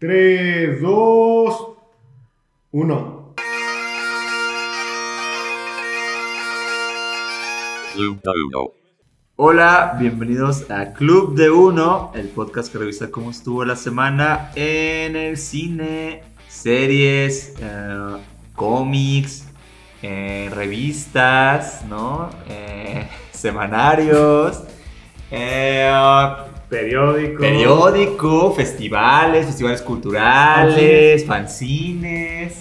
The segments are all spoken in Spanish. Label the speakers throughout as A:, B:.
A: 3, 2, 1.
B: Club de Uno.
C: Hola, bienvenidos a Club de Uno, el podcast que revisa cómo estuvo la semana en el cine, series, eh, cómics, eh, revistas, ¿no? Eh, semanarios, eh,
A: Periódico.
C: periódico, festivales, festivales culturales, fanzines.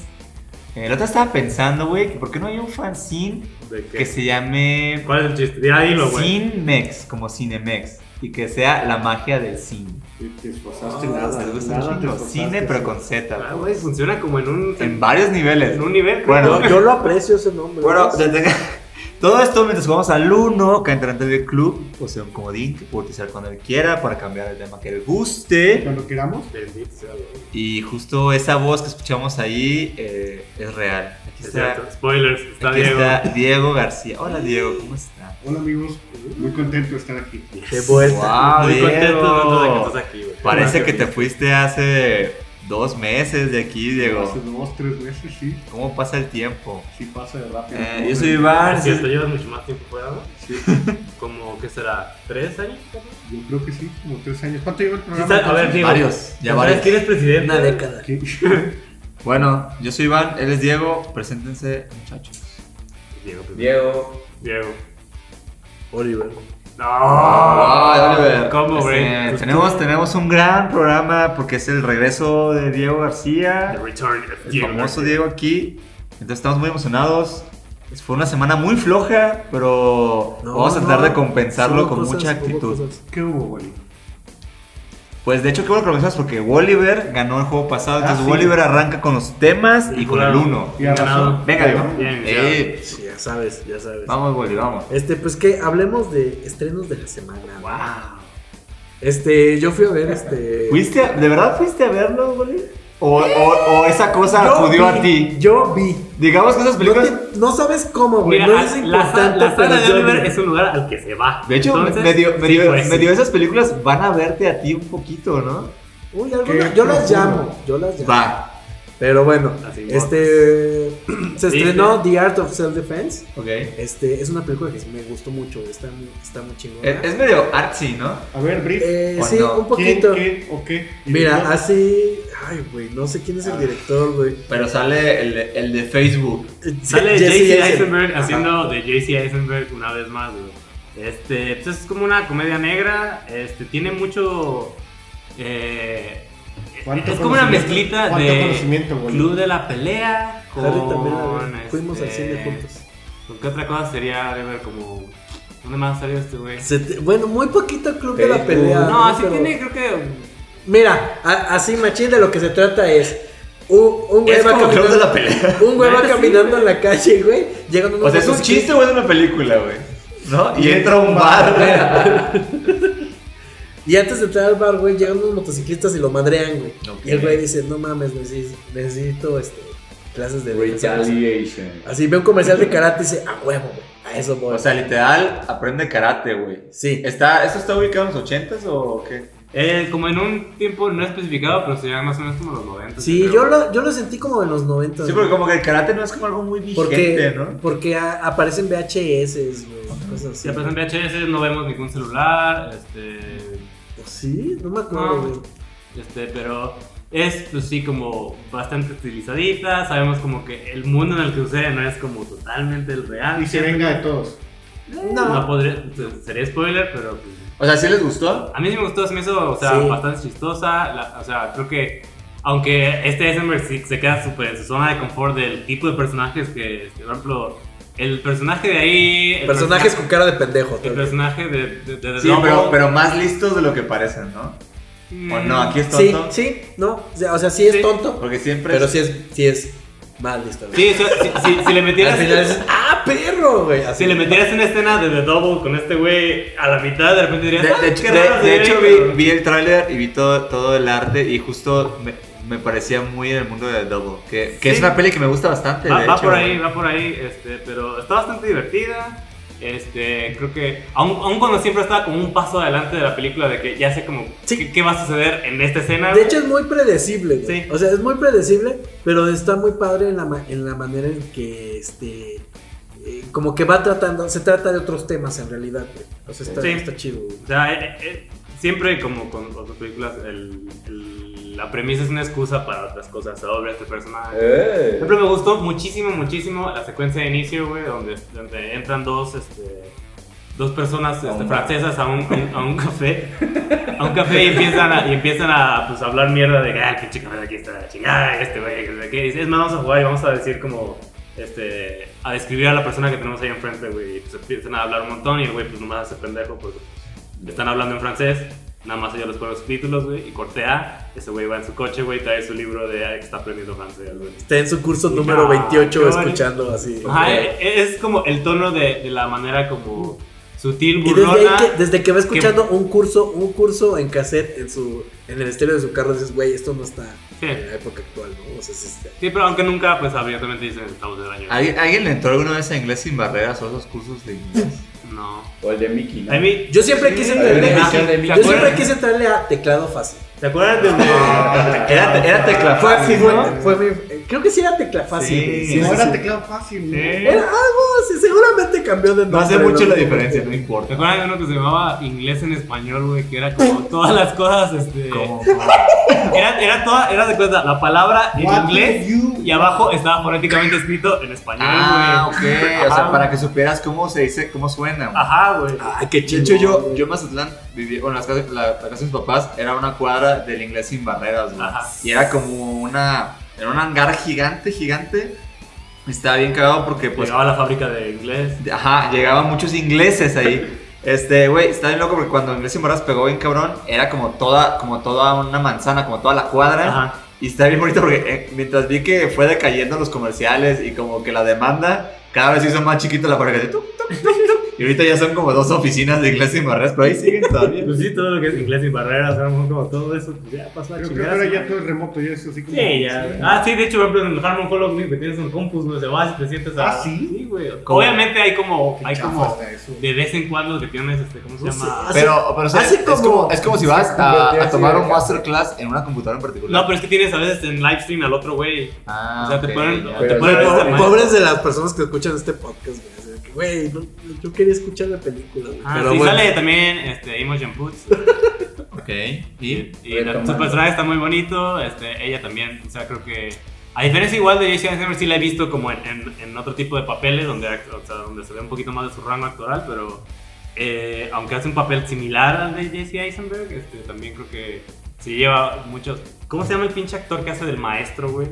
C: El otro estaba pensando, güey, que por qué no hay un fanzine
A: ¿De qué?
C: que se llame
A: ¿Cuál es el chiste? Ya dilo, güey.
C: Cinmex, como Cinemex. Y que sea la magia del cine.
D: Te- Te esforzaste
C: Ah,
D: nada.
C: les gusta un
D: nada te
C: chingo.
D: esforzaste.
C: Cine, pero con Z.
A: Ah, güey, funciona como en un,
C: En varios niveles.
A: en un nivel. creo.
C: Bueno,
D: pues, Yo, yo lo aprecio ese nombre.
C: bueno,
D: ¿no?
C: desde- todo esto mientras jugamos al 1, que entra dentro del club, pues, o sea, un comodín que puede utilizar cuando él quiera para cambiar el tema que le guste.
D: Cuando queramos.
A: Bendito sea, güey.
C: Y justo esa voz que escuchamos ahí eh, es real. Aquí
A: Es
C: está,
A: cierto. Spoilers, está
C: aquí
A: Diego.
C: está Diego García. Hola Diego, ¿cómo está?
D: Hola amigos, muy contento de estar aquí.
A: Qué vuelta.
C: Wow,
A: Muy
C: Diego.
A: contento nosotros de que estás aquí, güey.
C: Parece que te fuiste hace dos meses de aquí, Diego.
D: Hace dos, tres meses, sí.
C: ¿Cómo pasa el tiempo?
D: Sí pasa de rápido.
C: Eh, yo soy Iván.
A: Ah, Es cierto, llevas mucho más tiempo fuera, ¿no?
D: Sí,
A: Como, ¿qué será? ¿Tres años?
D: yo creo que sí, como tres años. ¿Cuánto lleva el programa?
A: está- a ver, Diego.
C: Varios, ya
A: ¿Sabes
C: varios.
A: quién es presidente?
E: Una década.
D: ¿Qué?
C: Bueno, yo soy Iván, él es Diego. Preséntense, muchachos.
A: Diego. presidente.
C: Diego.
A: Diego.
E: Oliver.
C: Ah,
A: No. ¿Cómo, güey? Pues
C: Este, tenemos,
A: tú-
C: tenemos un gran programa porque es el regreso de Diego
A: The
C: García,
A: Return of
C: el
A: Diego.
C: famoso Diego aquí. Entonces estamos muy emocionados. Fue una semana muy floja, pero
E: No,
C: vamos a tratar de
E: no,
C: compensarlo
E: hubo
C: con
E: cosas,
C: mucha
E: hubo
C: actitud.
E: cosas.
D: ¿Qué hubo, güey?
C: Pues de hecho, qué bueno que lo mencionas porque Wolliver ganó el juego pasado. Entonces,
D: sí.
C: Wolliver arranca con los temas y con el
A: Claro.
C: 1.
D: Y arrasó.
A: Ganado.
C: Venga, Diego.
A: Bien,
C: Eh,
E: Sí, ya sabes, ya sabes.
C: vamos, Wolliver, vamos.
E: Este, pues que hablemos de estrenos de la semana.
C: Wow.
E: Este, yo fui a ver este.
C: ¿Fuiste a- ¿De verdad fuiste a verlo, Wolliver? O, o- o esa cosa
E: Yo
C: acudió
E: vi,
C: a ti.
E: Yo vi.
C: Digamos que esas
E: No,
C: películas.
E: te- no sabes cómo, güey.
A: Mira,
E: No
A: la,
E: es
A: la
E: importante.
A: sala
E: pero
A: de
E: yo
A: Oliver
E: vi.
A: es un lugar al que se va.
C: De hecho,
A: Entonces,
C: medio,
A: sí,
C: medio,
A: pues,
C: medio
A: sí.
C: esas películas van a verte a ti un poquito, ¿no?
E: Uy, alguna-
D: Qué
E: yo las
D: profundo.
E: llamo. Yo las llamo.
C: Va.
E: Pero bueno,
A: Así,
E: este. Se
A: Sí,
E: estrenó The Art of Self-Defense.
C: Ok.
E: Este, es una película que me gustó mucho. Está, muy- está muy chingona.
C: Es, es medio artsy, ¿no?
D: A ver, brief.
E: Eh,
C: ¿O
E: sí,
C: no?
E: un poquito.
D: ¿Quién, qué o qué?
E: Mira, así. Ay, güey, no sé quién es
D: Ah.
E: el director, güey.
C: Pero sale el, de- el de Facebook.
A: Sale
E: Jesse
A: J.C.
E: Eisenberg.
A: Eisenberg
E: Ajá.
A: haciendo de J.C. Eisenberg una vez más, güey. Este, pues es como una comedia negra. Este, tiene mucho. eh,
D: ¿Cuánto
A: es como una
D: conocimiento?
A: mezclita
D: ¿Cuánto
A: de
D: conocimiento, güey?
A: Club de la Pelea con.
E: Harry también la vio.
A: este,
E: Fuimos al cine juntos.
A: ¿con ¿Qué otra cosa sería de ver como. ¿Dónde más salió este güey?
E: Se te- bueno, muy poquito Club de la
C: Facebook.
E: Pelea.
A: No, así
E: Pero-
A: tiene, creo que.
E: Mira, a- así machín de lo que se trata es. Un, un güey
C: Es
E: va
C: como
E: caminando,
C: Club de la Pelea.
E: Un güey va
A: Neta, sí,
E: caminando
A: güey.
E: en la calle, güey. Llegando
C: O sea, es un chiste, güey, de una película, güey. ¿No? Y entra a un bar, güey.
E: Y antes de entrar al bar, güey, llegan unos motociclistas y lo madrean, güey.
C: Ok.
E: Y el güey dice, no mames, necesito, necesito este, clases de defensa".
C: Retaliation.
E: Así ve un comercial de karate y dice, a huevo, güey. A eso voy.
C: O sea, literal, aprende karate, güey.
E: sí.
C: Está, ¿Esto está ubicado en los 80s o qué?
A: eh, como en un tiempo no especificado, pero serían más o menos como los 90.
E: Sí,
A: creo.
E: yo lo, yo lo sentí como en los 90.
C: Sí, porque como que el karate no es como algo muy vigente,
E: porque,
C: ¿no?
E: porque a- aparecen VHS, güey. Cosas
A: Si
E: así.
A: aparece en VHS, no vemos ningún celular. Este.
E: Sí, no me
A: No.
E: acuerdo, güey.
A: Este, pero es, pues sí, como bastante utilizadita. Sabemos como que el mundo en el que sucede no es como totalmente el real.
D: Y se venga de todos.
A: Eh, No, podría, sería spoiler, pero pues,
C: O sea, ¿sí les gustó?
A: a mí sí me gustó, se me hizo, o sea,
E: Sí.
A: bastante chistosa. la- o sea, creo que, aunque este Eisenberg sí se queda súper en su zona de confort del tipo de personajes que, este, por ejemplo, el personaje de ahí. el
E: Personajes
A: persona-
E: con cara de pendejo.
A: El
E: tal vez.
A: personaje de. de, de- de
C: Sí,
A: Lobo.
C: pero, pero más listos de lo que parecen, ¿no?
A: Mm.
C: O no, aquí es
E: Sí,
C: tonto.
E: sí, no. O sea, o sea, sí es
A: Sí.
E: tonto,
C: Porque siempre.
E: pero
C: es-
E: sí es, sí es mal listo. güey.
A: Sí, eso- si, si- si le metieras.
E: Al final es, ah, perro, güey. Así.
A: Si le metieras una escena de The Double con este güey a la mitad, de repente
C: De,
A: dirías. "Ah,
C: de-
A: qué
C: de-
A: raro,
C: de
A: señor
C: hecho, vi,
A: Iker".
C: vi el tráiler y vi todo, todo el arte y justo me, me parecía muy en el mundo de Double. Que, que
A: Sí.
C: es una peli que me gusta bastante.
A: Va,
C: este, de
A: va
C: hecho,
A: por ahí,
C: güey.
A: va por ahí, este, pero está bastante divertida. Este, creo que, aun, aun cuando siempre estaba como un paso adelante de la película, de que ya sé como
E: Sí.
A: qué, qué va a suceder en esta escena.
E: De hecho es muy predecible, güey.
A: Sí.
E: O sea, es muy predecible, pero está muy padre en la, ma- en la manera en que este eh, como que va tratando, se trata de otros temas en realidad, güey. O sea, está,
A: Sí.
E: está chido, güey.
A: O sea, eh, eh, siempre como con otras películas, el- el- la premisa es una excusa para otras cosas sobre este personaje.
B: Eh.
A: Siempre me gustó muchísimo, muchísimo la secuencia de inicio, güey, donde, donde entran dos, este, dos personas este,
C: Hombre.
A: francesas a un, a un- a un café, a un café y empiezan a, y empiezan a pues, hablar mierda de, ah, qué chica, aquí está la chingada, este güey, que no sé qué". Y dice, es más, vamos a jugar y vamos a decir como, este, a describir a la persona que tenemos ahí enfrente, güey, y pues empiezan a hablar un montón y el güey pues nomás hace pendejo porque pues, están hablando en francés. Nada más ellos les ponen los subtítulos, güey, y cortea. Ese güey va en su coche, güey, trae su libro de ah, que está aprendiendo francés, güey.
E: Está en su curso
A: Sí,
E: número
A: no,
E: 28
A: qué
E: escuchando así.
A: Ajá,
B: Ok.
A: e- e- es como el tono de, de la manera como sutil,
E: Y desde,
A: burlona.
E: ahí que, desde que va escuchando un curso, un curso en cassette en su en el estéreo de su carro, dices, güey, esto no está
A: Sí.
E: en la época actual, ¿no? O sea, sí está-
A: Sí, pero aunque nunca, pues abiertamente dicen estamos del año.
C: ¿Alguien, ¿Alguien le entró alguna vez a inglés sin barreras o esos cursos de inglés?
A: No.
B: O el de Mickey, ¿no?
A: A mí,
E: Yo siempre quise entrarle,
B: Ay,
E: a-
B: ¿te acuerdas?
E: yo siempre quise entrarle a teclado fácil.
A: ¿te acuerdas de donde
C: Era, era tecla
E: Fue,
C: fácil,
E: fue-
C: ¿no?
E: fue mi- creo que sí era tecla fácil.
C: Sí.
E: güey. Sí,
D: No
E: sí,
D: era
E: sí.
D: teclado fácil, ¿no?
A: Sí.
E: Era algo así, seguramente cambió de nombre.
C: No hace mucho
E: ¿no?
C: la diferencia, no
A: ¿Te
C: importa.
A: acuerdas de uno que se llamaba inglés en español, güey? Que era como todas las cosas, este.
C: Como-
A: Era, era toda, era de cuenta, la palabra en
D: What
A: inglés
D: you-
A: y abajo estaba fonéticamente escrito en español, güey.
C: Ah, ok. O
A: Ajá.
C: sea, para que supieras cómo se dice, cómo suena. güey.
A: Ajá, güey.
E: Ay, qué
C: De
E: chido.
C: hecho, yo, yo en Mazatlán vivía, bueno, las casas- la, la casa de mis papás era una cuadra del inglés sin barreras, güey.
A: Ajá.
C: Y era como una, era un hangar gigante, gigante. Y Estaba bien cagado porque, pues,
A: Llegaba a la fábrica de inglés.
C: ajá, llegaban muchos ingleses ahí. Este, güey, está bien loco porque cuando Inglés sin Barreras pegó bien cabrón, era como toda, como toda una manzana, como toda la cuadra.
A: Ajá.
C: Y está bien bonito porque eh, mientras vi que fue decayendo los comerciales y como que la demanda, cada vez se hizo más chiquita la fábrica. así, tup, tup, tup, tup. Y ahorita ya son como dos oficinas de inglés sin barreras, pero ahí siguen todavía.
A: Pues sí, todo lo que es inglés sin barreras, a lo mejor como todo eso, pues ya pasó a
D: Pero creo que
A: chingar
D: ahora
A: a su
D: ya
A: madre.
D: todo es remoto, ya es así como.
A: Sí, ya. Ah, sí, de hecho, por ejemplo, en el Harmon Hollow güey, que tienes un compus, no se vas y te sientes a.
D: Ah, ¿sí?
A: güey. O sea,
C: ¿Cómo?
A: Obviamente hay como.
D: Qué
A: Hay
D: chafa
A: como.
D: está eso.
A: De vez en cuando que tienes, este, ¿cómo se
E: No sé,
A: llama?
E: hace-
C: Pero, pero o sea,
E: Así
C: es,
E: como-
C: como, es como si vas a, a tomar un masterclass en una computadora en
A: No,
C: particular.
A: pero es que tienes a veces en live stream al otro güey.
C: Ah,
A: O sea, te
C: ok,
A: ponen.
C: ya.
A: Te
B: Pero
A: ponen
B: no,
A: este
B: no,
A: maestro.
E: Pobres de las personas que escuchan este podcast, güey. así de que, Güey, no, yo quería escuchar la película, güey.
A: Ah,
E: Pero
A: sí,
E: bueno.
A: sale también este, Imogen Poots.
C: Ok, y.
A: Y la-
B: Retomando.
A: su personaje está muy bonito. Este, ella también, o sea, creo que. A diferencia igual de Jesse Eisenberg, sí la he visto como en, en- en otro tipo de papeles, donde, act- o sea, donde se ve un poquito más de su rango actoral, pero eh, aunque hace un papel similar al de Jesse Eisenberg, este, también creo que se lleva muchos... ¿Cómo se llama el pinche actor que hace del maestro, güey?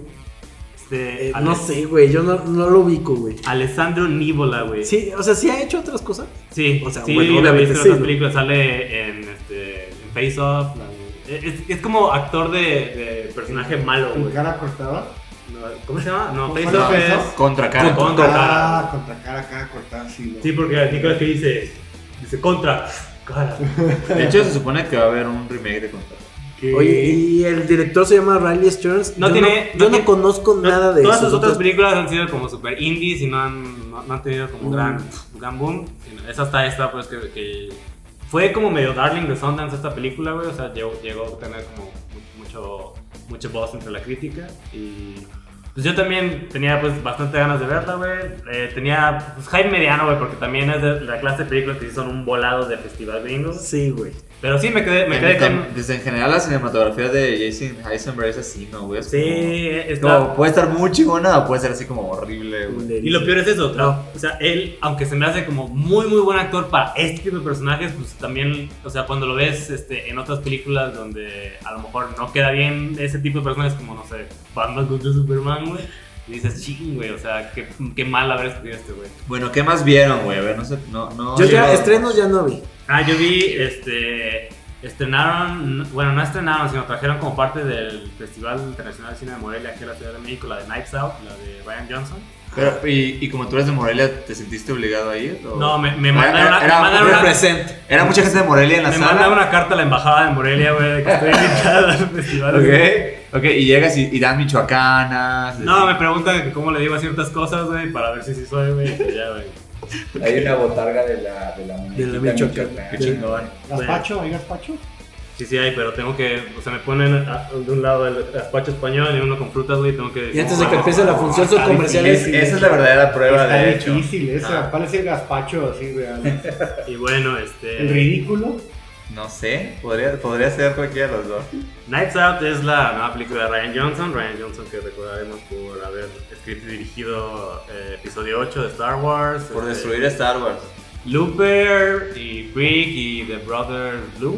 A: Este,
E: Eh,
A: Ale-
E: no sé, güey, yo no, no lo ubico, güey.
A: Alessandro Nivola, güey.
E: Sí, o sea, sí ha hecho otras cosas.
A: Sí,
E: O sea,
A: sí,
E: bueno,
A: lo he
E: obviamente
A: visto en
E: sí,
A: otras
E: ¿no?
A: películas, sale en, este, en Face Off. la- Es, es como actor de, de personaje malo,
D: Con
A: güey.
D: cara cortada.
A: No, ¿Cómo se llama? No,
D: ¿Cómo
A: Face Off
D: se llama?
A: es.
C: Contra cara.
A: Con- Contra cara.
D: Ah, contra cara, cara cortada, sí. güey.
A: Sí, porque Nicolás que dice. Dice contra. Cara.
C: De hecho, se supone que va a haber un remake de Contra.
D: Que-
E: Oye, y el director se llama Riley Stearns.
A: No
E: yo
A: tiene-
E: no, yo
A: no
E: no
A: tiene-
E: conozco nada de
A: Todas
E: sus
A: sus otras películas han sido como super indies y no han, no, no han tenido como un gran, gran boom. sino- Es hasta esta, pues, que, que fue como medio Darling de Sundance esta película, güey. O sea, llegó, llegó a tener como mu- mucho, mucho voz entre la crítica. Y pues yo también tenía, pues, bastante ganas de verla, güey. Eh, tenía, pues, Jaime Mediano, güey, porque también es de la clase de películas que sí son un volado de festival gringos.
E: Sí, güey.
A: Pero sí, me quedé, me quedé con...
C: Desde en general, la cinematografía de Jason Heisenberg es así, ¿no, güey? Es
A: Sí, eh,
C: como-
A: está...
C: como puede estar muy chingona o puede ser así como horrible, güey.
A: Y lo peor es eso, claro. O sea, él, aunque se me hace como muy, muy buen actor para este tipo de personajes, pues también, o sea, cuando lo ves este, en otras películas donde a lo mejor no queda bien ese tipo de personajes, como, no sé, Batman contra Superman, güey, y dices, ching, güey, o sea, qué, qué mal haber escogido este, güey.
C: Bueno, ¿qué más vieron, güey? A ver, no sé, no, no.
E: Yo ya
C: no-
E: estrenos ya no vi.
A: Ah, yo vi, este, estrenaron, bueno, no estrenaron, sino trajeron como parte del Festival Internacional de Cine de Morelia, aquí en la Ciudad de México, la de Knives Out, la de Ryan Johnson.
C: Pero, y, y como tú eres de Morelia, ¿te sentiste obligado a ir? o?
A: No, me, me
C: Era-
A: mandaron, a- me
C: era-
A: mandaron a-
E: Represent.
C: Era mucha gente de Morelia en la
A: Me
C: sala.
A: manda una carta a la embajada de Morelia, güey, de que estoy invitada al festival.
C: Ok, ok, y llegas y, y dan michoacanas.
A: No,
C: así.
A: me preguntan que cómo le digo a ciertas cosas, güey, para ver si sí soy, güey. y ya, güey.
B: Hay una botarga de la, de la,
E: De la
B: muñequita
E: Michoacán.
B: michoacana.
C: Qué chingón.
D: ¿Gazpacho? ¿Hay gazpacho?
A: Sí, sí hay, pero tengo que. O sea, me ponen a- de un lado el gazpacho español y uno con frutas, güey. Tengo que.
E: Y antes de que empiece la función, son
D: Está
E: comerciales.
D: difícil.
C: Esa es la verdadera prueba,
D: Está
C: de hecho.
D: difícil esa.
A: Ah.
D: ¿Cuál es el gazpacho así real?
A: Y bueno, este.
D: ¿El ridículo?
C: No sé, podría, podría ser cualquiera de los dos.
A: Nights Out es la nueva película de Ryan Johnson. Ryan Johnson que recordaremos por haber escrito y dirigido eh, episodio 8 de Star Wars.
C: Por
A: este,
C: destruir Star Wars.
A: Looper y Brick y The Brothers Bloom.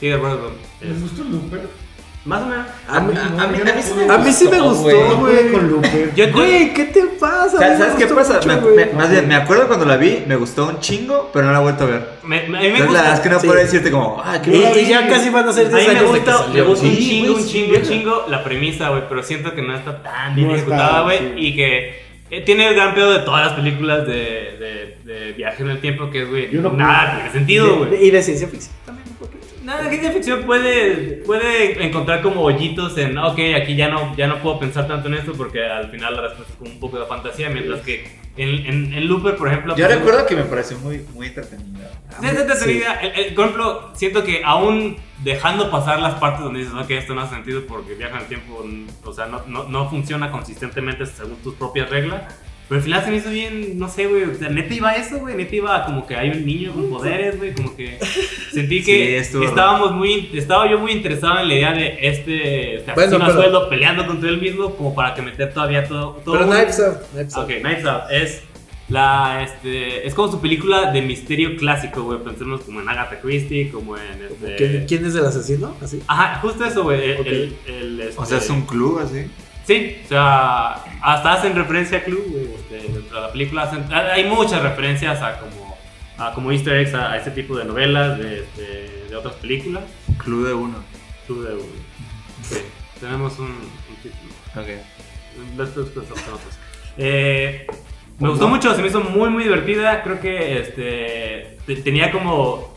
A: Sí, The Brothers Bloom.
D: ¿Me
A: Es-
D: gusta el Looper?
A: más o menos.
E: A mí-
C: a- a mí- a mí sí me
E: A mí sí me gustó,
D: No pude
E: güey.
D: con Looper.
A: Yo-
E: Güey, ¿qué te pasa?
C: ¿Sabes,
E: Me
C: sabes qué
E: gustó
C: pasa?
E: mucho,
C: Me-
E: güey.
C: me- más bien, me acuerdo cuando la vi, me gustó un chingo, pero no la he vuelto a ver.
A: Me, me- a mí me
C: Entonces, la
A: gusta.
C: verdad es que no
E: sí.
C: puedo decirte como, ah, qué
E: Y,
C: buena
E: y ya
C: vi".
E: casi van a ser
A: A mí
E: 10
A: me
E: años de que
A: gusta, me
E: salió.
A: gusta un
E: Sí,
A: chingo,
E: güey,
A: un
E: sí,
A: chingo, un
E: verga.
A: chingo la premisa, güey, pero siento que no está tan bien
D: No está,
A: ejecutada, güey,
D: sí.
A: y que eh, tiene el gran pedo de todas las películas de, de, de viaje en el tiempo, que es, güey,
D: Yo no puedo.
A: nada tiene sentido,
E: De-
A: güey.
E: de- Y de ciencia ficción también. un poquito.
A: Nada, la ciencia ficción puede, puede encontrar como hoyitos en, ok, aquí ya no, ya no puedo pensar tanto en esto porque al final la respuesta es como un poco de fantasía, mientras que en, en, en Looper, por ejemplo...
B: Yo
A: pues,
B: recuerdo que me pareció muy, muy entretenida.
A: Sí, sí, sí, sí. El- el- eh, por ejemplo, siento que aún dejando pasar las partes donde dices, ok, esto no hace sentido porque viajan el tiempo, n- o sea, no, no, no funciona consistentemente según tus propias reglas. Pero al final se me hizo bien, no sé, güey. O sea, neta iba a eso, güey. Neta iba a como que hay un niño con poderes, güey. Como que sentí
C: Sí,
A: que
C: estuvo
A: estábamos muy, estaba yo muy interesado en la idea de este, este
E: Bueno,
A: asesino a
E: pero-
A: sueldo peleando contra él mismo, como para que meter todavía todo. todo
E: Pero
A: un-
E: Knives Out, Knives Out.
A: Ok, Knives Out es la este es como su película de misterio clásico, güey. Pensemos como en Agatha Christie, como en
E: Como
A: este
E: que- ¿Quién es el asesino? Así.
A: Ajá, justo eso, güey. El,
E: Ok.
A: el- el, este,
C: O sea, es un club así.
A: Sí, o sea, hasta hacen referencia a Club, güey. este, dentro de la película hacen- ha- hay muchas referencias a como a como Easter eggs a, a este tipo de novelas de, este, de otras películas.
C: Club de uno.
A: Club de güey. Sí, tenemos un, un título.
C: Ok.
A: Después pensamos en otros. Eh, me gustó mucho, se me hizo muy, muy divertida. Creo que este, te- tenía como.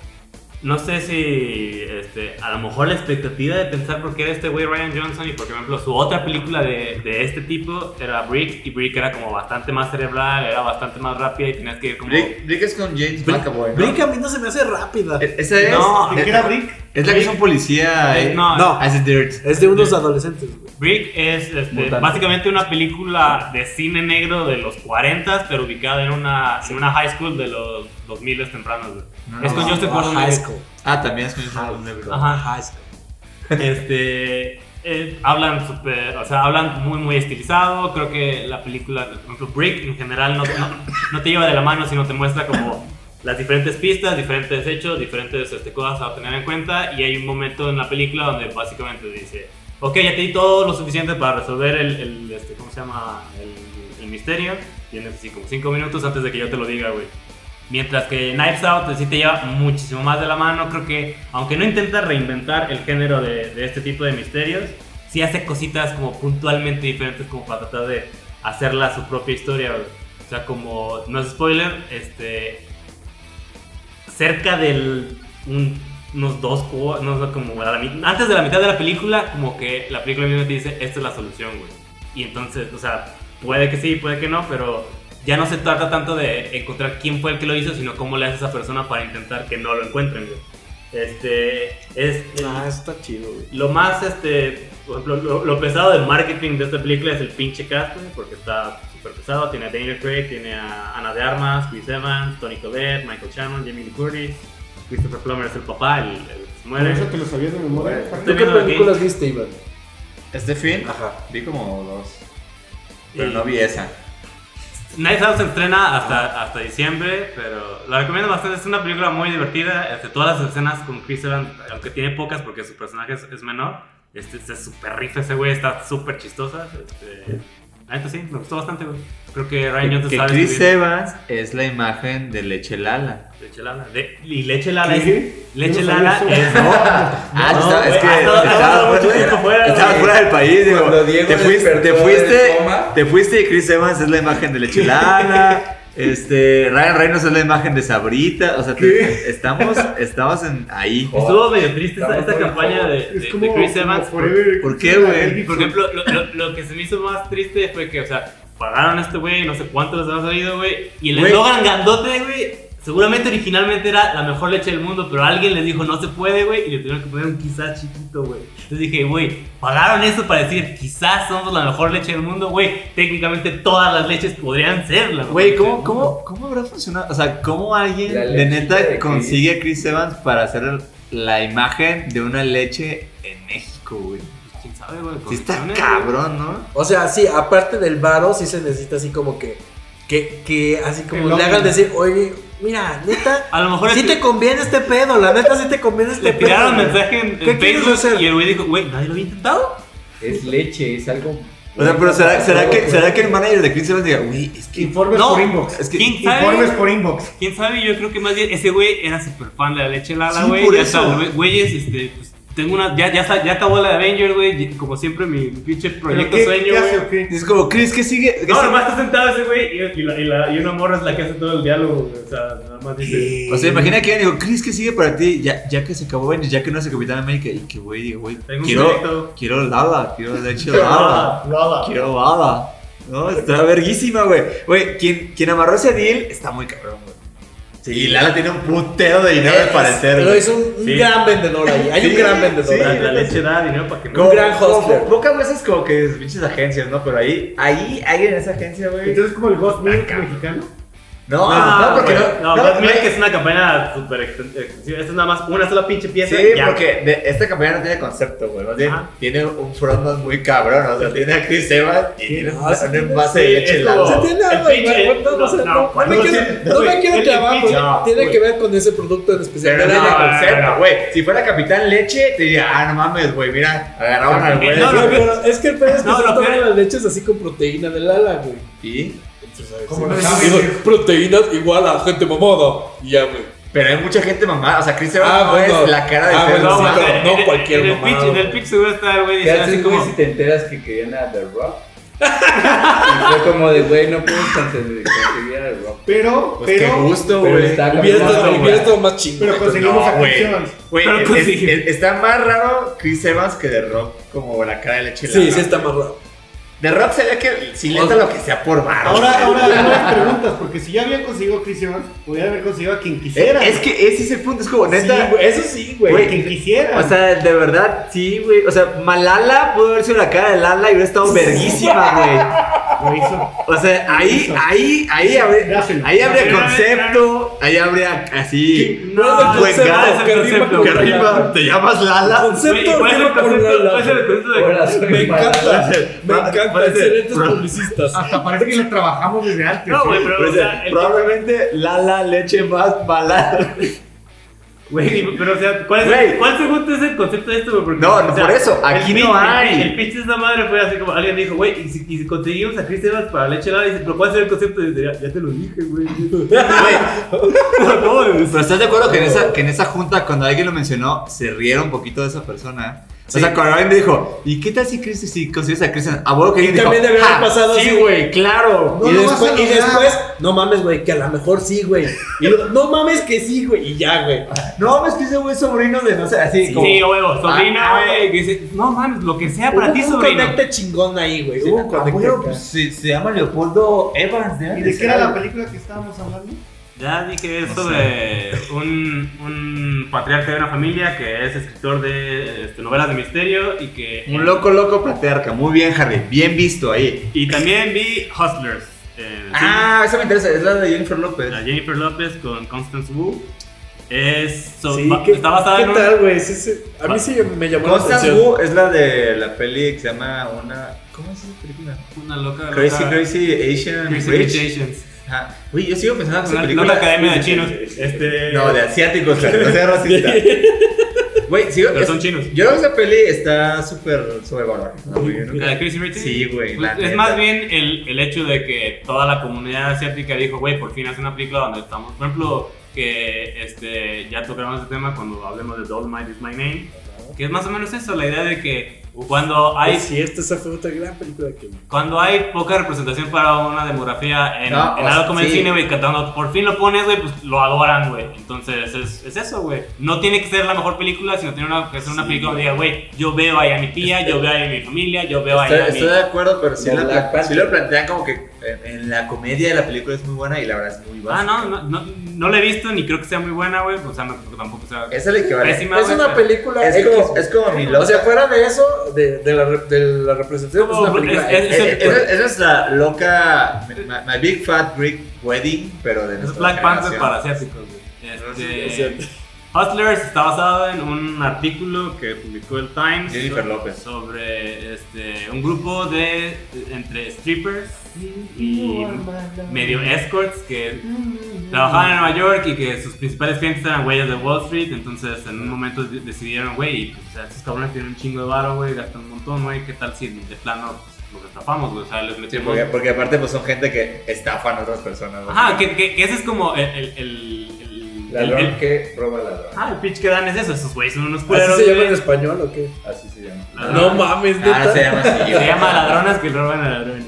A: No sé si. Este, a lo mejor la expectativa de pensar por qué era este güey Ryan Johnson y, por ejemplo, su otra película de, de este tipo era Brick. Y Brick era como bastante más cerebral, era bastante más rápida y tenías que ir como.
B: Rick, Rick es con James
E: Bri-
B: McAvoy, ¿no?
E: Brick a mí no se me hace rápida.
C: E- Esa es.
A: No,
C: es,
D: ¿De qué
B: eh,
D: era Brick?
C: es la que es un policía.
A: Eh,
C: eh,
A: no,
E: No.
C: As a dirt.
E: Es de unos adolescentes, güey.
A: Brick es este,
B: Mutante.
A: básicamente una película de cine negro de los 40 pero ubicada en una, en una high school de los 2000 tempranos. güey.
C: No,
A: es
C: no,
A: con
C: no.
A: Justin Ah.
E: Ah, High
A: Gordon-Levitt.
E: School.
C: Ah, también es con Jason Derulo.
A: Ajá.
E: High School.
A: Este, eh, hablan super- o sea, hablan muy muy estilizado. Creo que la película, por ejemplo, Brick en general no, no, no te lleva de la mano, sino te muestra como las diferentes pistas, diferentes hechos, diferentes este, cosas a tener en cuenta. Y hay un momento en la película donde básicamente dice, ok, ya te di todo lo suficiente para resolver el, el, este, ¿cómo se llama? El, el misterio. Tienes así como 5 minutos antes de que yo te lo diga, güey. Mientras que Knives Out pues, sí te lleva muchísimo más de la mano. Creo que, aunque no intenta reinventar el género de, de este tipo de misterios, sí hace cositas como puntualmente diferentes como para tratar de hacerla su propia historia. güey. O sea, como, no es spoiler, este... Cerca del... un- unos dos... cu- No sé, como a la mi- antes de la mitad de la película, como que la película misma te dice, esta es la solución, güey. Y entonces, o sea, puede que sí, puede que no, pero ya no se trata tanto de encontrar quién fue el que lo hizo, sino cómo le hace a esa persona para intentar que no lo encuentren. güey. Este es el-
E: Ah, está chido, güey.
A: lo más, este, por ejemplo, lo, lo pesado del marketing de esta película es el pinche cast, güey, porque está súper pesado. Tiene a Daniel Craig, tiene a Ana de Armas, Chris Evans, Tony Collette, Michael Shannon, Jamie Lee Curtis, Christopher Plummer es el papá, el, el que se
D: Por
A: muere.
D: eso te lo sabías de memoria.
E: ¿Tú qué
A: viendo aquí.
E: películas viste, Iván?
B: Este fin
E: Ajá.
B: vi como dos.
A: Eh,
B: Pero no vi esa.
A: Night Out se estrena hasta, hasta diciembre, pero la recomiendo bastante. Es una película muy divertida. este, todas las escenas con Chris Evans, aunque tiene pocas porque su personaje es, es menor, este, se super rifa ese güey, está súper chistosa. Este, la neta sí, me gustó bastante, güey. Creo que Ryan Johnson
C: Que
A: sabe
C: Chris
A: escribir.
C: Evans es la imagen de Leche Lala.
A: Leche Lala. De- y Leche Lala es.
D: ¿Qué?
A: Leche
D: Yo no sabía eso.
A: Lala es.
C: Ah,
A: No,
C: estaba- es
A: güey,
C: que
A: has estado- has
C: estabas
A: estado mucho
C: fuera,
A: tiempo fuera,
C: estabas
A: güey.
C: fuera del país. digo,
B: Cuando Diego
C: te fuiste, te
B: despertó del
C: fuiste,
B: coma.
C: te fuiste y Chris Evans es la imagen de Leche Lala. Este, Ryan Reynolds es la imagen de Sabrita. O sea, te- estamos, estamos en ahí.
A: Estuvo medio triste esta,
B: Oh, Estamos
A: esta
B: muy
A: campaña de,
D: Es
A: de-
D: como,
A: de Chris Evans.
D: como Forever
C: ¿Por
D: Chris
C: qué, güey?
D: Evans.
A: Por ejemplo, lo, lo- lo que se me hizo más triste fue que, o sea, pagaron a este güey, no sé cuánto les habrá salido, güey. Y el
B: Güey.
A: eslogan grandote, güey. Seguramente originalmente era la mejor leche del mundo, pero alguien les dijo no se puede, güey, y le tuvieron que poner un quizás chiquito, güey. Entonces dije, güey, pagaron eso para decir quizás somos la mejor leche del mundo, güey. Técnicamente todas las leches podrían ser la mejor
C: Güey,
A: leche
C: ¿cómo,
A: del
C: cómo, ¿cómo habrá funcionado? O sea, ¿cómo alguien
F: La
C: de
F: lechita
C: neta
F: de Chris.
C: consigue a Chris Evans para hacer la imagen de una leche en México, güey?
A: mundo. ¿Quién sabe, güey?
C: Sí está
A: Conexiones, güey.
C: cabrón, ¿no?
E: O sea, sí, aparte del varo, sí se necesita así como que. Que, que así como
D: Que
E: le hagan
D: logren.
E: decir, oye, mira, neta,
A: A lo mejor
E: sí
A: es-
E: te conviene este pedo, la neta sí te conviene este
A: le
E: pedo.
A: tiraron
E: güey.
A: mensaje en,
E: ¿Qué
A: en
E: quieres
A: Facebook
E: hacer?
A: y el güey dijo, güey, nadie lo había intentado.
F: Es leche, es algo.
C: O sea, pero ¿será, será, que, ¿será que el manager de Chris Evans diga, güey, es que...
D: Informes
A: No.
D: por inbox.
C: Es que
A: ¿Quién sabe?
D: Informes por inbox.
A: ¿Quién sabe? Yo creo que más bien ese güey era súper fan de la leche Lala,
C: Sí,
A: güey.
C: por
A: ya está,
C: eso.
A: güey, güeyes, este, pues, tengo una, ya, ya, sa- ya acabó la de Avenger, güey. y Como siempre, mi pinche proyecto
D: ¿Pero qué-
A: sueño,
D: qué hace
A: güey.
D: o qué?
C: Es como, Chris, ¿qué sigue? ¿Qué
A: No,
C: sigue?
A: nomás está sentado ese güey y, y la- y la- y una morra es la que hace todo el diálogo, güey. O sea, nada más dice.
C: O sea, imagina que alguien dijo, Chris, ¿qué sigue para ti? Ya, ya que se acabó Avengers, ya que no es el Capitán América. Y que, güey, digo, güey,
A: Tengo un
C: quiero,
A: proyecto.
C: quiero lava, quiero leche lava,
D: Nada.
C: quiero lava. No, está verguísima, güey. Güey, quien, quien amarró ese deal está muy cabrón, güey. Sí, y Lala tiene un putero de dinero, al parecer,
E: Pero
C: güey.
E: es Eh, un, un
A: Sí.
E: gran vendedor ahí. Hay
C: Sí,
E: un gran vendedor
C: sí.
A: La,
E: ahí.
A: la leche da dinero para que
E: ¿Cómo?
A: no.
E: un gran hustler.
C: po- Pocas veces como que es pinches agencias, ¿no? Pero ahí, ahí, alguien en esa agencia, güey.
D: Entonces, como el Ghost Milk mexicano.
C: No,
A: Ah,
C: no, porque
A: güey,
C: no.
A: No, Batman,
C: no-
A: que es una campaña súper exten- extensiva. Esta es nada más una sola pinche pieza.
C: Sí,
A: y ya.
C: porque de- esta campaña no tiene concepto, güey. Más bien,
A: Ajá.
C: tiene un frontman muy cabrón. O sea, tiene a Chris Evans y tiene un, un envase de
A: sí,
C: leche
A: es
C: helada.
A: como-
E: O sea, tiene algo de
A: El pinche-
E: vergüenza, no,
A: no,
E: o sea,
A: no,
E: no, no me
A: no,
E: quiero-
A: sí,
E: no me
A: güey,
E: quiero
A: el
E: clavar,
A: pinche-
E: güey. Tiene que ver con ese producto en especial.
C: Pero no
E: Pero
C: tiene
E: no,
C: concepto,
A: no.
C: güey. Si fuera Capitán Leche, te diría, ah, no mames, güey, mira, agarraron al güey.
A: No,
E: no,
A: lo
E: pero es que el pedo es que
A: No,
E: se
A: lo peor-
E: toman las leches así con proteína de lala, güey.
C: Sí,
E: Entonces, a ver,
D: Como
E: sí.
D: lo saben,
E: Digo,
D: güey.
E: Proteínas igual a gente mamada. Y ya, güey.
C: pero hay mucha gente mamada. O sea, Chris Evans
E: Ah,
C: no
E: bueno.
C: es la cara de
E: Ah,
C: Fer
E: bueno,
A: No,
C: Lucero.
E: bueno.
A: güey,
E: no
A: en-
E: cualquier
A: en el
E: mamada,
A: pitch- En el
E: güey.
A: pitch seguro está el güey
F: ¿Qué
A: diciendo así
F: haces, güey,
A: como.
F: si te enteras que querían a The Rock? y fue como de, güey, no puedo conseguir conseguir a The Rock.
D: Pero,
C: Pues qué
D: pero,
C: gusto,
F: Pero
C: güey.
F: está
E: Hubiera
F: cabrón,
E: estado-
F: güey.
E: hubiera estado más chingón.
D: pero conseguimos
C: No,
D: a
C: güey.
D: Chris Evans.
C: Güey,
A: Pero
C: es-
A: pues
C: es-
A: sí.
C: es- está más raro Chris Evans que de Rock, como la cara de leche
E: Sí,
C: helada.
E: sí está más raro.
C: De Rock se ve que si le entra lo que sea por barro.
D: Ahora, ahora, nuevas preguntas, porque si ya habían conseguido a Chris Evans, pudiera haber conseguido a quien quisiera.
C: Es que ese es el punto, es como neta.
E: Sí, güey, eso sí,
D: güey,
E: güey.
D: quien quisiera.
C: O sea, de verdad, sí, güey. O sea, Malala pudo haber sido la cara de Lala y hubiera estado verguísima, güey.
D: lo hizo.
C: O sea, ahí, ahí, ahí habría,
D: Dáselo.
C: ahí habría
A: Dáselo.
C: concepto, ahí habría así.
A: No,
E: No,
C: buen
E: concepto,
C: gato,
E: que
A: concepto,
E: rima con
A: que
E: la-
C: arriba te llamas Lala.
E: Concepto,
A: Güey, ¿cuál es el
E: rima con
A: concepto?
E: la-
A: ¿Cuál es el concepto de-
F: Ahora soy malo.
E: Me encanta, me
C: Va-
E: encanta,
C: parece-
E: excelentes
C: Pro-
E: publicistas.
D: Hasta parece que lo trabajamos desde antes.
A: No, güey,
D: ¿eh?
A: pero.
C: Pero,
A: o
C: o sea,
A: sea, el-
C: probablemente Lala leche más balada.
A: Güey, pero o sea, ¿cuál, es,
C: Güey.
A: ¿cuál según tú es el concepto de esto, güey? Porque,
C: No, no,
A: o sea,
C: por eso, aquí
A: el
C: no
A: pitch-
C: hay.
A: El pitch de esa madre fue así como alguien dijo, güey, y si, y si conseguimos a Chris Evans para leche helada, dice, pero ¿cuál será el concepto? Y diría, ya te lo dije, güey.
C: Pero estás de acuerdo que en, esa, que en esa junta, cuando alguien lo mencionó, se rieron un poquito de esa persona. O sea, cuando alguien dijo, ¿y qué tal si, Chris, si consigues a Cristian? A huevo que alguien dijo,
E: también debería haber
C: "Ja,
E: pasado
C: sí,
E: así".
C: güey, claro.
E: y,
D: lo vas
E: después,
D: a
E: y
D: lograr.
E: después, no mames, güey, que a lo mejor sí, güey. Y luego, no mames que sí, güey. Y ya, güey.
C: No, es que ese güey sobrino de no sé, así como...
A: Sí, huevo, sobrina,
C: Ah, ah,
A: güey, que dice, no mames, lo que sea
E: Hubo
A: para ti,
E: un
A: sobrino.
E: conecte chingón ahí, güey.
C: Sí,
E: Hubo un
C: ah,
E: conecte
C: bueno,
E: acá.
C: pues, se, se llama Leopoldo Evans,
D: ¿Y de qué era la película que estábamos hablando?
A: Ya dije esto
C: No sé.
A: de un, un patriarca de una familia que es escritor de este, novelas de misterio y que...
C: Un loco, loco platearca. Muy bien, Harry. Bien visto ahí.
A: Y también vi Hustlers. eh,
C: Ah, esa me interesa. Es la de Jennifer López.
A: La Jennifer López con Constance Wu. Es, so-
E: Sí,
A: ba-
E: ¿qué,
A: está basada
E: ¿qué
A: en un-
E: tal, güey? Sí, sí. A mí sí me llamó la
C: Constance
E: atención.
C: Wu es la de la peli que se llama una... ¿Cómo es esa película?
A: una loca.
C: Crazy,
A: loca-
C: Crazy Asian
A: Crazy
C: Rich.
A: Rich Asians.
C: Ajá. Uy, yo sigo pensando que esa
A: Una
C: película...
A: loca academia de chinos. Este,
C: No, de asiáticos, claro, no sea racista. Güey, sigo...
A: Pero son
C: es-
A: chinos.
C: Yo creo que esa peli está súper sobrevalorada. güey, ¿no?
A: ¿La de Crazy Rich Asians?
C: Sí, güey,
A: Pues
C: la
A: es
C: neta.
A: más bien el, el hecho de que toda la comunidad asiática dijo, güey, por fin hace una película donde estamos. Por ejemplo, que este, ya tocaremos ese tema cuando hablemos de Dolomite is My Name. Que es más o menos eso, la idea de que, güey, Cuando hay,
E: Es cierto, esa fue otra gran película que vi.
A: cuando hay poca representación para una demografía en,
C: No,
A: en
C: o
A: algo
C: sea,
A: como el
C: sí.
A: cine, güey, cantando, por fin lo pones, güey, pues lo adoran, güey. Entonces es, es eso, güey. No tiene que ser la mejor película, sino tiene una, que ser una
F: Sí,
A: película donde diga, güey, yo veo ahí a mi tía, yo veo ahí a mi familia, yo veo ahí
C: Este Estoy,
A: a mi...
C: estoy de acuerdo, pero sí,
F: Como
C: la-
F: Black Panther.
C: sí lo plantean como que en, en la comedia de la película es muy buena y la verdad es muy buena.
A: Ah, no, no, no, no la he visto ni creo que sea muy buena, güey. O sea, no creo que tampoco sea...
C: Es el equivalente.
A: Pésima,
E: Es
A: güey,
E: una
A: pero-
E: película.
C: Es
E: X,
C: como,
E: güey.
C: es como mi
E: O
C: loca.
E: sea, fuera de eso, de, de la, re- de la representación,
A: Como,
E: es una
A: pues,
E: película.
A: es-
E: X,
C: Eh, eh,
E: güey.
C: esa, esa es la loca. My, my Big Fat Greek Wedding, pero de
A: Es
C: nuestra
A: Black Panther
C: generación.
A: para asiáticos, güey.
E: Ah, es
A: Este,
E: cierto.
A: Hustlers está basado en un artículo que publicó el Times
C: Jennifer
A: so-
C: López.
A: sobre este, un grupo de entre strippers y medio escorts que trabajaban en Nueva York y que sus principales clientes eran güeyes de Wall Street. Entonces, en un momento de- decidieron, güey, pues, o sea, estos cabrones tienen un chingo de varo, güey, gastan un montón, güey. ¿Qué tal si de plano pues, los estafamos, güey? O sea, les
C: Sí,
A: metemos
C: porque, porque aparte pues son gente que estafan a otras personas. ¿no?
A: Ajá, que, que- que ese es como el. el, el, el-
F: Ladrón
A: el- el-
F: que roba ladrón.
A: ah, el pitch que dan es eso, esos güeyes son unos culeros.
E: ¿Así se llama
A: güey.
E: en español o qué?
F: Así se llama.
A: Ah.
E: No mames,
C: Ah,
E: neta.
C: se llama así.
A: Y se llama ladronas que roban a ladrones.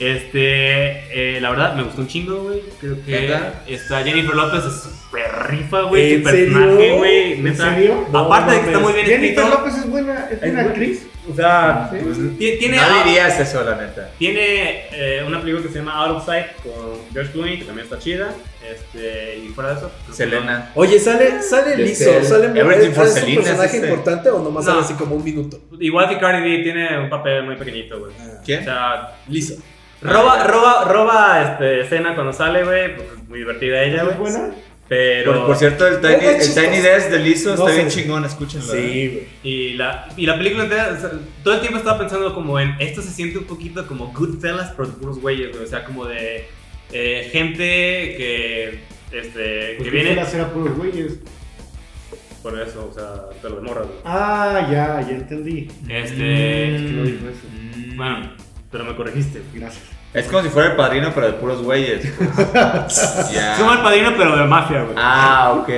A: Este, eh, la verdad, me gustó un chingo, güey. Creo que
C: ¿Neta?
A: está Jennifer López, es súper rifa, güey.
E: ¿En
A: Su
E: serio?
A: personaje, güey.
D: ¿En
A: neta.
D: serio?
E: No
A: Aparte de que está
E: mames.
A: muy bien
D: Jennifer
A: escrito,
D: López es buena, es
E: Es
D: una
E: buena.
D: actriz. O sea, sí.
A: ti- tiene,
C: No dirías eso, la neta.
A: tiene eh, una película que se llama Out of Sight con George Clooney, que también está chida. Este, y fuera de eso, creo que no.
C: Selena.
E: Oye, sale, sale
F: Este,
E: liso, sale muy
C: Everything
E: ¿Es
C: for
E: un
C: Selena, es
E: personaje
C: este.
E: importante o nomás
A: No.
E: sale así como un minuto?
A: Igual que Cardi B tiene un papel muy pequeñito, güey.
E: Ah,
A: O
C: ¿Quién?
A: sea,
E: liso.
A: roba, roba, roba este, escena cuando sale, güey. porque es Muy divertida ella,
D: ¿Es
A: güey.
D: buena?
A: Pero.
C: Por, por cierto, el Tiny,
E: Es
C: el
E: chistoso.
C: Tiny Desk de Lizzo
E: No
C: está
E: sé.
C: bien chingón, escúchenlo. ¿eh?
E: Sí, güey.
A: Y la, y la película entera, o sea, todo el tiempo estaba pensando como en, esto se siente un poquito como Goodfellas, pero de puros güeyes, güey, o sea, como de eh, gente que, este, que
D: Pues
A: viene
D: Goodfellas era puros güeyes.
A: por eso, o sea, te lo demorras, güey.
D: Ah, ya, ya entendí.
A: Este,
D: Es que no dijo eso.
C: Mm.
A: bueno, pero me corregiste.
D: Gracias.
C: Es como si fuera el padrino, pero de puros güeyes. pues. Ya.
A: Somos el padrino, pero de mafia, güey.
C: Ah, ok.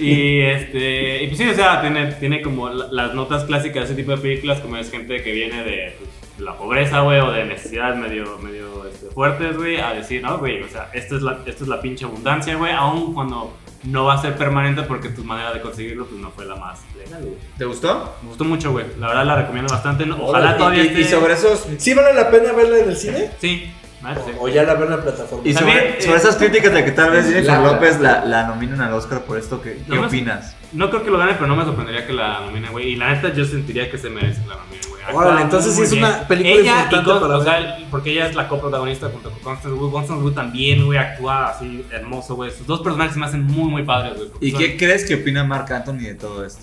A: Y este, y pues sí, o sea, tiene, tiene como la- las notas clásicas de ese tipo de películas, como es gente que viene de, pues, de la pobreza, güey, o de necesidades medio, medio este, fuertes, güey, a decir, no, güey, o sea, esta es la, esta es la pinche abundancia, güey, aun cuando no va a ser permanente porque tu manera de conseguirlo, pues no fue la más legal, güey.
C: ¿Te gustó?
A: Me gustó mucho, güey, la verdad la recomiendo bastante, no- ojalá
C: Y-
A: todavía
C: y,
A: esté...
C: y sobre esos.
E: ¿Sí vale la pena verla en el cine?
A: Sí, madre, sí.
E: O ya la ver en la plataforma.
C: Y sobre,
A: También, eh,
C: sobre esas críticas de que tal vez Jennifer
F: la-
C: López la, la nominan al Oscar por esto, ¿qué, qué
A: No, no-
C: opinas?
A: No creo que lo gane, pero no me sorprendería que la nomine, güey, y la neta yo sentiría que se merece que la nomine, güey.
E: Órale,
A: Actúa
E: entonces sí
A: muy
E: es
A: bien.
E: una película
A: ella y
E: importante
A: Con-
E: para
A: o
E: ver.
A: sea, porque ella es la coprotagonista junto con Constance Wu. Constance Wu también, güey, actúa así hermoso, güey. Sus dos personajes se me hacen muy, muy padres, güey. porque
C: ¿Y
A: son-
C: qué crees que opina Mark Anthony de todo esto?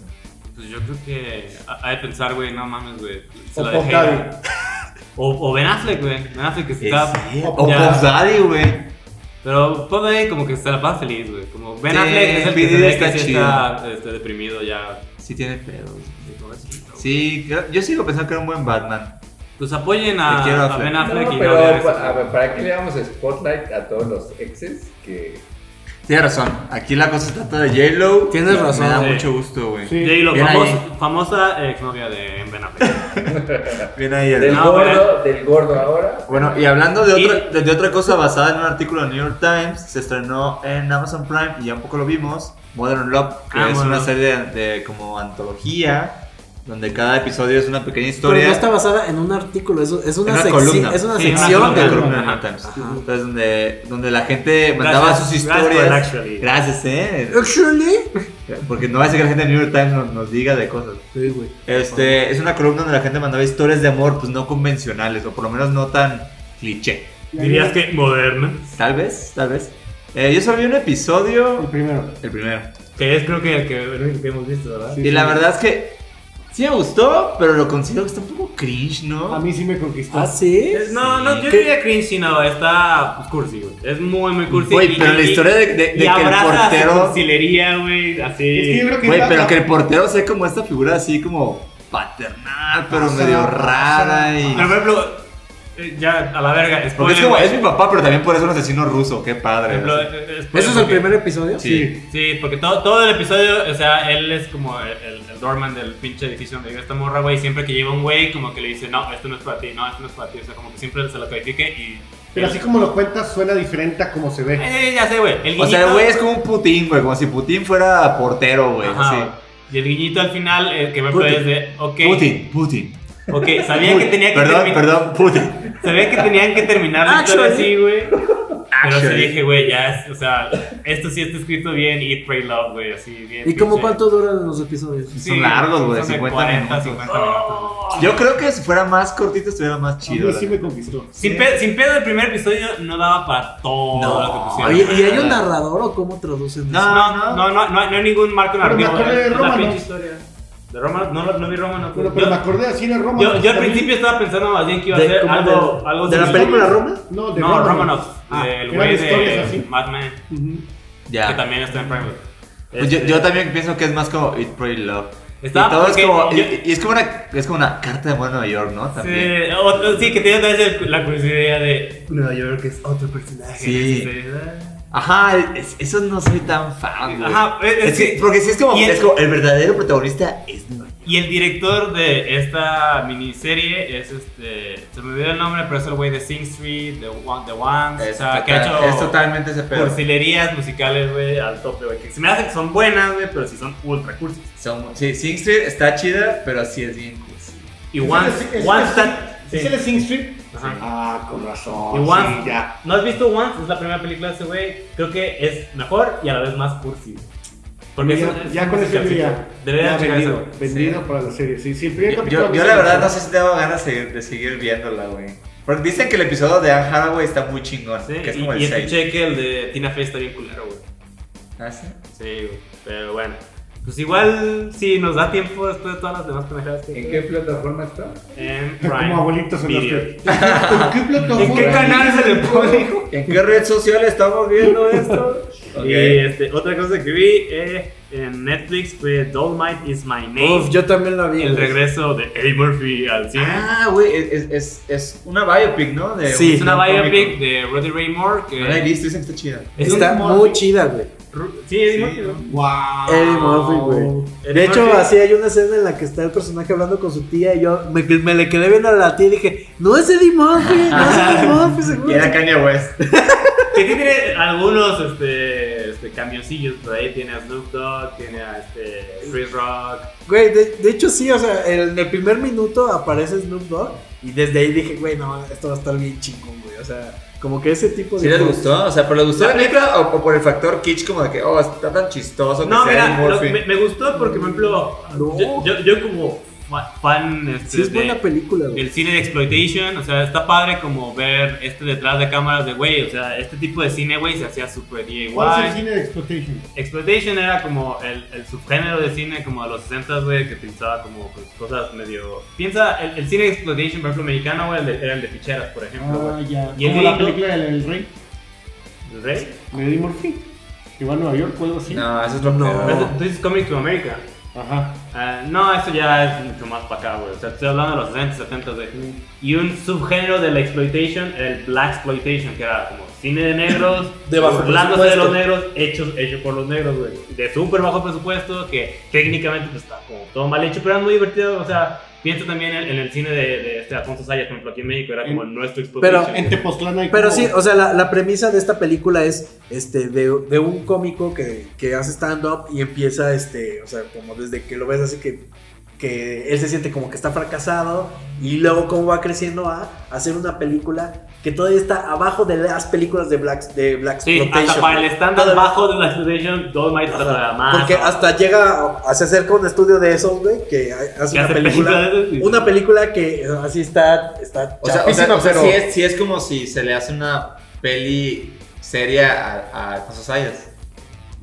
A: Pues yo creo que ha ha de pensar, güey, no mames, güey. Se
D: O
A: la
D: Pop
A: dejé.
D: Daddy.
A: güey. O, o Ben Affleck, güey. Ben Affleck que se está...
C: Sí. O Pop
A: Ya.
C: Daddy, güey.
A: Pero Pop Daddy como que se la pasa feliz, güey. Como Ben
C: Sí,
A: Affleck es el que
C: Pete
A: se ve
C: está
A: que sí
C: chido.
A: está este, deprimido ya.
C: Sí tiene pedos.
A: Sí.
C: Sí, creo- yo sigo pensando que era un buen Batman.
A: Pues apoyen
C: Te quiero,
A: a, a
C: Affleck.
A: Ben
F: No,
A: Affleck y
F: pero
A: no vean eso.
F: pa- a ver, ¿para qué le damos spotlight a todos los exes que
C: Tienes razón. Aquí la cosa se trata de J-Lo.
E: Tienes
C: y
E: razón,
C: Me da
A: sí.
C: mucho gusto, güey.
D: Sí.
A: J-Lo,
C: Bien
A: famosa-
C: ahí.
A: famosa exnovia de Ben Affleck.
C: Bien ahí,
F: del
A: No,
F: gordo, del gordo ahora?
C: Bueno, y hablando de
A: Y-
C: otra, de, de otra cosa basada en un artículo del New York Times, se estrenó en Amazon Prime y ya un poco lo vimos, Modern Love, que
A: Ah,
C: es
A: Modern
C: una
A: Love.
C: serie de, de como antología, donde cada episodio es una pequeña
E: Pero no
C: historia.
E: está basada en un artículo, es, es una,
C: En una
E: secci-
C: columna.
E: Es una
A: Sí, en una
E: sección
C: de
E: de
C: la
A: columna.
C: columna del New York Times. Entonces, donde, donde la gente mandaba
A: Gracias,
C: sus
A: gracias por el
C: historias.
A: actually.
C: Gracias, eh.
E: Actually.
C: Porque no va a ser que la gente del New York Times nos, nos diga de cosas.
E: Sí, güey.
C: Este, es una columna donde la gente mandaba historias de amor, pues no convencionales, o por lo menos no tan cliché.
A: Dirías que moderna.
C: Tal vez, tal vez. Eh, yo solo vi un episodio.
D: El primero.
C: El primero.
A: Que es creo que el, que el único que hemos visto, ¿verdad?
D: Sí,
C: y la
D: sí.
C: verdad es que sí me gustó, pero lo considero que está un poco cringe,
D: A
C: ¿no?
D: mí sí me conquistó.
E: ¿Ah, sí?
A: Es- No, no, yo
E: ¿Qué?
A: diría cringe, sino está pues, cursi, güey. Es muy, muy cursi.
C: Güey, pero la historia de, de- de
A: y
C: que el
A: abraza a su
C: portero.
A: cursilería, güey, así.
D: Es que yo creo que
C: Güey,
D: la-
C: pero que el portero sea como esta figura así como paternal, pero
D: Ajá,
C: medio
D: ajá.
C: rara y.
A: Pero, por ejemplo, eh, ya, a la verga.
C: Porque es
A: spoiler,
C: como,
A: güey.
C: es mi papá, pero también por eso es un asesino ruso, qué
A: Por
C: padre.
A: ejemplo,
C: así.
A: eh, spoiler,
E: ¿Eso es el
A: porque-
E: primer episodio?
C: Sí.
A: Sí, porque todo, todo el episodio, o sea, él es como el, el, el doorman del pinche edificio donde vive esta morra, güey. Siempre que lleva un güey, como que le dice, no, esto no es para ti, no, esto no es para ti. O sea, como que siempre se lo califique y.
D: Pero así como lo cuentas, suena diferente a como se ve.
A: Eh, ya sé, güey. el
C: O sea,
A: guiñito-
C: güey, es como un Putin, güey, como si Putin fuera portero, güey.
A: Ajá,
C: así.
A: güey. Y el guiñito al final, eh, que me
E: Putin.
A: parece de, ok,
C: Putin, Putin.
A: ok, sabía que tenía que
C: Perdón,
A: termi-
C: perdón, Putin.
A: Sabía que tenían que terminar la historia
E: Actually.
A: así, güey. Pero sí
C: Actually.
A: dije, güey, ya, es- o sea, esto sí está escrito bien, Eat, Pray, Love, güey, así bien.
E: ¿Y cómo
A: pinche.
E: cuánto duran los episodios?
A: Sí,
C: Son largos, güey,
A: son de
C: 50 minutos.
A: 50 minutos.
C: Yo creo que si fuera más cortito estuviera más chido.
D: A mí
C: la
D: sí me
C: neta.
D: conquistó.
A: Sin, pe- sin pedo, el primer episodio no daba para todo lo que pusieron.
E: Oye, ¿y hay un narrador o cómo traducen eso?
A: No, no, no, no, no, hay- no hay ningún marco
D: Pero me
A: narrativo.
D: acordé de
A: es la
D: Roma,
A: pinche
D: ¿no?
A: historia. ¿De Roma? No, lo- no vi Roma, no.
D: Bueno,
A: yo,
D: pero me acordé así en Roma.
A: yo, yo al principio estaba pensando más bien que iba a
E: De-
A: ser
E: como
A: algo,
E: del-
A: algo
E: de la
A: similar.
E: película Roma?
D: No, de
A: No,
D: Romanov.
A: Romanov,
D: Ah,
A: el
D: eran
A: güey de
D: historias así.
A: Mad Men,
D: Ujú.
A: que
C: Ya.
A: también está en Prime.
C: Pues yo, yo también pienso que es más como It Pray Love.
A: Está-
C: y todo
A: porque
C: es como.
A: yo-
C: y, y es como una es como una carta de amor a Nueva York, ¿no? También.
A: Sí, o- sí, que tiene otra vez el- la curiosidad de
E: Nueva York es otro personaje.
C: Sí. Ajá, es- eso no soy tan fan, güey.
A: Ajá, es- es
C: es que,
A: que-
C: porque si es como,
A: y el-
C: es como el verdadero protagonista es Nueva York.
A: Y el director de esta miniserie es este. Se me olvidó el nombre, pero es el güey de Sing Street, The, One, The Ones. o sea, que ha hecho.
C: totalmente ese pedo.
A: cursilerías musicales, güey, al tope, güey. Que se me hace que son buenas, güey, pero sí son ultra cursis.
C: Son- sí, Sing Street está chida, pero sí es bien cursi.
A: Y
D: ¿Es
A: Once.
D: el de- es el
A: Once
D: de-
A: está-
D: ¿Es
A: sí.
D: el de Sing Street?
A: Ajá.
D: Ah, con razón.
A: Y
D: sí,
A: Once.
D: ya.
A: ¿No has visto Once? Es la primera película de ese güey. Creo que es mejor y a la vez más cursi. Porque
D: Ya-
A: es- es
D: ya
A: un
D: con eso
A: musicalcito.
D: ya.
A: Deberías
D: ya
A: checar eso,
D: vendido,
A: güey.
D: vendido para la serie. Sí, sí, el primer
C: Yo,
D: capítulo
C: yo-
D: a mí
C: yo
D: se
C: la
D: me
C: verdad no
D: gustó.
C: sé si te daba ganas de, de seguir viéndola, güey. Porque dicen que el episodio de Anne Haraway está muy chingón,
A: Sí,
C: que es
A: y,
C: como
A: y
C: el 6.
A: escuché que el de Tina Fey está bien culero, güey.
C: ¿Ah, sí?
A: Sí, güey. Pero bueno. Pues igual, si nos da tiempo después de todas las demás pendejadas que
F: ¿En qué plataforma está?
A: En Prime.
D: Como abuelitos en
A: Video.
D: los que. ¿En qué
A: ¿En qué
D: plataforma?
A: canal se le pone, hijo?
C: ¿En qué red social estamos viendo esto? Ok.
A: Y este, otra cosa que vi eh, en Netflix fue Dolmite is My Name.
E: Uf, yo también la vi.
A: El
E: güey.
A: regreso de Eddie Murphy al cine.
C: Ah, güey, es, es, es una biopic, ¿no? De
E: Sí.
A: es una
C: un cómico.
A: biopic de Roddy Ray Moore. Que,
C: No la he visto, dicen que está chida.
A: es
E: Está
A: un-
E: muy chida, güey.
A: Ru- Sí, Eddie
C: Sí,
A: Murphy. ¿no?
D: Wow.
E: Eddie Murphy, güey.
A: Eddie
E: De hecho,
A: Murphy.
E: así hay una escena en la que está el personaje hablando con su tía y yo me, me le quedé viendo a la tía y dije, no es Eddie Murphy, no es Eddie Murphy, seguro.
C: Y era Kanye West.
A: Que sí tiene algunos este, este, camioncillos por ahí. Tiene a Snoop Dogg, tiene a este, Chris Rock.
E: Güey, de, de hecho sí, o sea, en el primer minuto aparece Snoop Dogg y desde ahí dije, güey, no, esto va a estar bien chingón, güey. O sea, como que ese tipo de...
C: ¿Sí les
E: cosas.
C: gustó? O sea, ¿pero les gustó la película o, o por el factor kitsch como de que, oh, está tan chistoso que
A: No,
C: sea
A: mira,
C: Eddie
A: lo-
C: Murphy?
A: me, me gustó porque, por ejemplo,
E: No.
A: yo, yo, yo como fa- fan este,
E: Sí, es
A: de-
E: buena película, güey.
A: del cine de exploitation, o sea, está padre como ver este detrás de cámaras de güey, o sea, este tipo de cine, güey, se hacía super DIY.
D: ¿Cuál es el cine de exploitation?
A: Exploitation era como el, el subgénero de cine como de los 60, güey, que pensaba como pues, cosas medio... Piensa, el, el cine de exploitation, por ejemplo, mexicano, güey, el de- era el de ficheras, por ejemplo,
D: Ah,
A: güey.
D: ya.
A: ¿Y el
D: Como la
A: grito?
D: película del El Rey
A: ¿El rey?
D: de Eddie Murphy. Que va a Nueva York o algo así.
C: No, eso es lo
E: No.
C: peor.
A: Pero tú- Tú dices Coming to America.
D: Ajá.
A: Ah, no, eso ya es mucho más para acá, güey. O sea, estoy hablando de los 60, 70, güey. Y un subgénero de la exploitation, el black exploitation, que era como cine de negros,
E: De bajo
A: burlándose de
E: presupuesto.
A: los negros, hechos hecho por los negros, güey. De súper bajo presupuesto, que técnicamente pues, está como todo mal hecho, pero es muy divertido. O sea, pienso también en, en el cine de, de este Alfonso Sayas, por ejemplo, aquí en México, era como
D: En-
A: nuestro
E: pero
A: exploitation.
D: En
A: güey.
D: Tepoztlán hay
E: Pero
D: como-
E: sí, o sea, la, la premisa de esta película es este de, de un cómico que, que hace stand-up y empieza, este, o sea, como desde que lo ves así que, que él se siente como que está fracasado y luego cómo va creciendo a hacer una película que todavía está abajo de las películas de Black de Black
A: Sí, hasta
E: Exploitation.
A: para el estándar
E: Todavía-
A: bajo de la exploitation, Dolmite está para
E: Ajá,
A: más.
E: Porque
A: abajo.
E: hasta llega, a- se acerca un estudio de esos, güey, que hace
A: Que
E: una
A: hace
E: película.
A: películas de esos.
E: Una película que eh, así está, está
C: O sea, o sea,
E: chafísima,
C: o sea,
E: pero-
C: sí, es, sí es como si se le hace una peli seria a, a Alfonso Sayas.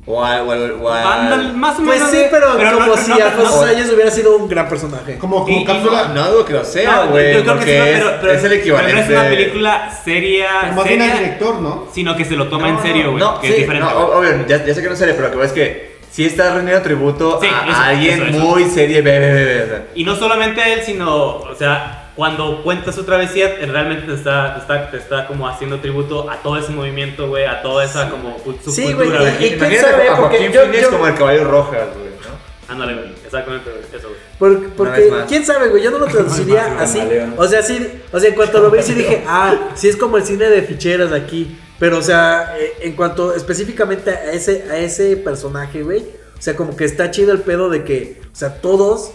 C: O a. O a, o a-
A: Ándale, más o
E: Pues
A: menos.
E: sí,
A: güey.
E: pero, como
A: no-
E: si
A: no-
E: Alfonso
A: no-
E: Sayas hubiera sido un gran personaje.
D: Como, como
A: Y- y
D: cápsula.
C: no dudo que lo sea,
A: No,
C: güey.
A: yo creo que
C: porque
A: sí, no,
C: es,
A: pero- pero-
C: es el
A: pero no
C: equivalente.
A: es una película seria,
D: Más bien
A: seria,
D: el director, ¿no?
A: sino que se lo toma
C: No,
A: en serio,
C: no,
A: güey.
C: No,
A: que
C: sí,
A: es diferente.
C: no,
A: güey.
C: o- obvio, ya, ya sé que no es serio, pero lo que pasa es que sí está rendiendo tributo
A: Sí,
C: a,
A: eso,
C: a alguien
A: eso, eso.
C: muy serio. Ve, ve, ve, ve, ve.
A: y no solamente a él, sino, o sea, cuando cuenta su travesía, él realmente te está, te está, te está como haciendo tributo a todo ese movimiento, güey, a toda esa como cult-
E: Sí,
A: subcultura,
E: güey,
A: güey.
E: quién
C: Imagínate
E: sabe,
C: a
E: porque
C: Joaquín
E: yo-
C: Phoenix
E: yo-
C: como el caballo rojas, güey, ¿no?
A: Ándale, güey, exactamente, güey, eso, güey.
E: Por-
C: vez
E: porque,
C: más.
E: quién sabe, güey, yo no lo traduciría
F: más,
E: así.
F: camaleón.
E: O sea, sí, o sea, en cuanto lo vi, sí dije, ah, sí es como el cine de ficheras de aquí. Pero, o sea, eh, en cuanto específicamente a ese, a ese personaje, güey, o sea, como que está chido el pedo de que, o sea, todos,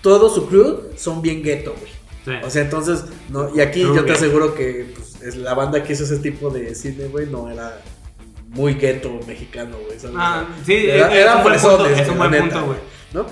E: todo su crew son bien gueto, güey.
A: Sí.
E: O sea, entonces, no, y aquí
A: Crew
E: yo te
A: ghetto.
E: aseguro que pues, es la banda que hizo ese tipo de cine, güey, no era muy gueto mexicano, güey. ¿sabes?
A: Ah, sí,
E: Era-
A: es- es,
E: eran
A: un buen punto,
E: fresotes,
A: es un
E: la
A: buen
E: neta.
A: punto, güey.
E: ¿No?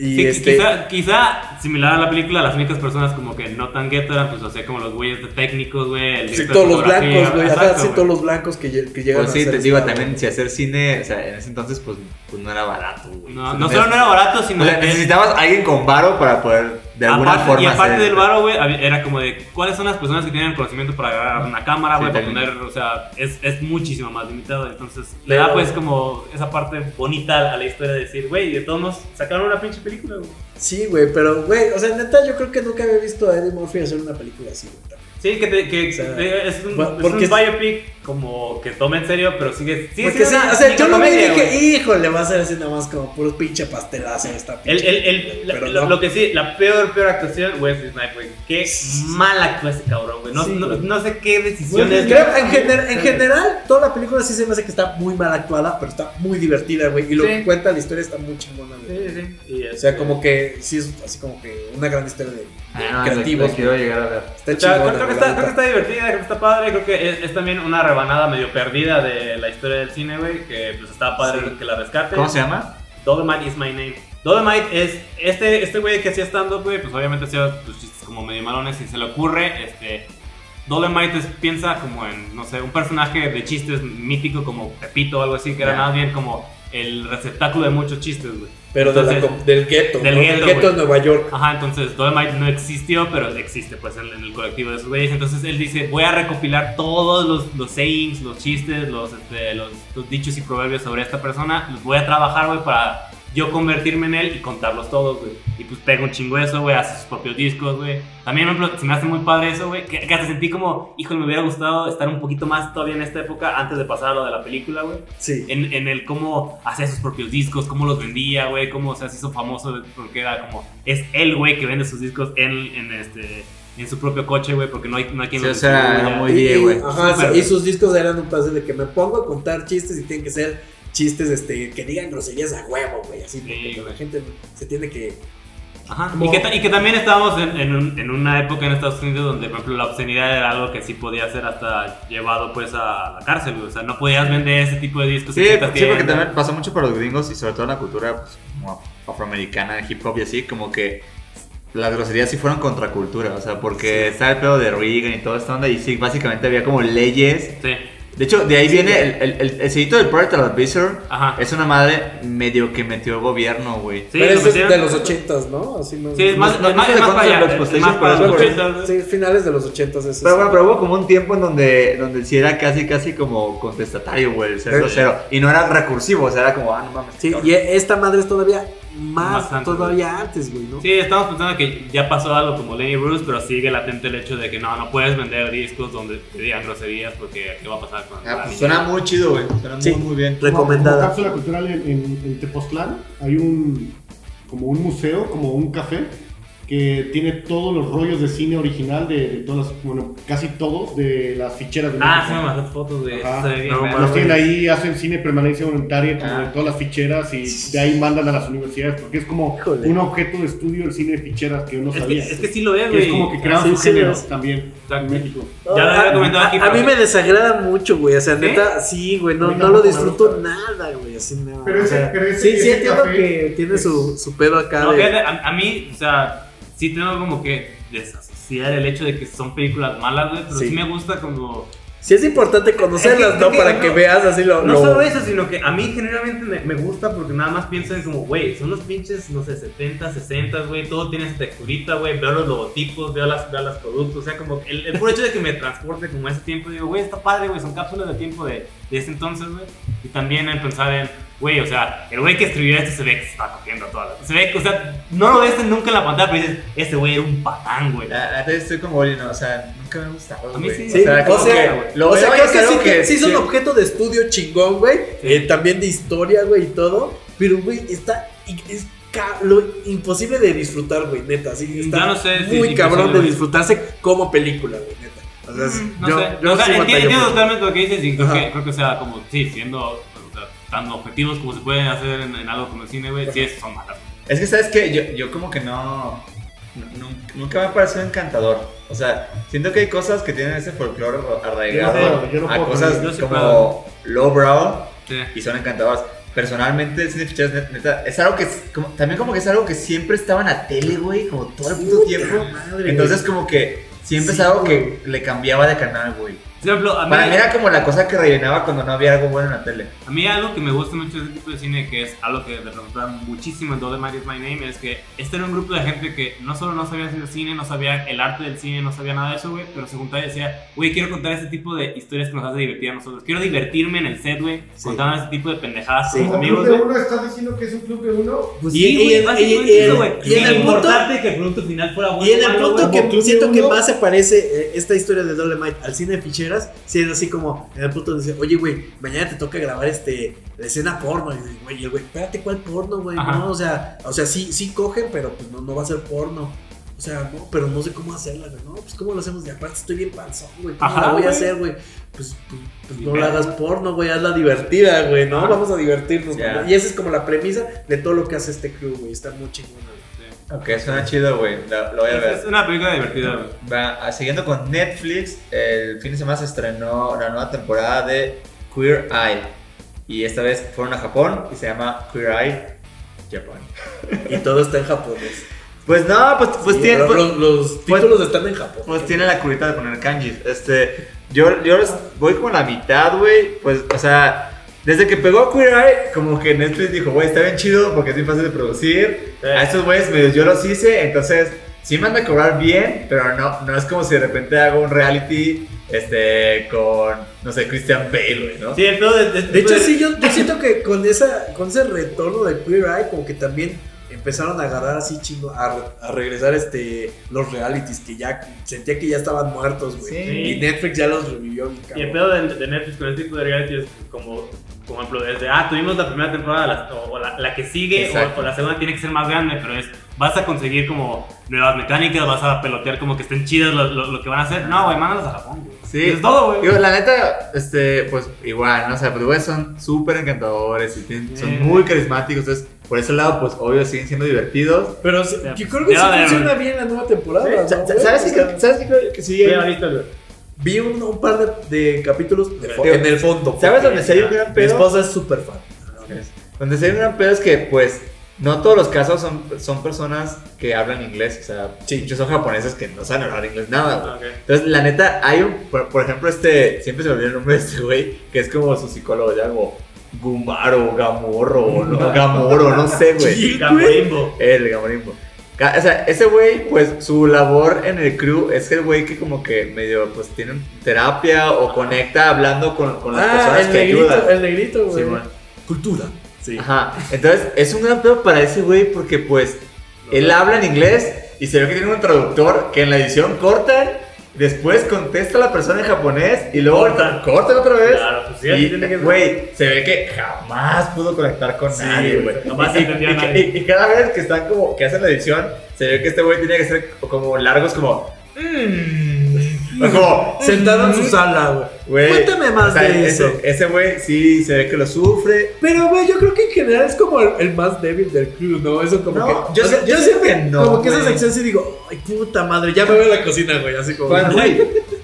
E: Y
A: Sí, qui-
E: este...
A: quizá, quizá, similar a la película, las únicas personas como que no tan gueto eran, pues, o sea, como los güeyes de técnicos, güey. el
E: Sí,
A: director
E: todos
A: de
E: los blancos,
A: fotografía,
E: güey. Ajá,
A: exacto,
E: sí,
A: güey.
E: todos los blancos que, lle- que llegan
C: Pues sí,
E: hacer
C: te
E: esa
C: digo,
E: madre.
C: también si hacer cine, o sea, en ese entonces, pues, pues no era barato, güey.
A: No,
C: Entonces,
A: no solo no era barato, sino
C: o
E: Pues,
C: sea,
A: que-
C: necesitabas a alguien con varo para poder de alguna
A: aparte-
C: forma
A: Y aparte
C: hacer-
A: del varo, güey, hab- era como de cuáles son las personas que tienen el conocimiento para agarrar una cámara,
C: Sí,
A: güey, para
C: también.
A: poner, o sea, es, es muchísimo más limitado. Entonces, le
E: Pero-
A: da pues como esa parte bonita a la historia de decir, güey, de todos nos sacaron una pinche película, güey.
E: Sí, güey, pero, güey, o sea, neta, yo creo que nunca había visto a Eddie Murphy hacer una película así, güey. también.
A: Sí, que, te- que
E: O sea,
A: te- es un,
E: bueno,
A: es
E: porque
A: un biopic como que toma en serio, pero sigue. sigue
E: Porque sí,
A: siendo una
E: o sea, yo lo vi y
A: comedia, güey.
E: dije, híjole, va a ser así nada más como puro pinche pastelazo esta
A: El,
E: pinche.
A: el, el, la-
E: película, pero
A: lo,
E: no.
A: lo que sí, la peor, peor actuación, Wesley Snipes, güey. Qué mal actúa ese cabrón, güey. No,
E: Sí,
A: no,
E: güey.
A: no sé qué decisiones.
E: Creo que en, gener- en general, toda la película sí se me hace que está muy mal actuada, pero está muy divertida, güey. Y lo
A: Sí.
E: que cuenta la historia está muy chingona, güey.
A: Sí, sí, sí. Y,
E: O sea,
A: este,
E: como que sí es así como que una gran historia de
C: Ah, no,
E: creativos,
C: la- la Quiero llegar a ver.
E: está
A: O sea,
E: chingona.
A: creo, creo que está, creo
E: güey, la
A: que
E: neta.
A: está divertida, creo que está padre, creo que es, es también una rebanada medio perdida de la historia del cine, güey, que pues está padre que la rescate.
C: ¿Cómo se llama?
A: Dolomite is my name. Dolomite es este este güey que hacía stand-up, güey, pues obviamente hacía pues, chistes como medio malones y se le ocurre, este... Dolomite es- piensa como en, no sé, un personaje de chistes mítico como Pepito o algo así, que era
C: Ya.
A: más bien como el receptáculo de muchos chistes, güey.
E: Pero de la
A: Entonces-
E: com- del gueto,
A: del
E: ¿no?
A: gueto,
E: gueto
A: güey.
E: de Nueva York.
A: Ajá, entonces Dolomite no existió, pero existe pues en, en el colectivo de esos güeyes. Entonces él dice, voy a recopilar todos los, los sayings, los chistes, los, este, los, los dichos y proverbios sobre esta persona. Los voy a trabajar, güey, para yo convertirme en él y contarlos todos, güey. Y pues pega un chingo eso, güey, hace sus propios discos, güey. También por ejemplo, se me hace muy padre eso, güey. Que, que hasta sentí como, híjole, me hubiera gustado estar un poquito más todavía en esta época antes de pasar a lo de la película, güey
E: Sí.
A: en, en el cómo hacía sus propios discos, cómo los vendía, güey, cómo o sea, se hizo famoso porque era como, es el güey que vende sus discos en, en este, en su propio coche, güey, porque no hay, no hay quien
C: Sí,
A: lo
C: o sea,
A: distribuya.
C: era muy-
E: Y-
C: Oye,
E: y-
C: güey.
E: ajá,
A: Súper,
E: sí, y
A: güey.
E: sus discos eran un pase de que me pongo a contar chistes y tienen que ser chistes este, que digan groserías a huevo, güey. Así, porque
A: güey.
E: la gente se tiene que.
A: Ajá,
E: como-
A: Y, que, ta- y que también estábamos en, en un- en una época en Estados Unidos donde, por ejemplo, la obscenidad era algo que sí podía ser hasta llevado, pues, a la cárcel, güey. O sea, no podías vender ese tipo de discos.
C: Sí,
A: en
C: sí,
A: ciertas
C: porque
A: tiendas.
C: también pasa mucho para los gringos y sobre todo en la cultura pues, como afroamericana, hip hop y así, como que las groserías sí fueron contracultura, o sea, porque está el pedo de Reagan y toda esta onda y sí, básicamente había como leyes.
A: Sí,
C: De hecho, de ahí viene el, el, el, el sellito del Project Advisor.
A: ajá.
C: Es una madre medio que metió el gobierno, güey.
A: Sí,
E: pero
A: lo
E: eso es
A: metieron-
E: de los ochentas, ¿no? Así más.
A: Sí, es más,
C: No- no
A: es más,
C: sé
A: es
C: de
A: más para
C: cuántos
A: allá.
C: Black
A: es más
C: Exploitation,
A: para los
C: pero-
A: 80, güey.
E: Sí, finales de los ochentas, eso
C: Pero
E: sí.
C: bueno, pero hubo como un tiempo en donde, donde sí era casi, casi como contestatario, güey, el ser
E: Sí.
C: grosero. Y no era recursivo, o sea, era como, ah, no mames.
E: Sí,
C: cabrón.
E: y e- esta madre es todavía más,
A: Bastante,
E: todavía antes, güey, ¿no?
A: Sí, estamos pensando que ya pasó algo como Lenny Bruce, pero sigue latente el hecho de que no, no puedes vender discos donde te digan groserías porque ¿qué va a pasar con
C: Ah,
A: la
C: pues,
A: niña?
C: suena muy chido, güey. Suena
E: Sí.
C: muy, muy bien.
D: Como
E: Recomendada.
D: cápsula cultural en, en- en Tepoztlán hay un como un museo, como un café que tiene todos los rollos de cine original de, de todas, las- bueno, casi todos de las ficheras de
A: Ah,
D: México.
A: sí me mandaste fotos de
D: Ajá.
A: eso. Se ve bien,
B: No,
A: verga.
D: Los tienen ahí, hacen cine permanencia voluntaria, como
C: Ah.
D: de todas las ficheras, y de ahí mandan a las universidades, porque es como
E: Híjole.
D: un objeto de estudio el cine de ficheras que uno
A: es, que,
D: sabía.
A: es que sí lo es,
D: Que
A: güey.
D: es como que crearon
E: Sí,
D: su
E: sí,
D: género
E: es.
D: también en
A: Exacto.
D: México.
A: Ya lo había comentado
E: a,
A: aquí.
E: a
A: pero-
E: mí me desagrada mucho, güey. O sea, neta, sí, güey, no,
D: A mí
E: no lo
D: tampoco me
E: disfruto
D: gusta.
E: nada, güey. Así no.
D: Pero
E: o
D: ese-
E: sea,
D: pero ese-
E: sí, sí
D: ese
E: entiendo
D: café
E: que tiene
D: es-
E: su, su pedo acá.
A: No,
E: de-
A: fíjate, a, a mí, o sea, sí tengo como que desasociar el hecho de que son películas malas, güey, pero
E: Sí.
A: sí, me gusta como...
E: Sí, es importante
A: Es
E: conocerlas,
A: que-
E: ¿no?
A: es que
E: Para que
A: no-
E: veas así lo.
A: No
E: lo-
A: solo eso, sino que a mí generalmente me, me gusta porque nada más pienso en como, güey, son los pinches, no sé, 70, 60, güey, todo tiene esa texturita, güey, veo los logotipos, veo las, veo las productos, o sea, como el, el puro hecho de que me transporte como a ese tiempo, digo, güey, está padre, güey, son cápsulas de tiempo de, de ese entonces, güey. Y también en pensar en, güey, o sea, el güey que escribió esto se ve que se está cogiendo a todas las- Se ve que, o sea, no lo ves nunca en la pantalla, pero dices, este güey era un patán, güey.
E: Ah,
C: La la neta estoy como Oli, ¿no? O sea, nunca me ha gustado.
A: A mí
C: güey.
A: sí.
E: Sí,
C: O sea,
E: o
C: como
E: sea,
C: que lo
E: o sea,
C: veo y
E: creo
C: es
E: que
C: algo
E: sí,
C: que-
E: sí es un
C: sí.
E: objeto de estudio chingón, güey. eh, también de historia, güey, y todo. Pero, güey, está. y- Es ca- lo imposible de disfrutar, güey, neta. Sí, está
A: Ya no sé si
E: muy
A: es
E: cabrón
A: imposible.
E: de disfrutarse como película, güey, neta. O sea, es-
A: Mm, no
E: yo,
A: sé.
E: yo
A: O sea,
E: sí
A: enti-
E: batallo
A: entiendo
E: mucho.
A: totalmente lo que dices y creo
E: Ajá.
A: que, creo que, o sea, como, sí, siendo o sea, tan objetivos como se pueden hacer en, en algo como el cine, güey, sí, es- son malas.
C: Es que, ¿sabes qué? Yo, yo como que no, nu- nunca, nunca me ha parecido encantador. O sea, siento que hay cosas que tienen ese folclore
D: Yo no
C: arraigado
D: puedo, yo no
C: a
D: puedo
C: cosas
A: con ello. Yo sí
C: como lowbrow
A: Sí.
C: y son encantadoras. Personalmente, el cine de ficheras, net- neta, es algo que es como- también como que es algo que siempre estaba en la tele, güey, como todo el puto tiempo. Entonces, como que siempre
E: Sí,
C: es algo
E: güey.
C: que le cambiaba de canal, güey.
A: Por ejemplo, a mí,
C: Para mí era como la cosa que rellenaba cuando no había algo bueno en la tele.
A: a mí algo que me gusta mucho de este tipo de cine, que es algo que me preguntaban muchísimo en Dolly Is My Name, es que este era un grupo de gente que no solo no sabía hacer cine, no sabía el arte del cine, no sabía nada de eso, güey, pero se juntaba y decía, güey, quiero contar este tipo de historias que nos hace divertir a nosotros. Quiero divertirme en el set, güey, contando este tipo de pendejadas
E: Sí.
A: con mis
E: Como
A: amigos,
G: club de
A: güey.
G: uno estás diciendo que es un club de uno?
E: Pues
A: Sí,
E: sí,
A: güey,
E: y en-
A: básicamente
E: y en-
A: eso, güey.
E: y en
A: Sin
E: el punto.
A: importarte que el producto final fuera bueno.
E: Y en el
A: malo,
E: punto
A: güey.
E: que
G: Como tú
E: siento que
G: mismo.
E: más se parece eh, esta historia de Dolemite al cine de ficheras, siendo así como en el punto donde dice, oye, güey, mañana te toca grabar este, la escena porno. Y dice, güey, y el güey, espérate, ¿cuál porno, güey?
A: Ajá.
E: No, o sea, o sea, sí, sí cogen, pero pues no, no va a ser porno. O sea, no, pero no sé cómo hacerla, güey. No, pues cómo lo hacemos. Y aparte estoy bien panzón, güey. ¿Cómo
A: Ajá,
E: la voy a
A: güey.
E: hacer, güey? Pues, pues, pues
A: Y
E: no
A: ve.
E: la hagas porno, güey. Hazla divertida, güey, ¿no?
A: Ajá.
E: Vamos a divertirnos.
C: Ya.
E: cabrón. Y esa es como la premisa de todo lo que hace este crew, güey. Está muy chingona, güey.
C: Ok, suena chido, güey. Lo, lo voy a ver.
A: Es una película divertida, güey.
C: Va, ah, siguiendo con Netflix, el fin de semana se estrenó la nueva temporada de Queer Eye. Y esta vez fueron a Japón y se llama Queer Eye Japan.
E: Y todo está en japonés.
C: Pues no, pues, pues
E: Sí,
C: tiene.
E: pero
C: Pues,
E: los, los
C: pues-
E: títulos están en Japón.
C: pues tiene la curita de poner kanjis. Este. Yo, yo les voy como a la mitad, güey. Pues, o sea. Desde que pegó Queer Eye, como que Netflix dijo, güey, está bien chido porque es bien fácil de producir. A estos güeyes medio yo los hice, entonces sí me han de cobrar bien, pero no, no es como si de repente hago un reality este, con, no sé, Christian Bale, güey, ¿no?
A: Sí, el pedo de, de-
E: De hecho,
C: pues
A: de-
E: sí, yo, yo siento que con, esa, con ese retorno de Queer Eye, como que también empezaron a agarrar así chingo, a, re- a regresar este, los realities que ya sentía que ya estaban muertos, güey.
A: Sí.
E: Y Netflix ya los revivió, bien
A: Y
E: cabrón.
A: el pedo de, de Netflix con este tipo de reality es como, como ejemplo, desde, ah, tuvimos la primera temporada la- o, o la, la que sigue o,
C: Exacto.
A: o la segunda tiene que ser más grande, pero es, vas a conseguir como nuevas mecánicas, vas a pelotear como que estén chidas lo, lo- lo que van a hacer. No, güey, mándalos a Japón, güey.
C: Sí.
A: Es todo,
C: Digo,
A: güey.
C: la neta, este, pues igual, ¿no? O sea, pues güey, son súper encantadores y tienen-
A: Sí.
C: son muy carismáticos, entonces, por ese lado, pues obvio, siguen siendo divertidos.
E: Pero sí,
A: Ya,
E: yo creo que sí
A: ya, ya,
E: funciona bien la nueva temporada. ¿no,
C: Sa- sa-
E: güey?
C: ¿Sabes
E: O
C: qué
E: sea,
C: creo- sabes qué creo que sí
A: Sí,
C: hay?
A: ahorita, güey.
E: Vi un, un par de, de capítulos de fo-
C: Digo,
E: en el fondo.
C: ¿Sabes
E: porque
C: dónde se hay un gran
E: Mi
C: pedo?
E: esposa es súper fan.
C: Donde se hay un gran pedo es que, pues, no todos los casos son, son personas que hablan inglés. O sea,
E: Sí.
C: muchos son japoneses que no saben hablar inglés nada, güey.
A: Ah, ok.
C: Entonces, la neta, hay un. Por, por ejemplo, este. Siempre se me olvida el nombre de este güey, que es como su psicólogo, ya como. Gumaro, Gamorro, o no, Gamoro, no sé, güey.
E: Sí, güey.
A: Gamborimbo.
C: El Gamorimbo. Ca- O sea, ese güey, pues su labor en el crew es el güey que, como que medio, pues tiene terapia o conecta hablando con, con las
E: Ah,
C: personas
E: el
C: que ayudan.
E: negrito, el negrito, güey.
C: Simón.
E: Cultura. Sí.
C: Ajá. Entonces, es un gran pedo para ese güey porque, pues, él habla en inglés y se ve que tiene un traductor que en la edición cortan, después contesta a la persona en japonés y luego
A: Cortan.
C: cortan, otra vez.
A: Claro, pues sí, así tiene
C: Y,
A: que ser.
C: güey, se ve que jamás pudo conectar con
A: Sí,
C: nadie, güey.
A: jamás
C: Y,
A: entendió a
C: y-
A: nadie.
C: y- y cada vez que están como, que hacen la edición, se ve que este güey tiene que ser como largos, como... mm, o como...
E: Sentado en su sala, güey.
C: Güey,
E: Cuéntame más
C: Mm. o sea,
E: de
C: ese-
E: eso.
C: Ese güey sí se ve que lo sufre.
E: Pero, güey, yo creo que en general es como el, el más débil del crew, ¿no? Eso como
C: No,
E: que.
C: yo
E: o sea,
C: sé- yo sé que no,
E: Como que esa
C: güey.
E: sección sí digo, ay, puta madre, ya me veo a la cocina, güey. Así como.
C: Cuando-
E: güey,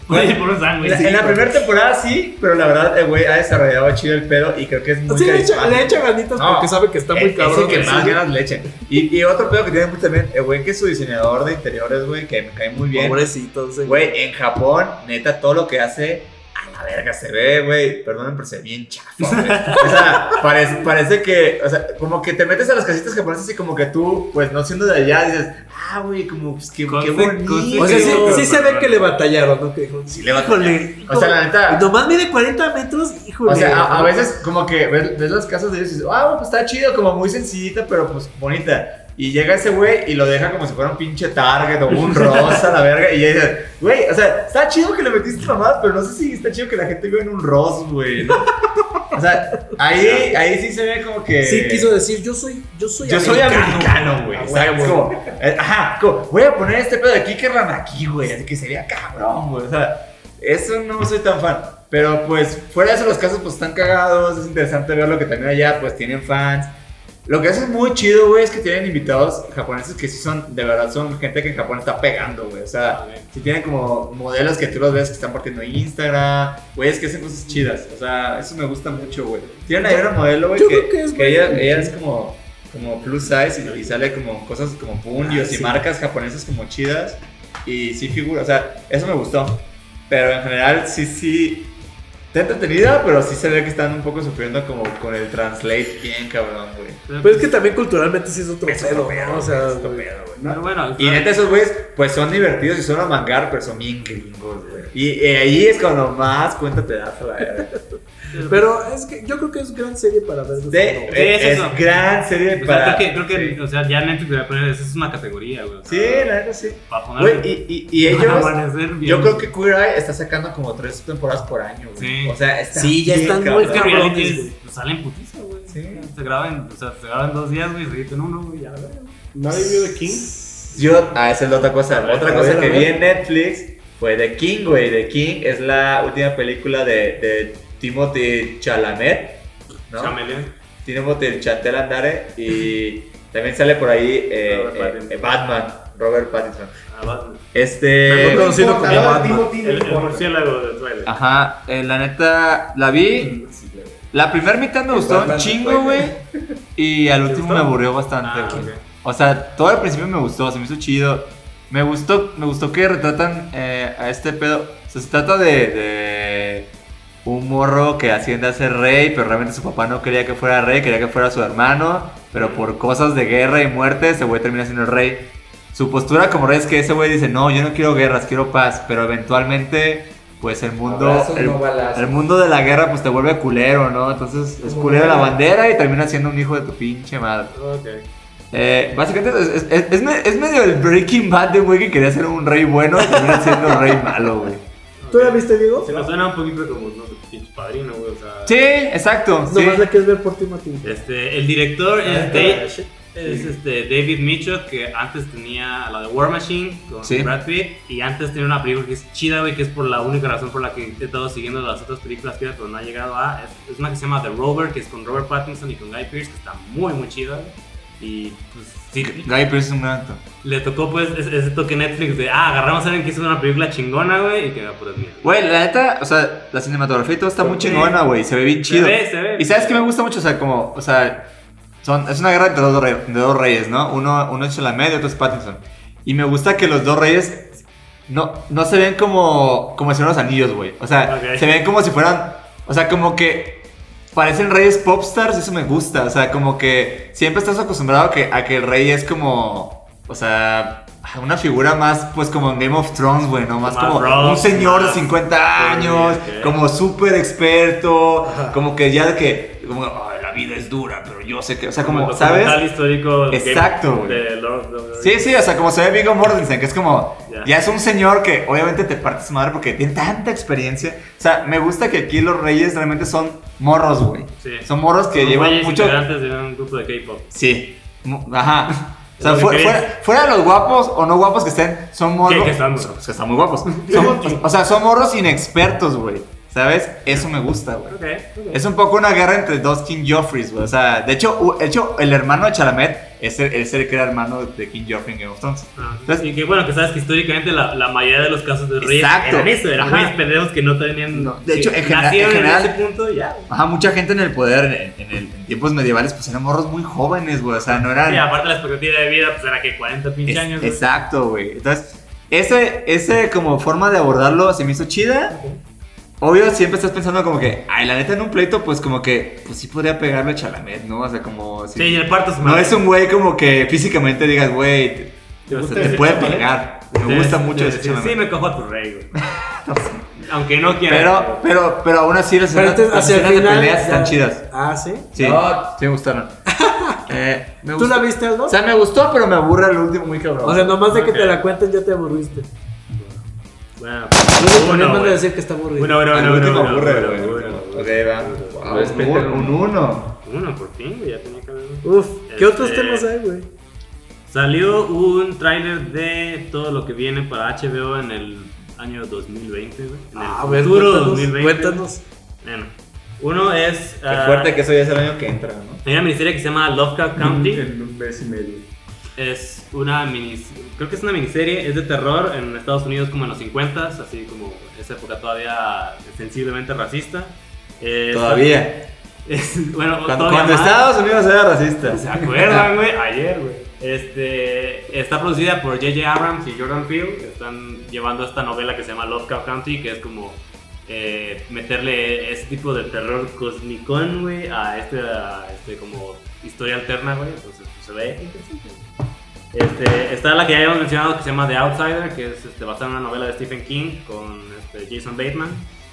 A: Oye, por un sándwich.
C: en la primera temporada sí, pero la verdad el güey ha desarrollado chido el pedo y creo que es muy
E: sí, le echa,
C: carismático.
E: le echa ganitas
C: No,
E: porque sabe que está
C: E-
E: muy
C: ese
E: cabrón.
C: que
E: güey.
C: más ganas le echa. Y, y otro pedo que tiene mucho también, el güey que es su diseñador de interiores, güey, que me cae muy bien.
E: Pobrecito, sí.
C: Güey, en Japón, neta, todo lo que hace a la verga se ve, güey. Perdónenme, pero se ve bien chafa, güey. O sea, parece, parece que, o sea, como que te metes a las casitas japonesas y como que tú, pues no siendo de allá, dices, ah, güey, como, pues que,
A: Conce-
C: qué bonito.
A: conce-
E: O sea, sí,
A: pero-
E: sí se ve que le batallaron, ¿no? Que dijo,
C: Sí le batallaron. O sea, la neta-
E: Nomás mide 40 metros, híjole.
C: O sea, a, a veces como que ves, ves las casas de ellos y dices, ah, pues está chido, como muy sencillita, pero pues bonita. Y llega ese güey y lo deja como si fuera un pinche Target o un Rosa, la verga. Y ella dice, güey, o sea, está chido que le metiste mamás, pero no sé si está chido que la gente viva en un Ross, güey. ¿no? O sea, ahí, ahí sí se ve como que...
E: Sí, quiso decir, yo soy, yo soy
C: Yo soy americano, güey.
E: Ah,
C: o sea,
E: güey.
C: es como, eh, ajá, como, voy a poner este pedo aquí que rama aquí, güey. Así que sería cabrón, güey. O sea, eso no soy tan fan. Pero pues, fuera de eso, los casos pues están cagados. Es interesante ver lo que también allá, pues tienen fans. Lo que hace muy chido, güey, es que tienen invitados japoneses que sí son, de verdad, son gente que en Japón está pegando, güey. O sea, sí tienen como modelos que tú los ves que están partiendo en Instagram, güey, es que hacen cosas chidas. O sea, eso me gusta mucho, güey. Tienen ahí una modelo, güey,
E: Yo
C: que,
E: creo que es
C: que
E: buena
C: ella,
E: idea.
C: ella es como, como plus size y, y sale como cosas como puños
E: Ah,
C: y
E: sí.
C: marcas japonesas como chidas. Y sí figura, o sea, eso me gustó. Pero en general, sí, sí. Está entretenida, pero sí se ve que están un poco sufriendo como con el translate bien cabrón, güey.
A: pues,
E: Pero es que también culturalmente sí es otro
C: Es otro
E: pedo,
C: pedo,
E: ¿no? O sea,
C: es otro
E: güey.
C: pedo, güey.
A: Pero bueno,
C: Y neta, esos güeyes, pues son divertidos y son a mangar, pero son bien gringos, güey. Y eh, ahí es cuando más cuenta te das a la verga.
E: Pero es que yo creo que es gran serie para ver.
C: De-
E: No, güey.
C: eh,
A: es
C: es,
A: eso.
C: gran serie
A: O sea,
C: para.
A: creo que, creo que
C: Sí.
A: o sea, ya Netflix le va a poner, esa es una categoría, güey. o sea,
C: Sí, la neta sí.
A: Para poner.
C: Güey, y, y, y ellos.
A: van a amanecer Ah, bien.
C: Yo creo que Queer Eye está sacando como tres temporadas por año, güey.
A: Sí.
C: O sea, está
E: Sí, ya
C: bien
E: están
C: cabrón.
E: muy
A: Es que
E: cabrones,
A: reality es-
E: güey.
A: pues, salen putiza, güey.
C: Sí.
A: Se graban, o sea, se graban dos días, güey, y se editan uno, güey, ya, güey.
D: Nadie vio The King.
C: Yo, ah, esa es la otra cosa. Otra
E: a
C: cosa
E: ver,
C: que
E: a
C: vi
E: ver.
C: en Netflix fue The King, güey. The King es la última película de, de Timothy Chalamet, ¿no?
A: Chameleon.
C: Timothy Chantel Andare y también sale por ahí eh,
A: Robert
C: eh,
A: Pattinson.
C: eh, Batman, Robert Pattinson.
A: Ah, Batman.
C: Este...
G: Eh,
B: Mejor conocido como Batman.
A: El, el murciélago de Twilight.
C: Ajá, eh, la neta, la vi. La primera mitad me gustó un
F: Batman
C: chingo,
F: después,
C: güey. Y al último
A: gustó?
C: me aburrió bastante.
A: Ah,
C: güey.
A: ok.
C: O sea, todo al principio me gustó, se me hizo chido. Me gustó, me gustó que retratan eh, a este pedo. O sea, se trata de, de un morro que asciende a ser rey, pero realmente su papá no quería que fuera rey, quería que fuera su hermano. Pero por cosas de guerra y muerte, ese güey termina siendo el rey. Su postura como rey es que ese güey dice, no, yo no quiero guerras, quiero paz. Pero eventualmente, pues el mundo...
F: Abrazos,
C: el-
F: no balazos.
C: el mundo de la guerra pues te vuelve culero, ¿no? Entonces es culero la bandera y termina siendo un hijo de tu pinche madre. Eh, básicamente es, es- es- es me- es medio el Breaking Bad de un güey que quería ser un rey bueno y termina siendo un rey malo, güey.
E: ¿Tú la viste, Diego?
A: Se nos suena un poquito como, no sé, pinche padrino, güey, o sea.
C: Sí, exacto. sí.
E: Nomás la quieres ver por ti, Martín.
A: Este, el
C: Ah,
A: director es, Da-
E: Sí.
A: es, este, David Mitchell, que antes tenía la de War Machine con
C: Sí.
A: Brad Pitt, y antes tenía una película que es chida, güey, que es por la única razón por la que he estado siguiendo las otras películas que era, pero no ha llegado a. Es, es una que se llama The Rover, que es con Robert Pattinson y con Guy Pearce, que está muy, muy chida, güey. Y pues sí,
C: Guy Pearce es un gran actor.
A: le tocó pues ese, ese toque Netflix de, ah, agarramos a alguien que hizo una película chingona, güey, y pues, que va por el mío.
C: Güey, la neta, o sea, la cinematografía y todo está muy chingona, güey. Se ve bien
A: Se
C: chido.
A: ve, se ve.
C: Y sabes que me gusta mucho, o sea, como, o sea, son, es una guerra entre los dos reyes, de dos reyes, ¿no? Uno, uno es Chalamet y otro es Pattinson. Y me gusta que los dos reyes no, no se ven como, como si fueran los anillos, güey. O sea,
A: Ok.
C: se ven como si fueran, o sea, como que parecen reyes popstars y eso me gusta. O sea, como que siempre estás acostumbrado a que, a que el rey es como, o sea, una figura más, pues como en Game of Thrones, güey, ¿no? Más
A: Más
C: como
A: rock,
C: un señor de
A: más-
C: 50 años,
A: Sí, ok.
C: como súper experto, como que ya de que, como, "Ay, la vida es dura, pero yo sé que, o sea, como,
A: el
C: ¿sabes?
A: documental histórico de-
C: Exacto, güey.
A: de Lord of the Rings.
C: Sí, sí, o sea, como se ve Viggo Mortensen, que es como,
A: Ya.
C: ya es un señor que obviamente te parte su madre porque tiene tanta experiencia. O sea, me gusta que aquí los reyes realmente son morros, güey.
A: Sí.
C: Son morros que
A: Son
C: llevan
A: güeyes
C: mucho...
A: integrantes de un grupo de K-pop.
C: Sí, mu- ajá. O sea,
A: Lo que
C: fue-
A: crees.
C: fuera, fuera de los guapos o no guapos que estén, son morros.
A: Que- que están morros.
C: que están muy guapos. Son- o sea, son morros inexpertos, güey. ¿Sabes? Eso me gusta, güey.
A: Ok, ok.
C: Es un poco una guerra entre dos King Joffreys, güey. O sea, de hecho, u- de hecho el hermano de Chalamet es el, es el que era hermano de King Joffrey en Game of Thrones.
A: Ah,
C: Entonces-
A: y que bueno, que sabes que históricamente la, la mayoría de los casos de reyes
C: Exacto.
A: eran eso, eran
C: Ajá.
A: reyes pendejos que no tenían.
C: No, de hecho,
A: que
C: en general-
A: nacieron
C: en general-
A: ese punto y ya.
C: Ajá, mucha gente en el poder, en, en el- en tiempos medievales, pues eran morros muy jóvenes, güey. O sea, no eran...
A: Sí, aparte la expectativa de vida, pues era que 40 pinche
C: Es-
A: años. güey.
C: Exacto, güey. Entonces, ese, ese como forma de abordarlo se me hizo chida. Obvio, siempre estás pensando como que, ay, la neta en un pleito, pues como que, pues sí podría pegarle a Chalamet, ¿no? O sea, como. si-
A: Sí, y el parto es
C: no es un güey como que físicamente digas, güey, te,
A: Te
C: o sea, te puede pegar. Me gusta mucho ese
A: decir. Sí,
C: Chalamet.
A: me cojo a tu rey, güey. Aunque no quiera.
C: Pero, pero, pero aún así las
E: Pero
C: escenas
E: entonces,
C: las
E: hacia el
C: escenas de
E: final.
C: peleas
E: ya-
C: están chidas.
E: Ah, sí.
C: Sí,
F: No.
C: sí me gustaron. Eh, me
E: ¿Tú
C: gustó.
E: la viste, Aldo?
C: O sea, me gustó, pero me aburre el último muy cabrón.
E: O sea, nomás de que
A: Ok.
E: te la cuenten ya te aburriste.
A: Bueno,
E: Entonces,
A: uno,
E: también van a
A: güey.
E: decir que está aburrido.
A: Uno, uno,
C: Al
A: uno,
C: último
A: uno,
C: aburre,
A: uno,
C: güey.
A: uno, uno.
C: Ok, va. Wow,
F: Respeta
C: un-
F: el
C: un
F: uno.
C: 1.
A: Uno, por fin, güey, ya tenía que haber. uno.
E: Uf, ¿qué otros
A: Este-
E: temas hay, güey?
A: Salió un tráiler de todo lo que viene para HBO en el año 2020, güey. En
C: Ah,
A: el
E: A ver,
A: futuro
E: Ah, cuéntanos,
A: 2020.
E: cuéntanos.
A: Bueno, uno es. ah,
C: Qué fuerte que eso ya es el año que Mm, entra, ¿no?
A: Hay una miniserie que se llama Lovecraft County.
F: En un mes y medio.
A: Es una minis... Creo que es una miniserie, es de terror en Estados Unidos como en los 50, así como esa época todavía sensiblemente racista. Eh,
C: Todavía.
A: es- bueno,
C: Cuando,
A: todavía
C: cuando
A: más.
C: Estados Unidos era racista.
A: ¿Se acuerdan, güey? Ayer, güey. Este, está producida por J.J. Abrams y Jordan Peele. Están llevando esta novela que se llama Lovecraft County, que es como eh, meterle ese tipo de terror cosmicón, güey, a este, a este como historia alterna, güey. Entonces, pues, se ve interesante. Este, está la que ya habíamos mencionado que se llama The Outsider, que es este, basada en una novela de Stephen King con este, Jason Bateman.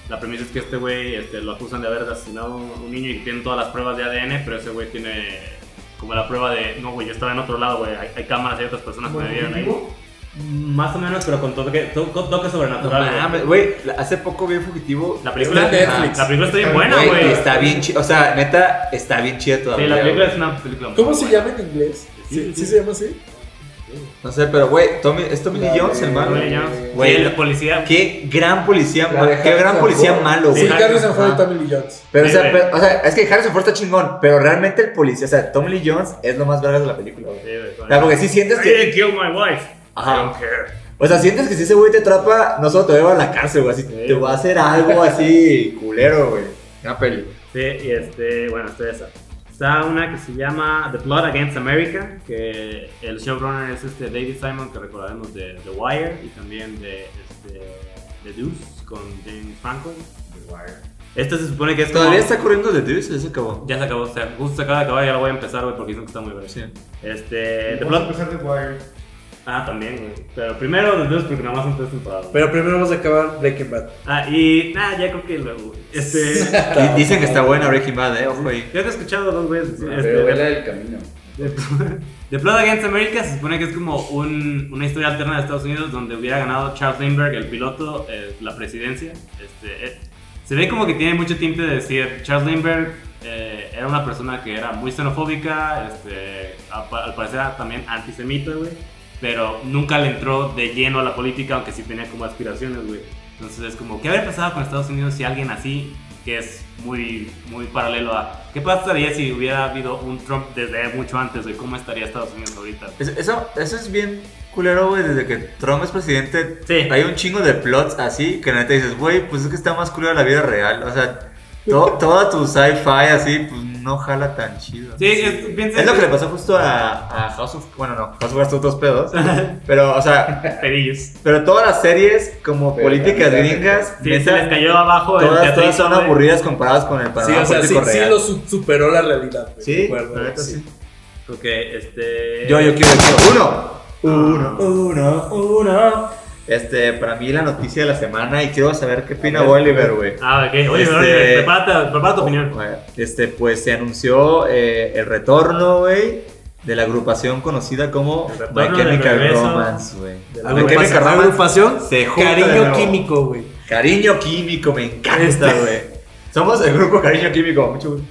A: La premisa es que este güey este, lo acusan de haber asesinado a un niño y tienen todas las pruebas de ADN, pero ese güey tiene como la prueba de, no güey, yo estaba en otro lado, güey, hay, hay cámaras y otras personas que me vieron ahí. Más o menos, pero con toque, to- con toque sobrenatural. güey.
C: Mames, Güey, hace poco vi Fugitivo.
A: la película,
C: Está en Netflix.
A: la película está bien buena,
C: Güey,
A: güey.
C: Está bien chida. O sea, neta, está bien chida
A: Sí,
C: todavía.
A: la película
C: güey.
A: es una película muy
E: ¿Cómo se
A: buena.
E: llama en inglés?
A: Sí,
E: ¿Sí,
A: sí,
E: sí
A: sí.
E: se llama así?
C: No sé, pero güey, Tommy, es Tommy Lee
F: La
C: Jones,
F: de-
C: hermano.
A: Tommy Lee Jones.
C: Güey,
A: Sí, el
C: la-
A: policía.
C: Qué gran policía,
F: La
C: ma-
F: de
C: qué gran
F: Harrison
C: policía
F: Ford.
C: malo,
E: Sí,
C: güey.
A: Harrison
E: Harrison Ford y
C: Ford.
E: Tommy Lee Jones.
C: Pero, o
A: Sí,
C: sea,
A: güey.
C: pero- o sea, es que Harrison Ford está chingón, pero realmente el policía, o sea, Tommy Lee Jones es lo más vergas de la película,
A: Sí,
C: güey.
A: güey,
C: O sea, porque sí sientes
A: I didn't
C: que.
A: kill my wife.
C: Ajá.
A: I don't care.
C: O sea, sientes que si ese güey te atrapa, no solo te va a llevar a la cárcel, güey, así te va a hacer algo así culero, güey. Una peli.
A: Sí, y este, bueno, está esa. Está una que se llama The Blood Against America, que el showrunner es este David Simon, que recordaremos de The Wire y también de este, The Deuce con James Franco. The Wire. Esta se supone que es como-
C: Todavía está corriendo The Deuce, eso acabó.
A: Ya se acabó, o sea, justo se acaba de acabar, ya la voy a empezar, güey, porque dicen que está muy bueno.
C: Sí.
A: Este, The
G: Vamos a
A: Blood...
G: empezar de Wire.
A: Ah, también, güey. Pero primero The Deuce, porque nada más son tres temporadas.
E: Pero primero vamos a acabar Breaking Bad.
A: Ah, y nada, ya creo que luego, güey. Este...
C: Y dicen que está buena Breaking Bad, eh, ojo ahí.
A: Ya te he escuchado dos veces. Este,
F: Pero vela del camino.
A: The Blood Against America se supone que es como un- una historia alterna de Estados Unidos donde hubiera ganado Charles Lindbergh, el piloto, eh, la presidencia. Este, eh, se ve como que tiene mucho tiempo de decir, Charles Lindbergh eh, era una persona que era muy xenofóbica, este, al, pa- al parecer era también antisemita, güey, pero nunca le entró de lleno a la política, aunque sí tenía como aspiraciones, güey. Entonces es como, ¿qué habría pasado con Estados Unidos si alguien así, que es muy, muy paralelo a, ¿qué pasaría si hubiera habido un Trump desde mucho antes, güey? ¿Cómo estaría Estados Unidos ahorita?
C: Es- Eso, eso es bien culero, güey, desde que Trump es presidente.
A: Sí.
C: Hay un chingo de plots así que neta dices, güey, pues es que está más culero la vida real. O sea, to- toda tu sci-fi así, pues no jala tan chido.
A: Sí, es, piensa-
C: Es lo que le pasó justo a, a House of... Bueno, no, House of Cards tuvo otros pedos. pero, o sea,
A: Pedillos.
C: pero todas las series como
F: Pero
C: políticas
F: también-
C: gringas...
A: Sí,
C: neta,
A: se les cayó abajo el
C: Todas,
A: teatrito,
C: todas son
A: güey.
C: aburridas comparadas con el
E: Sí,
C: panorama
E: o sea, sí,
C: político
E: sí
C: real.
E: lo su- superó la realidad. güey, de
C: Sí,
E: acuerdo,
C: la neta, sí.
A: Ok, este...
C: Yo, yo quiero, yo quiero. Uno. Uno, uno, uno. Este, para mí la noticia de la semana y quiero saber qué opina
F: ver,
C: Oliver, güey.
A: Ah, ok. Oye,
C: Este-
A: Verónica, prepárate- prepara tu opinión.
C: Este, pues se anunció eh, el retorno, güey, de la agrupación conocida como
A: El retorno
C: My
A: del
C: Chemical
A: regreso.
C: Romance, güey.
E: La
C: My Chemical
E: agrupación,
C: Romance.
E: agrupación
C: se junta de
E: cariño
C: nuevo.
E: químico, güey.
C: Cariño químico, me encanta,
E: Este-
C: güey. Somos el grupo Cariño Químico, mucho gusto.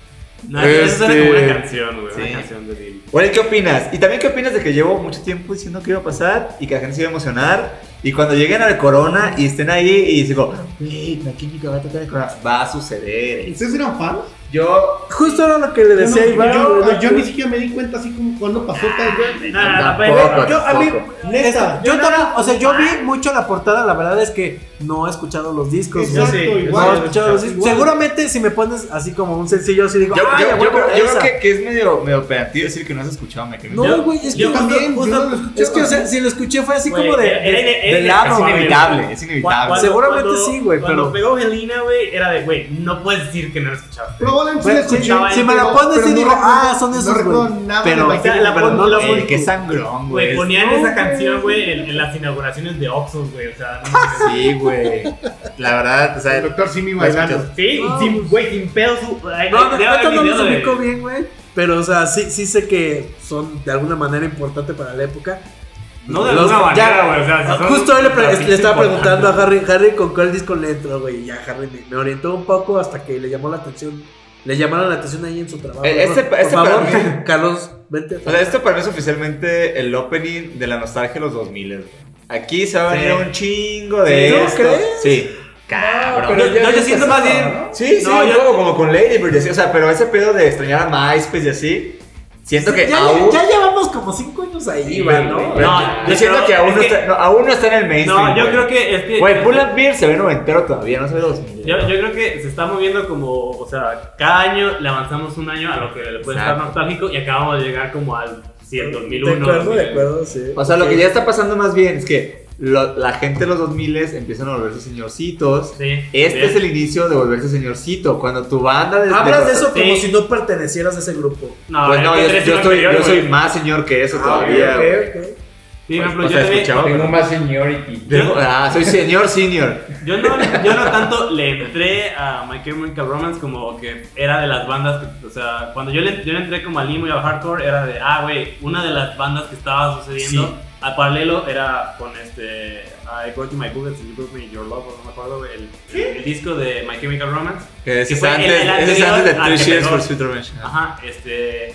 A: No, eso suena como
E: Este-
A: una canción, güey.
C: Sí.
A: Una canción de Lil.
C: Güey, ¿qué opinas? Y también, ¿qué opinas de que llevo mucho tiempo diciendo que iba a pasar y que la gente se iba a emocionar? Y cuando lleguen al corona y estén ahí y digo, güey, la química va a tocar el corona, va a suceder.
D: ¿Ustedes eran fans?
F: Yo,
E: Justo era lo que le
D: Yo,
E: decía
D: no-
E: Iván.
D: yo-
E: güey,
D: yo ni siquiera me di cuenta así como cuando pasó tal vez.
A: Nada,
F: Tampoco.
E: Yo a mí,
D: Neta.
E: esta- yo también, o sea, yo vi mucho la portada, la verdad es que no he escuchado los discos. güey.
D: Exacto,
A: sí,
E: No he
D: igual.
E: escuchado los discos.
D: Igual.
E: Seguramente si me pones así como un sencillo, así
A: "Ah,
E: digo,
C: Yo,
E: "Ay,
C: yo-
E: a
C: yo
E: huevo,
C: creo, yo creo
E: esa".
C: que, que es medio, medio pedantí decir que no has escuchado Mecánica.
E: No,
A: Yo-
E: güey, es que
A: yo
D: también,
E: también,
D: yo
E: justo-
D: no lo escuché,
E: es que, o sea, si lo escuché fue así como de,
A: Güey, eh, era- era-
E: de,
A: era
E: de lado,
A: casual,
E: güey.
C: Es inevitable, es
A: Cuando-
C: inevitable.
E: Seguramente
A: cuando-
E: sí, güey, pero-
A: Cuando pegó Gelina, güey, era de, güey, no puedes decir que no lo escuchaste.
D: Probablemente sí
E: Bueno,
D: la
E: si-
D: escuché.
A: sí,
E: si me la
D: pero-
E: pones,
D: pero
E: sí
D: no
E: digo,
D: recuerdo-
E: ah, son esos,
D: No recuerdo
E: güey.
D: nada
E: Pero-
D: de
A: O sea,
D: Maite,
A: la
D: pero no
A: pon-
D: la
A: la
D: voy
A: pon-
C: Eh, qué sangrón,
A: Güey,
C: pues, güey.
A: ponían
D: no,
A: esa
D: güey.
A: canción, güey, en, en las inauguraciones de Oxxos, güey, o sea, no
C: Ah, Sí, güey. La verdad, o
D: El
C: sea,
D: doctor Simi
C: la
D: bailando.
C: escuchas.
A: Sí,
E: No,
A: sin-
E: pues-
A: güey, sin pedo su... ay,
E: No, no,
A: debe haber
E: ahorita no
A: video
E: los
A: de-
E: ubico bien, güey. Pero, o sea, sí, sí sé que son de alguna manera importante para la época.
A: No de
E: Los-
A: alguna
E: ya-
A: manera, güey, o sea, si son-
E: Justo hoy le, pre-
A: son
E: le estaba
A: importantes.
E: preguntando a Harry, Harry con cuál disco le entró, güey. Y ya Harry me, me orientó un poco hasta que le llamó la atención. Le llamaron la atención ahí en su trabajo.
C: Eh, este-
E: Por
C: este
E: favor,
C: para
E: Carlos, vente.
C: O sea, esto para mí es oficialmente el opening de la nostalgia de los 2000. güey. Aquí se va a venir
A: Sí.
C: un chingo de
E: ¿Tú
C: esto.
E: crees?
C: Sí. Cabrón.
F: pero
A: No,
F: ya
A: yo
F: había
A: siento más
F: empezado,
A: bien-
F: ¿no?
C: Sí, sí,
A: No, yo-
C: luego como con Ladybird y así, o sea, pero ese pedo de extrañar a MySpace y así, siento que
E: ya,
C: aún...
E: ya llevamos como 5 años ahí, güey, ¿no?
C: Pero
A: No,
C: yo
A: yo
C: siento
A: creo-
C: que, aún
A: es
C: no
A: que-
C: está, no, aún no está en el mainstream.
A: No, yo
C: güey.
A: creo que es que...
C: Güey, Pull and Beer se ve noventero todavía, no se ve 2000.
A: Yo, yo creo que se está moviendo como, o sea, cada año le avanzamos un año a lo que le puede estar
C: Exacto.
A: nostálgico y acabamos de llegar como al sí, el 2001.
E: de acuerdo, de
A: 2000.
E: acuerdo, sí.
C: O sea, lo que ya está pasando más bien es que lo- la gente de los 2000 empiezan a volverse señorcitos.
A: Sí,
C: Este
A: bien.
C: es el inicio de volverse señorcito, cuando tu banda... de-
E: Hablas de
C: de-
E: eso como
A: Sí.
E: si no pertenecieras a ese grupo.
A: No,
C: Pues no, yo,
A: es que Ah, tres
C: yo
A: años
C: estoy, yo
A: anterior,
C: soy
A: güey.
C: más señor que eso todavía.
E: Ah,
C: güey.
E: ok, ok.
A: Sí, por ejemplo,
C: O
A: yo,
C: sea,
A: también-
C: escuchaba,
F: tengo
C: pero-
F: más seniority.
C: Tengo- Ah, soy señor senior.
A: yo no, yo no tanto le entré a My Chemical Romance como que era de las bandas que, o sea, cuando yo le, yo le entré como al emo y al hardcore era de, ah, güey, una de las bandas que estaba sucediendo al paralelo era con este I Go to My Bullets and You Broke Me Your Love, o no me acuerdo, güey, el, el disco de My Chemical Romance.
C: Que ese
A: Que
C: es
A: fue el-
C: antes,
A: el
C: ese es
A: anterior Ah,
C: antes de
A: al
C: Three
A: que
C: Cheers
A: pegó.
C: for Sweet Revenge.
A: Ajá, este.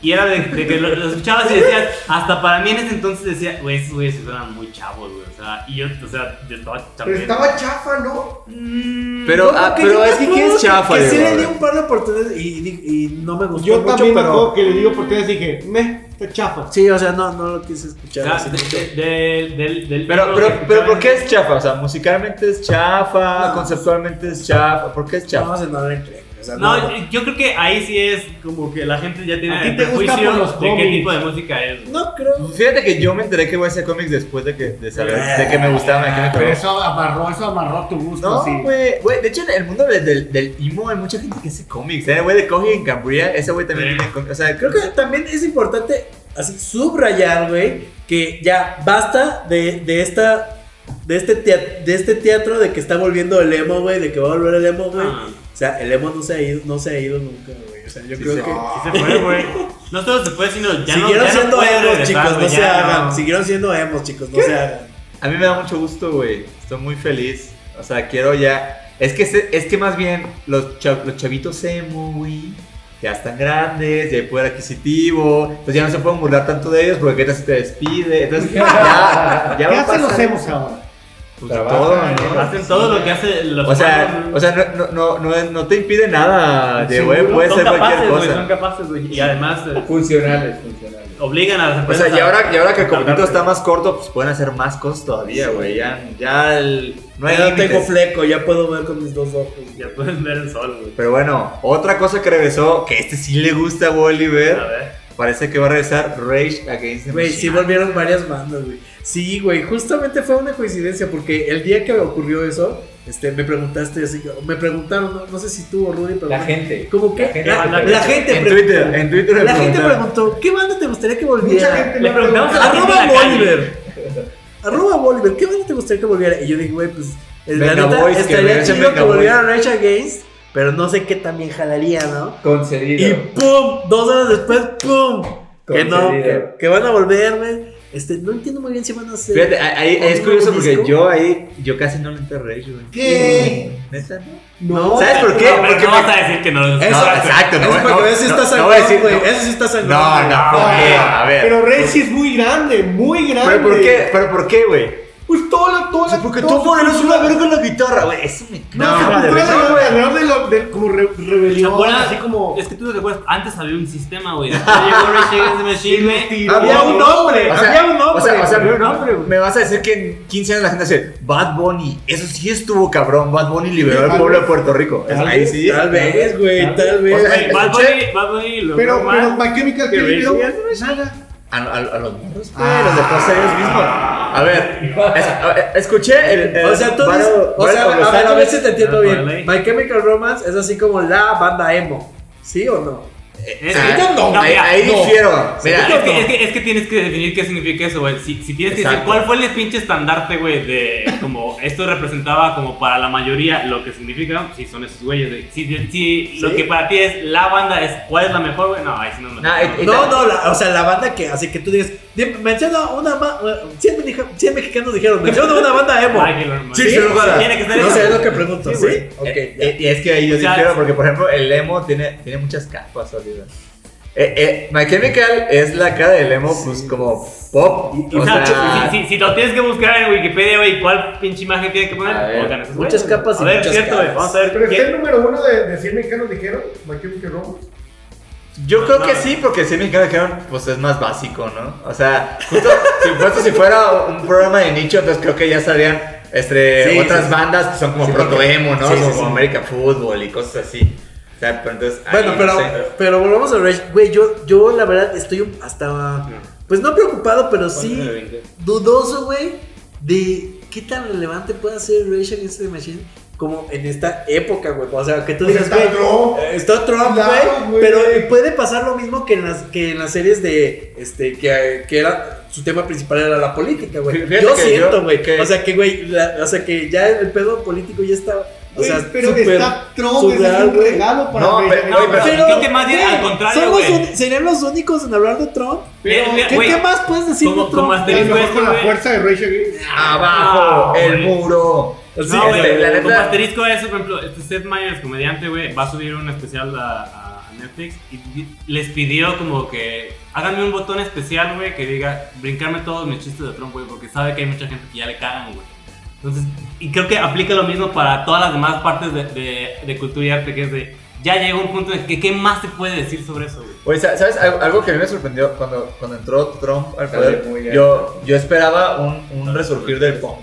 A: Y era de, de que lo, lo escuchabas y decías, hasta para mí en ese entonces decía, güey, esos güeyes eran muy chavos, güey. O sea, y yo, o sea, yo estaba
G: Pero
A: también.
G: estaba chafa, ¿no?
A: Mm,
C: Pero,
E: No,
C: ah, pero
E: yo
C: es que
E: tampoco,
C: quién es chafa,
E: Que sí
C: Diego,
E: le di
C: güey?
E: un par de oportunidades y, di- y no me gustó
D: Yo
E: mucho,
D: también me
E: pero...
D: acuerdo que le digo porque dije, meh, está chafa.
E: Sí, o sea, no, no lo quise
A: o
E: escuchar.
A: sea,
E: así
A: Ah, de-
E: mucho.
A: de- del- del- del-
C: Pero,
A: lo que
C: pero, pero, ¿por qué
A: escuchaban-
C: es chafa? O sea, musicalmente es chafa,
E: No.
C: conceptualmente es chafa. ¿Por qué es chafa?
E: No, se no lo entré, güey, o sea, no.
A: No, yo- yo creo que ahí sí es como que la gente ya
D: ¿A
A: tiene
D: ti
A: el
D: te gusta
A: prejuicio
D: por los
A: de qué
D: cómics?
A: tipo de música es. güey.
E: No creo.
C: Fíjate que yo me enteré que voy a hacer cómics después de que, de saber, de que me gustaba My Chemical
D: Pero
C: Romance.
D: eso amarró, eso amarró tu gusto.
C: No,
D: sí.
C: güey, güey, de hecho en el mundo del, del, del emo hay mucha gente que hace cómics, ¿eh? Güey, de Coge en Cambria, ese güey también
A: Sí.
C: tiene cómics, o sea,
E: Creo que también es importante así subrayar, güey, que ya basta de, de esta... De este, teatro, de este teatro de que está volviendo el emo, güey, de que va a volver el emo, güey.
A: Ah.
E: O sea, el emo no se ha ido, no se ha ido nunca, güey. O sea, yo
C: Sí,
E: creo
C: sí.
E: que...
A: Sí se fue, güey. No solo se fue, sino ya no,
E: Siguieron
A: ya no
E: siendo
A: puede
E: emos,
A: regresar,
E: chicos,
A: güey,
E: no se
A: ya
E: hagan.
A: no.
E: Siguieron siendo emos, chicos, no se hagan.
C: A mí me da mucho gusto, güey. Estoy muy feliz. O sea, quiero ya. Es que, se- es que más bien los, cha- los chavitos emo, güey, ya están grandes, ya hay poder adquisitivo. Entonces ya no se pueden burlar tanto de ellos porque qué tal si te despide. Entonces ya, ya
D: ¿Qué
C: va a
D: hacen
C: pasar.
D: los emos ahora?
C: Pues,
F: Trabajan,
C: todo,
F: ¿no?
C: ¿no?
A: Hacen todo lo que hace los
C: O sea,
A: fans,
C: o sea no, no, no, no, no te impide nada, de, güey,
D: Seguro,
C: puede
A: son
C: ser cualquier
A: capaces, güey,
C: cosa.
A: son capaces, güey. Y además eh,
F: Funcionales, funcionales.
A: obligan a las
C: O
A: empresas.
C: sea, y
A: a-
C: ahora, y ahora que el
A: a
C: conflicto
A: tardar-
C: está más corto, pues pueden hacer más cosas todavía, güey. Ya, ya el- no hay
E: ya no tengo
C: límites.
E: fleco, ya puedo ver con mis dos ojos.
A: Ya pueden ver el sol, güey.
C: Pero bueno, otra cosa que regresó, que este sí le gusta a Oliver,
A: A ver.
C: parece que va a regresar Rage Against the
E: Güey,
C: Machine.
E: sí volvieron varias bandas, güey. Sí, güey, justamente fue una coincidencia porque el día que me ocurrió eso, este, me preguntaste así, que- me preguntaron, no, no sé si tú o Rudy, pero
F: La gente.
E: ¿Cómo que?
F: La gente.
E: La-
A: la-
E: la gente
C: en
E: preguntó.
C: Twitter, en Twitter me
E: La gente
C: preguntaron.
E: preguntó, ¿qué banda te gustaría que
G: Mucha
E: volviera?
G: gente
A: Le
G: me
A: preguntamos a la gente
E: Arroba
A: en la calle.
E: Bolívar. Arroba Bolívar, ¿qué banda te gustaría que volviera? Y yo dije, güey, pues el
C: Venga,
E: planeta
C: boys, que
E: estaría
C: regresen,
E: chido
C: venga,
E: que volviera Rage Against, pero no sé qué también jalaría, ¿no? Y
F: Concedido.
E: ¡pum! Dos horas después, ¡pum! Que no, que,
F: Concedido.
E: que van a volver, güey. Este, no entiendo muy bien si van a hacer.
C: Fíjate, ahí, ahí es
E: ¿Un
C: curioso porque
E: disco?
C: yo ahí, yo casi no le entré a Rage, güey.
G: ¿Qué?
C: ¿Neta, no?
E: No,
C: ¿Sabes por qué?
A: No, pero
C: Porque
A: no
C: me-
A: vas a decir que no. no,
E: Eso-
C: No, exacto, no,
E: Eso
C: güey,
E: para
C: no,
E: que veas si
C: no,
E: está
C: no voy a
E: sangrón,
C: decir-
E: güey.
C: no.
E: Eso sí está sangrón.
C: No,
E: güey.
C: no, ¿por
D: Ah,
C: qué? Ah, A ver.
D: Pero Rey sí es muy grande, muy grande.
C: ¿Pero por qué? ¿Pero por qué, güey?
D: Pues todo, lo- todo toda la.
C: porque
D: toda
C: Tom
D: su
C: Morello es una
D: cultura.
C: verga en la guitarra, güey. Eso me
D: No,
C: no,
D: su
C: no,
D: cultura se mueve alrededor de, lo, de como re-
A: ¿Te
D: rebelión,
A: acuerdas?
D: así como.
A: Es que tú no te acuerdas, antes había un sistema, güey. Después llegó Rage Against the Machine, güey.
C: Había un
D: hombre,
C: O sea, o sea, o sea,
D: había un
C: me,
D: hombre. güey.
C: vas a decir que en 15 años la gente dice Bad Bunny. Eso sí estuvo cabrón. Bad Bunny liberó al
D: Tal
C: pueblo
D: vez.
C: de Puerto Rico.
D: Tal
C: Ahí
D: vez,
C: sí.
E: Tal vez, güey, tal
C: O sea,
E: vez.
A: Güey, Bad Bunny- Bad Bunny lo
D: Pero,
A: logró
D: pero
A: más.
D: My Chemical
A: Que
D: Case,
A: Rage
D: nada.
C: A, a- a los morros, güey,
E: Ah.
C: los de a ellos mismos. A ver, es- a- escuché el. el
E: O sea, tú dices-
C: Battle-
E: o sea,
C: Battle of
E: a, ver, a ver
C: Salas.
E: si te entiendo
A: Ah,
E: bien.
A: vale.
E: My Chemical Romance es así como la banda emo. ¿Sí o no?
A: Es
C: Ah,
A: que- no,
C: ahí,
A: mira,
C: ahí
A: no.
C: difiero. Mira,
A: Es que, es, que, es que tienes que definir qué significa eso, güey. Si, si tienes que decir
C: Exacto.
A: cuál fue el pinche estandarte, güey, de como esto representaba como para la mayoría lo que significa, si son esos güeyes, güey. Si, si lo que para ti es la banda es cuál es la mejor, güey, no, ahí sí no es mejor.
C: Nah, it- it-
E: No, no, la- o sea, la banda que, así que tú digas, di- menciona una, ma- eh, 100, mexica- 100 mexicanos dijeron, menciona una banda emo.
A: Ay, que lo-
E: Sí,
A: sí,
E: sin lugar a-
A: tiene que ser
E: No
A: eso.
E: sé, es lo que pregunto, ¿sí?
C: güey.
E: Ok,
C: Eh,
E: ya.
C: eh, y es que ahí yo
A: O sea,
C: difiero porque, por ejemplo, el emo tiene, tiene muchas capas, Oliver. Eh, eh, My Chemical es la cara del emo, pues como pop.
A: Y-
C: o
A: o sea,
C: sea,
A: si, si- si lo tienes que buscar en Wikipedia, güey, cuál pinche imagen tiene que
F: A
A: poner,
F: ver,
A: pongan esos
E: muchas
A: güeyes,
E: capas y
A: güey. A ver,
E: muchas
A: cierto, güey,
E: caras.
A: vamos a ver.
D: Pero este, está el
A: quién-
D: número uno de, de 100 mexicanos dijeron, My Chemical Romance.
C: yo creo
A: no,
C: que
A: no.
C: sí, porque si me dijeron, pues es más básico, ¿no? O sea, justo si, puesto si fuera un programa de nicho, entonces creo que ya estarían este,
E: Sí,
C: otras
E: sí, sí.
C: bandas que son como
E: Sí,
C: proto emo, ¿no?
E: sí, sí,
C: como
E: sí.
C: American Football y cosas así. O sea, pero entonces. ahí
E: Bueno,
C: no
E: pero,
C: sé.
E: pero volvamos a Rage. Güey, yo, yo la verdad estoy un- hasta. Pues no preocupado, pero sí dudoso, güey, de qué tan relevante puede ser Rage Against the Machine como en esta época, güey. O sea, que tú
D: O sea,
E: digas,
D: Pues está
E: güey.
D: Trump.
E: eh, Está Trump,
D: Claro,
E: güey.
D: güey.
E: Pero puede pasar lo mismo que en las, que en las series de. Este, que, que era. Su tema principal era la política, güey.
C: Fíjate
E: Yo
C: que
E: siento,
C: yo-
E: güey.
C: que-
E: O sea, que, güey. la- O sea, que ya el pedo político ya está. O
D: Güey,
E: sea,
D: pero
E: súper
D: está Trump, ese es
E: sudado,
D: un
E: güey.
D: regalo para
C: No,
D: Rage
C: pero-
A: No,
D: Against the
A: pero,
C: pero-
A: creo que más bien
E: güey,
A: al contrario,
E: somos
A: güey.
E: un- serían los únicos en hablar de Trump.
A: Pero,
E: ¿Qué,
A: güey,
E: qué más puedes decir
A: como-
E: de
A: como
E: Trump?
A: hasta-
D: Machine. A lo mejor
A: Esto,
D: con la
A: güey.
D: fuerza de Rage Against
C: Abajo,
A: Ah,
C: el
A: güey.
C: muro. Sí,
A: no, güey,
C: este, la
A: como
C: neta.
A: asterisco a eso, por ejemplo, este Seth Meyers, comediante, güey, va a subir un especial a, a Netflix y di- les pidió como que háganme un botón especial, güey, que diga brincarme todos mis chistes de Trump, güey, porque sabe que hay mucha gente que ya le cagan, güey. Entonces, y creo que aplica lo mismo para todas las demás partes de, de- de cultura y arte, que es de, ya llegó un punto en que qué más se puede decir sobre eso, güey.
C: Oye, sa- ¿sabes algo algo que a mí me sorprendió cuando, cuando entró Trump al
F: Salió
C: poder?
F: muy bien.
C: Yo, yo esperaba un, un resurgir del punk.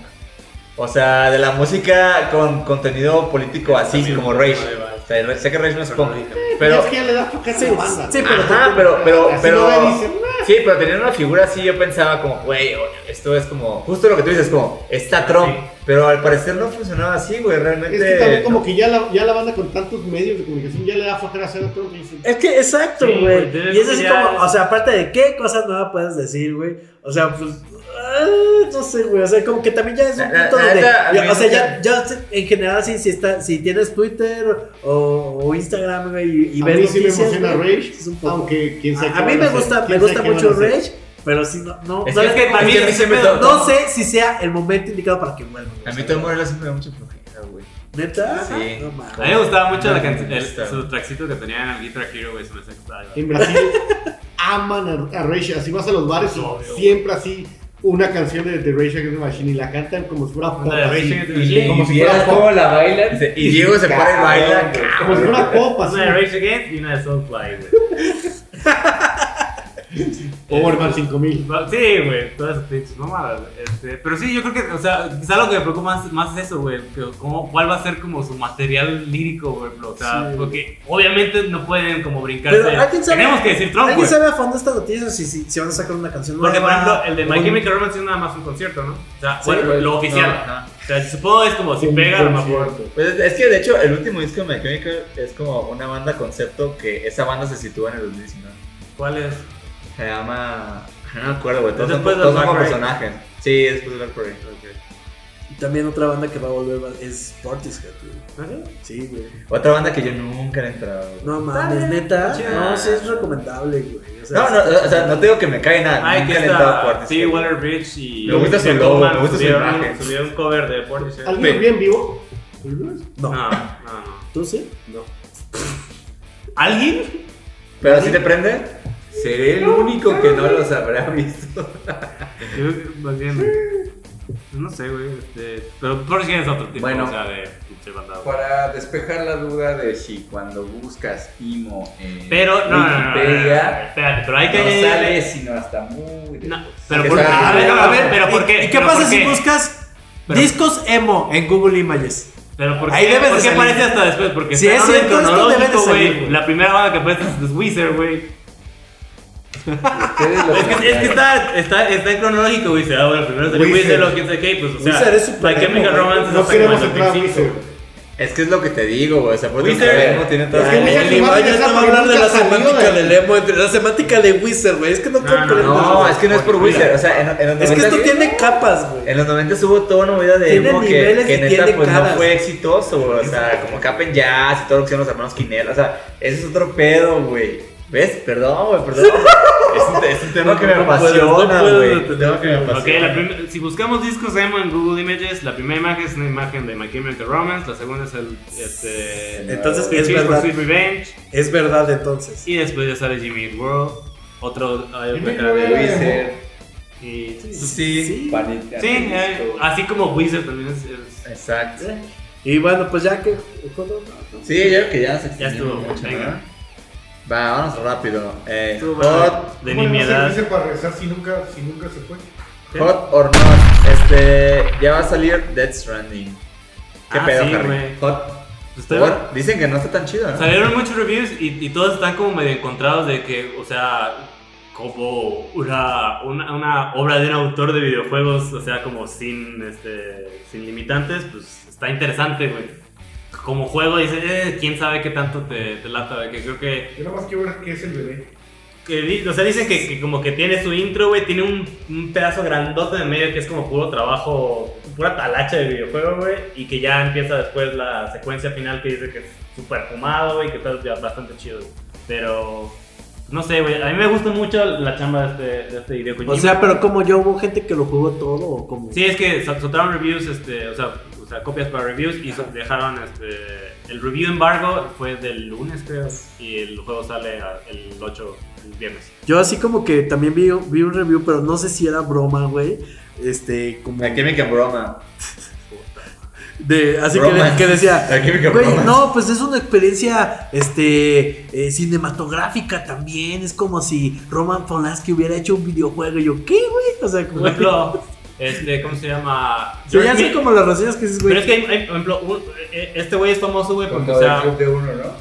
C: O sea, de la música con contenido político así como Rage. O sea, re- sé que Rage no es punk,
D: pero,
C: pero...
D: es que ya le da poca
E: Sí,
D: esa banda.
E: sí, pero-
C: Ajá, pero, pero,
D: Así
C: pero,
D: no me dicen,
C: sí, pero tenían una figura así, yo pensaba como, güey, esto es como, justo lo que tú dices, como, está Trump, pero al parecer no funcionaba así, güey, realmente.
D: Es que también
C: no.
D: como que ya la, ya la banda con tantos medios de comunicación ya le da flojera hacer a Trump. y dicen,
E: Es que, exacto,
A: Sí,
E: güey.
A: güey,
E: y es así
A: ya
E: como,
A: es-
E: o sea, aparte de qué cosas nuevas puedes decir, güey. O sea, pues, ah, no sé, güey. O sea, como que también ya es un
C: La- la-
E: punto
C: la
E: donde.
C: neta, a
E: ya-
C: mí
E: o sea,
C: nunca-
E: ya, ya se- en general, sí, si, está, si tienes Twitter o, o Instagram, güey, y, y
D: a
E: ves
D: mí sí me
E: noticias,
D: emociona
E: güey,
D: Rage,
E: es un poco-
D: aunque quién sabe
E: a,
D: qué
E: a mí
D: van
E: me
D: hacer,
E: gusta, me
D: quién
E: gusta
D: sabe qué
E: mucho
D: van a hacer.
E: Rage, pero sí, no, no,
C: Es
E: no
C: que
E: le-
A: para mí
C: es que a mí
A: ese
C: se me
A: pedo-
E: No sé si sea el momento indicado para que vuelva. güey.
C: A mí Tom Morello siempre me da mucha flojera, güey.
E: ¿Neta?
C: Sí.
E: No mames.
A: A mí me gustaba mucho la canción, el-
C: Está.
A: su traxito que tenía en el Guitar Hero, güey, se me hace que estaba-
D: En Brasil aman a, a Rage, así vas a los bares y
A: Obvio.
D: siempre así una canción de, de Rage Against the Machine y la cantan como si fuera pop.
A: de Rage
D: así.
A: Against the
F: Y
A: Machine.
D: Como
F: como
D: si
F: si vieras
D: fuera
F: cómo la bailan.
C: Dice, Y Diego se para y baila.
D: Como si fuera pop, así.
A: Una de Rage Against y una de Soulfly, güey.
D: Overman 5000.
A: No, Sí, güey, todas esas pinches mamadas. güey. Este, pero sí, yo creo que, o sea, quizá lo que me preocupa más, más es eso, güey. que cómo- ¿Cuál va a ser como su material lírico, güey? bro, O sea,
E: Sí.
A: porque obviamente no pueden como brincarse.
E: Pero alguien sabe.
A: Tenemos que decir Trump,
E: ¿Alguien
A: güey.
E: sabe a fondo estas noticias si, si, si van a sacar una canción
A: Porque, por
E: nueva?
A: ejemplo, el de My
E: Un-
A: Chemical Romance es nada más un concierto, ¿no? O sea,
E: Sí,
A: bueno,
E: güey,
A: lo oficial. O sea, supongo es como si pega, a lo mejor.
C: Pues es- es que de hecho el último disco de My Chemical es como una banda concepto que esa banda se sitúa en el 2019.
A: ¿Cuál es?
C: Se llama... No me acuerdo, güey. Todos son,
A: Después de
C: todos son
A: Black
C: como
A: Parade.
C: personajes. Sí, después de Black Parade.
E: Y también otra banda que va a volver va- es Portishead, güey.
A: ¿No?
E: Sí, güey.
C: Otra banda que yo nunca he entrado. güey.
E: No mames, neta.
A: chido.
E: No, sí es recomendable, güey. O sea,
C: No, no,
E: sí está
C: o sea, no te digo que me cae nada.
A: Ay, que
C: nunca le he entrado a
A: está.
C: Portishead.
A: Sí, Water Bridge y.
C: Me gusta su
A: y
C: logo,
A: Goldman
C: me gusta su
A: subieron-
C: imagen.
A: Subieron un cover de Portishead.
D: ¿Alguien lo vio en vivo?
A: No,
E: No.
A: no, no.
E: ¿Tú sí?
A: ¿Alguien?
C: Pero si te prende.
F: Seré el único que no los habrá visto.
A: Yo, más bien. No sé, güey. Este, pero Porgy es otro tipo,
F: Bueno.
A: o sea, de pinche banda. güey.
F: Para despejar la duda de si cuando buscas Imo en
A: Pero, no, no, no, no, no, no,
F: Wikipedia,
A: Espérate, pero hay
F: no,
A: que.
F: sale sino hasta muy
A: No,
F: después.
A: pero
B: Que
A: por qué.
B: sale-
A: A ver, a ver, pero
E: ¿y-
A: por qué.
E: ¿Y qué
A: pero
E: pasa
A: por
E: si
A: qué?
E: buscas
A: Pero-
E: discos emo en Google Images?
A: Pero por qué,
E: Ahí debes
A: ¿por
E: de
A: qué
E: salir.
A: aparece hasta después? Porque
E: Si
A: está en
E: es
A: orden
E: cierto, esto debe de
A: cronológico,
E: salir,
A: güey.
E: güey.
A: La primera banda que aparece es Wizard, güey.
F: Ustedes lo
A: Es que, es que está, está, está en cronológico, güey. Se da, bueno, primero salió
D: Wizard.
A: Wizard, luego quién sabe qué, pues, o sea.
E: Wizard es super
A: My Chemical
D: emo, güey.
A: Romance
D: No
A: hasta
D: queremos
A: como el
D: entrar a
A: 95,
D: Wizard.
A: güey.
C: Es que es lo que te digo, güey. O sea, puedes
A: Wizard.
C: saber cómo tiene todo.
D: Es que
C: Ah,
D: Wizard
C: el
D: se llama-
C: email-
E: Images
D: esa
E: te va a hablar de
D: nunca
E: la
D: salió,
E: semántica
D: güey.
E: del
C: eh.
E: emo, entre la semántica de Wizard, güey. Es que no comprendo.
C: No, es que no es por Wizard. O sea, en, en los
E: Es que
C: 90s
E: esto tiene capas, güey.
C: En los 90 hubo toda una movida de
E: Tiene
C: emo que,
E: niveles
C: que
E: y
C: neta
E: tiene
C: pues no
E: caras.
C: fue exitoso, güey. O sea, como Capen Jazz y todo lo que hicieron los hermanos Quinel. O sea, ese es otro pedo, güey. ¿Ves? Perdón, güey, perdón. es, un, es un tema que me
E: No puedes, no
C: apasiona,
E: puedes
C: güey.
E: detener.
C: un tema que me apasiona.
A: Ok, la prim- si buscamos discos emo en Google Images, la primera imagen es una imagen de My Chemical Romance, la segunda es el. Este,
E: Entonces,
A: Tears
E: es
A: for
E: verdad.
A: Sweet Revenge,
E: Es verdad, entonces.
A: y después ya sale Jimmy Eat World. Otro. hay otra
D: Jimmy
A: cara de
D: Eat
F: Debe
D: World.
A: Wizard.
F: ser
A: Y- Sí,
E: Sí.
F: panita.
A: eh, así como Wizard también es. es-
C: Exacto.
E: Y bueno, pues ya que.
C: Sí, yo creo que ya se
A: ya estuvo, venga.
C: Va, vamos rápido. Eh,
A: Estuvo
C: hot,
A: de
D: ¿Cómo le
A: mi
D: vas a
A: edad.
D: hacer para regresar si nunca, si nunca se fue?
C: hot or not. Este, ya va a salir Dead Stranding. ¿Qué
A: Ah,
C: pedo,
A: sí,
C: Harry?
A: güey.
C: Hot.
A: Estoy-
C: or- Dicen que no está tan chido, ¿no?
A: Salieron muchos reviews y, y todos están como medio encontrados de que, o sea, como una, una, una obra de un autor de videojuegos, o sea, como sin, este, sin limitantes, pues está interesante, güey. Como juego dices, eh, quién sabe qué tanto te, te lata, de que creo que
D: Yo nada más quiero ver qué es el bebé.
A: que di- o sea, dicen que, que como que tiene su intro, güey, tiene un, un pedazo grandote de medio que es como puro trabajo, pura talacha de videojuego, güey, y que ya empieza después la secuencia final que dice que es súper fumado y que está ya bastante chido. Pero, no sé, güey, a mí me gusta mucho la chamba de este, de este video.
E: O sea, pero como yo hubo gente que lo jugó todo o como.
A: Sí, es que sol- soltaron reviews, este, o, sea, o sea, copias para reviews y sol- dejaron este, el review embargo fue del lunes, creo, y el juego sale a- el 8, el viernes.
E: Yo así como que también vi, vi un review, pero no sé si era broma, güey. Este, como.
C: La Chemical Broma.
E: De, así que,
C: Broma.
E: que decía.
C: La Chemical
E: Güey,
C: Broma.
E: no, pues es una experiencia este, eh, cinematográfica también. Es como si Roman Polanski hubiera hecho un videojuego. Y yo, ¿qué, güey? O sea, como.
A: Por ejemplo, este, ¿cómo se llama?
E: Sí, ya
A: Jeremy-
E: sé como las reseñas que dices,
A: Pero es
E: güey.
A: que, hay- hay, por ejemplo, un- eh, este güey es famoso, güey,
F: Con
A: porque,
F: todo
A: o
F: el
A: sea,
F: club de uno, ¿no?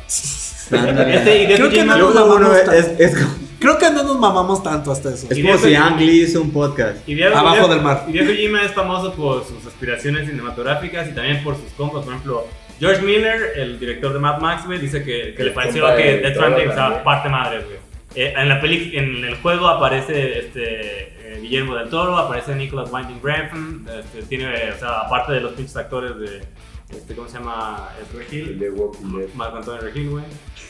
A: este Hideo
E: Creo que
A: Kojima-
E: no-
C: Luego uno
E: Vamos,
C: es, es como-
E: Creo que no nos mamamos tanto hasta eso.
C: es
A: Y
C: como
A: de-
C: si Ang Lee hizo un podcast.
A: Hideo-
E: Abajo
A: Hideo-
E: del mar.
A: Hideo Kojima es famoso por sus aspiraciones cinematográficas y también por sus combos, por ejemplo, George Miller, el director de Mad Max, güey, dice que, que le
F: El
A: pareció
F: compa
A: que
F: de
A: Death
F: todo
A: Stranding, o sea,
F: también.
A: parte madre, güey. Eh, en, la peli, en el juego aparece este, eh, Guillermo del Toro, aparece Nicholas Winding Refn, este, tiene, eh, o sea, aparte de los pinches actores de, este, ¿cómo se llama? Ezra
F: El
A: Hill,
F: de Walking Dead.
A: Marco Antonio Regil, güey.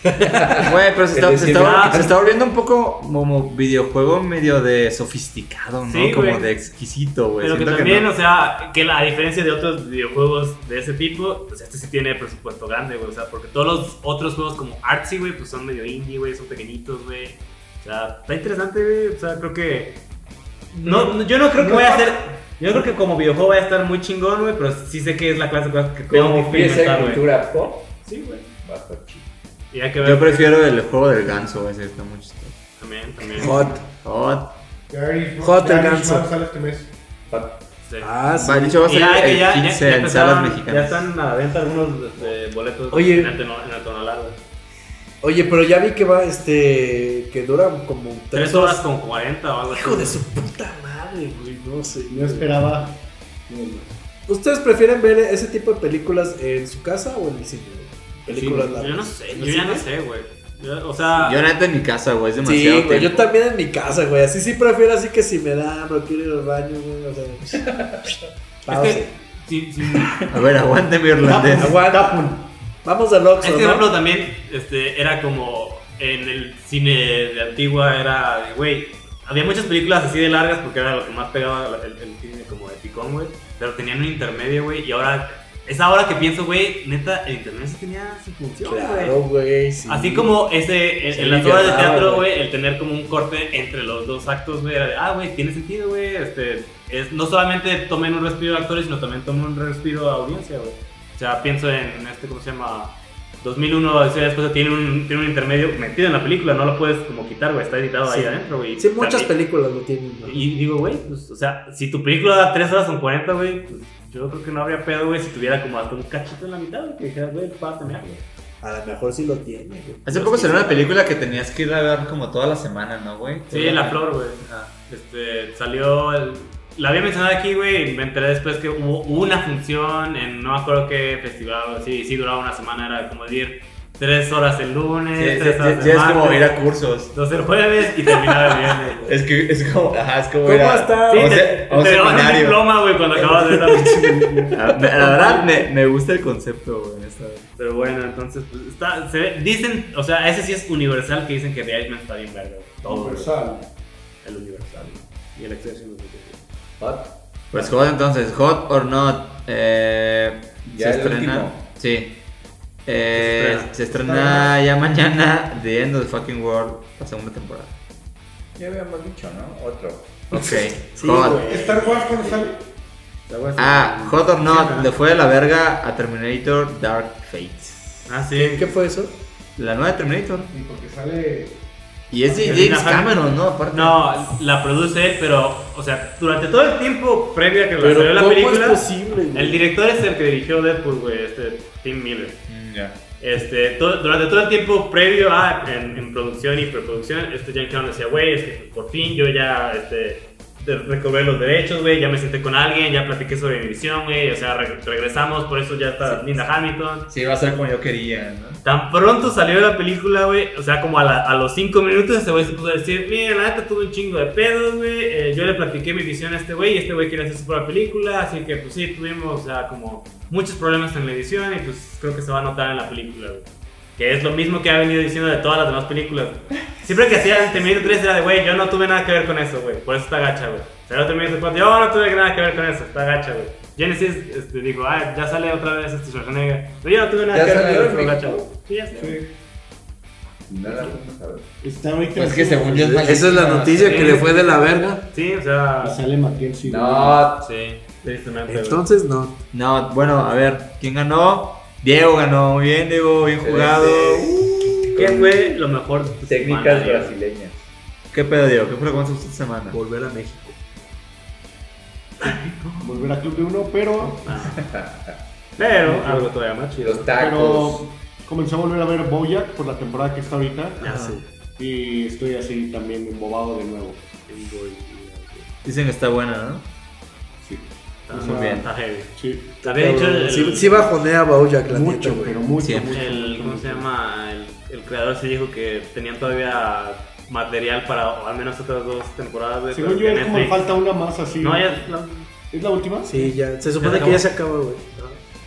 C: Güey, pero se
F: El
C: está,
F: de
C: se, está,
A: Silvana.
C: se está volviendo un poco como videojuego medio de sofisticado, ¿no?
A: Sí,
C: como
A: güey.
C: de exquisito, güey.
A: Pero que
C: Pues Siento que
A: también,
C: no.
A: o sea, que la a diferencia de otros videojuegos de ese tipo, pues este sí tiene presupuesto grande, güey. O sea, porque todos los otros juegos como Artsy, güey, pues son medio indie, güey, son pequeñitos, güey. O sea, está interesante, güey. O sea, creo que. No, no, yo no creo que
D: No
A: vaya a
D: está-
A: ser. Yo creo que como videojuego vaya a estar muy chingón, güey, pero sí sé que es la clase de cosas que
F: Como
A: tengo que
F: empieza
A: experimentar, güey.
F: cultura pop,
A: Sí, güey.
F: va a estar chido.
A: Y hay que ver.
C: Yo prefiero el juego del ganso, ese está muy chistoso.
A: También, también.
E: Hot.
C: Oh,
D: Ya Irish-
E: Hot
D: ya
E: el
D: Irish
E: ganso.
D: Man sale este mes.
A: Sí.
E: Ah, sí.
C: va, de hecho, va a
A: Y ya,
C: salir
A: que
C: el
A: ya, ya,
C: 15
A: ya
C: en salas
A: empezaron- ya
C: mexicanas.
A: están a la venta algunos este, boletos
E: Oye.
A: en el tono- en el tonalá, güey.
E: Oye, pero ya vi que va, este, que dura como
A: Tres horas con 40 o algo así.
E: Hijo de su puta madre, güey, no sé.
D: No esperaba.
E: ¿Ustedes prefieren ver ese tipo de películas en su casa o en el cine? güey? Películas largas.
A: Yo no sé,
E: ¿En
A: yo
E: el
A: ya no
E: cine?
A: sé, güey. Yo- O sea,
C: Yo neta en mi casa, güey, es
E: Sí,
C: demasiado.
E: güey, yo
C: tiempo.
E: también en mi casa, güey. Así sí prefiero, así que si me dan, no quiero ir al baño, güey. O sea, pausa.
A: es que, si- si- es
C: A ver, aguánteme irlandés.
E: Aguanta. Vamos al Oxxo,
A: que, por
E: ¿no?
A: ejemplo, también este, era como en el cine de antigua, era de, güey, había muchas películas así de largas porque era lo que más pegaba la- el, el cine como de picón, güey. Pero tenían un intermedio, güey, y ahora Es ahora que pienso, güey, neta, el internet sí tenía su función, güey.
E: Claro, güey. sí.
A: Así como ese, en,
E: Sí,
A: en las obras de
E: liberaba,
A: teatro,
E: güey.
A: güey, el tener como un corte entre los dos actos, güey, era de, ah, güey, tiene sentido, güey. Este, es, no solamente tomen un respiro a actores, sino también tomen un respiro a audiencia, güey. O sea, pienso en este, ¿cómo se llama? 2001, esa cosa tiene un, tiene un intermedio metido en la película, no lo puedes como quitar, güey, está editado
E: Sí.
A: ahí adentro, güey.
E: Sí, muchas
A: También-
E: películas lo tienen. ¿no?
A: y digo, güey, pues, o sea, si tu película da 3 horas con 40, güey, pues yo creo que no habría pedo, güey, si tuviera como hasta un cachito en la mitad, güey, que dijeras, güey, para terminar, güey.
E: A lo mejor sí lo tienen, güey.
C: Hace poco salió una película que tenías que ir a ver como toda la semana, ¿no, güey?
A: Sí, La Flor, güey. Este, salió el- La había mencionado aquí, güey, y me enteré después que hubo una función en no me acuerdo qué festival, sí, sí duraba una semana, era como decir tres horas el lunes,
C: Sí, sí,
A: tres
C: sí,
A: horas
C: sí,
A: el
C: es como
A: martes,
C: ir a cursos.
A: dos el jueves y terminaba el viernes. güey.
C: Es que es como, ajá, es como
E: ¿Cómo
C: ir a,
E: está?
C: a
A: Sí,
C: un
A: te,
C: se- a un
A: te daban un
C: seminario. Eh,
A: diploma, güey, cuando acababas de ver la
C: La la verdad, Ah, me, me gusta el concepto, güey. esta-
A: Pero bueno, entonces, pues está, se ve- dicen, o sea, ese sí es universal que dicen que The Iceman está bien verga. güey. Todo, güey.
D: Universal.
A: El universal. Y el exceso no sé qué.
C: Pues Hot entonces, Hot or Not. eh,
F: Ya
C: se
F: el
C: estrena.
F: último.
C: Sí. Eh,
A: Se estrena.
C: se estrena ya mañana The End of the Fucking World, la segunda temporada.
F: Ya habíamos dicho, ¿no? Otro.
C: Ok.
E: Sí,
C: Hot.
E: güey.
D: ¿Star Wars cuando sale?
C: Ah, Hot or Not, le fue de la verga a Terminator Dark Fate.
A: Ah, sí.
E: ¿Qué fue eso?
C: La nueva de Terminator.
D: Sí, porque sale.
C: Y es de
A: Termina
C: James
A: Harry.
C: Cameron, ¿no? Aparte.
A: No, la produce él, pero, o sea, durante todo el tiempo previo a que
E: Pero
A: salió la
E: ¿cómo es
A: película,
E: posible, güey?
A: el director es el que dirigió Deadpool, güey, este, Tim Miller.
C: Mm, ya.
A: Este, to- durante todo el tiempo previo a en, en producción y preproducción, este Jan Cameron decía, güey, es que por fin yo ya este, de- recobré los derechos, güey, ya me senté con alguien, ya platiqué sobre mi visión, güey, o sea, re- regresamos, por eso ya está
C: Sí.
A: Linda Hamilton.
C: Sí, va a ser como yo quería, ¿no?
A: Tan pronto salió la película, güey, o sea, como a, la- a los 5 minutos ese güey se puso a decir, mira, la neta tuve un chingo de pedos, güey, eh, yo le platiqué mi visión a este güey y este güey quiere hacer su propia película, así que pues sí, tuvimos, o sea, como muchos problemas en la edición y pues creo que se va a notar en la película, güey. Que es lo mismo que ha venido diciendo de todas las demás películas. Siempre que hacía Terminator 3 era de, güey, yo no tuve nada que ver con eso, güey. Por eso está gacha, güey. Salió Terminator 4, "Pues, yo no tuve nada que ver con eso, está gacha, güey. Genesis este, dijo, ah, ya sale otra vez este Schwarzenegger. Pero yo no tuve nada
F: ¿Ya
A: que ver
F: salió
A: con eso,
F: en
A: está gacha, güey.
F: México?
A: Sí, ya sé.
F: No la vamos a ver.
D: Está ahorita.
C: Es Pues que según yo es malísima.
E: Esa es la noticia que le fue de la verga.
A: Sí, o sea.
D: Y Sale Mackenzie.
F: No,
A: Sí, tristemente. güey.
E: Entonces, no.
C: No, bueno, a ver, ¿quién ganó? Diego ganó, muy bien, Diego, bien jugado.
A: ¿Qué fue lo mejor? de tu semana,
F: Técnicas
A: Diego?
F: brasileñas.
C: ¿Qué pedo, Diego? ¿Qué fue lo que más te gustó esta semana?
E: Volver a México.
D: Volver a Club de Uno, pero.
A: Ah. Pero algo todavía más chido.
F: Los
D: Pero
F: tacos.
D: comencé a volver a ver Bojack por la temporada que está ahorita.
A: Ya sé.
D: Y estoy así también embobado de nuevo.
C: Dicen que está buena, ¿no?
D: Sí.
A: Está-
C: Muy bien.
A: Está heavy.
D: Sí.
A: Te había dicho el,
E: Sí, sí bajonea a Bojack, la neta,
D: Mucho,
E: güey.
D: pero mucho.
C: Siempre.
D: mucho,
A: el-
D: mucho,
A: ¿Cómo se
D: mucho.
A: llama? El, el creador se dijo que tenían todavía material para o al menos otras dos temporadas. güey,
D: Según
A: pero
D: yo,
A: que
D: es como le
A: Netflix-
D: falta una más así.
A: No, ya. no.
D: ¿Es la última?
E: Sí, ya. Se
A: Ya
E: supone
A: se
E: que ya
A: acabó.
E: se acaba, güey.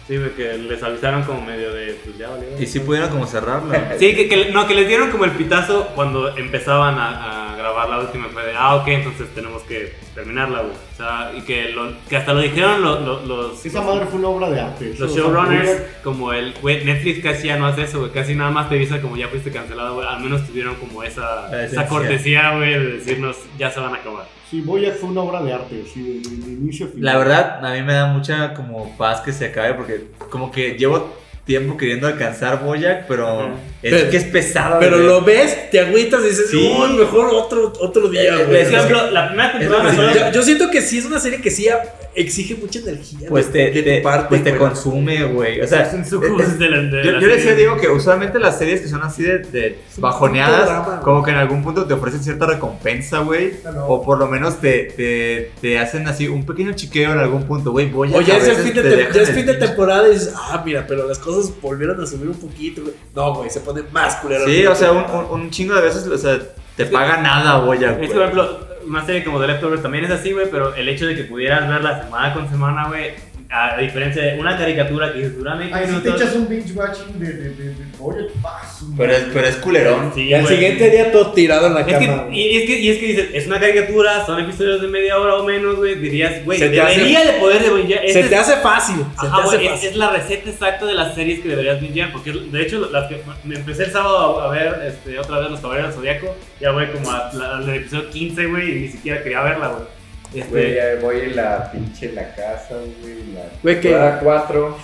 A: Sí, güey, que les avisaron como medio de. Pues ya valió.
C: Y sí pudieron como cerrarla.
A: Sí, que, que- no, que les dieron como el pitazo cuando empezaban a, a grabar la última. Fue de, ah, ok, entonces tenemos que terminarla, güey. O sea, y que, lo- que hasta lo dijeron lo- lo- los.
D: Esa madre fue una obra de arte.
A: Los
D: Eso, o sea,
A: showrunners,
D: Bojack-
A: como el. Güey, Netflix casi ya no hace eso, güey. Casi nada más te avisa como ya fuiste cancelado, güey. Al menos tuvieron como
C: La
A: esa,
C: esencia.
A: esa cortesía, güey, de decirnos ya se van a acabar.
D: Sí, Bojack fue una obra de arte. Sí, desde el inicio a fin.
C: La verdad, a mí me da mucha como paz que se acabe porque como que llevo tiempo queriendo alcanzar Boyac, pero
A: Ajá.
C: es
E: Pero-
C: que es pesado.
E: Pero
C: güey.
E: lo ves, te agüitas y dices,
C: Ah, Sí.
E: "Uy, mejor otro, otro día,
C: Eh,
A: Por
E: güey.
C: es que-
A: ejemplo, la primera temporada
C: es
A: me
C: que-
A: solo-
E: Yo, yo siento que sí es una serie que sí a- exige mucha energía
C: pues
E: de,
C: te,
E: de
C: te-
E: tu parte.
C: pues te
E: güey.
C: consume, güey. O sea,
A: es un
C: es-
A: sucubus de la- de
C: Yo,
A: la
C: yo le decía,
A: serie.
C: digo que usualmente las series que son así de, de
E: Es un
C: bajoneadas,
E: puto drama, güey.
C: como que en algún punto te ofrecen cierta recompensa, güey.
E: Ah, no.
C: O por lo menos te, te, te hacen así un pequeño chiqueo en algún punto, güey. Voy
E: O ya es, el fin de tem- ya es fin de
C: temporada.
E: temporada y dices, ah, mira, pero las cosas volvieron a subir un poquito. güey". No, güey, se pone más culero.
C: Sí, o sea, un, un- un chingo de veces, o sea, te paga nada, güey. ya,
A: Es que, por
C: güey.
A: ejemplo, una serie como The Leftovers también es así, güey, pero el hecho de que pudieras verla semana con semana, güey, a diferencia de una caricatura que dices, dura 20
D: Ahí sí te
A: minutos.
D: echas un binge watching de. de, de, de- oye, paso.
C: Pero es, pero es culerón.
A: Sí,
E: Y al
A: güey.
E: siguiente día todo tirado en la
A: Es
E: cama.
A: que,
E: güey.
A: y, es que, y es que dices, es una caricatura, son episodios de media hora o menos, güey. Dirías, güey,
E: Se te hace-
A: debería de poder de bingear. Este
E: se te
A: es-
E: hace fácil. Se
A: Ajá,
E: te hace
A: güey, es,
E: fácil.
A: es la receta exacta de las series que deberías bingear. Porque es- de hecho, las que, me empecé el sábado a, a ver este, otra vez Los Caballeros del Zodíaco. Ya, güey, como a- la- al episodio 15, güey, y ni siquiera quería verla, güey. Este,
F: Güey, ya voy en la pinche la casa, güey. La
E: Güey, que-
F: temporada cuatro.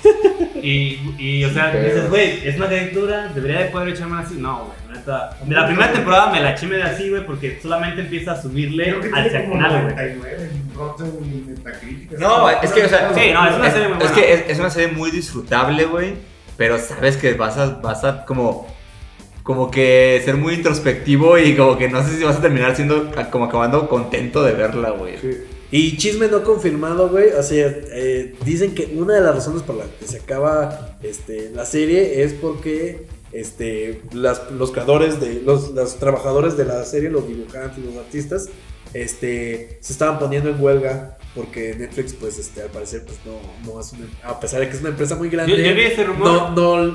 A: Y, y, o sea,
F: Sí,
A: dices,
F: pero-
A: güey, es una caricatura, debería de poder echarme así. No, güey, la neta. La primera temporada me la eché medio así, güey, porque solamente empieza a subirle
D: Creo que
A: hacia
D: tiene
A: el
D: como
A: final, güey.
D: 99 en Rotten, en Metacritic.
C: No, es que, o sea,
A: Sí, no, es una serie
C: Es
A: muy buena.
C: que es, es una serie muy disfrutable, güey. Pero sabes que vas a, vas a como, como que ser muy introspectivo y como que no sé si vas a terminar siendo como acabando contento de verla, güey.
E: Y chisme no confirmado, güey. O sea, eh, dicen que una de las razones por las que se acaba este, la serie es porque este, las- los creadores de. Los, los trabajadores de la serie, los dibujantes, los artistas, este, se estaban poniendo en huelga. Porque Netflix, pues, este, al parecer, pues no, no es una. A pesar de que es una empresa muy grande.
A: Yo, yo vi ese rumor.
E: no, no,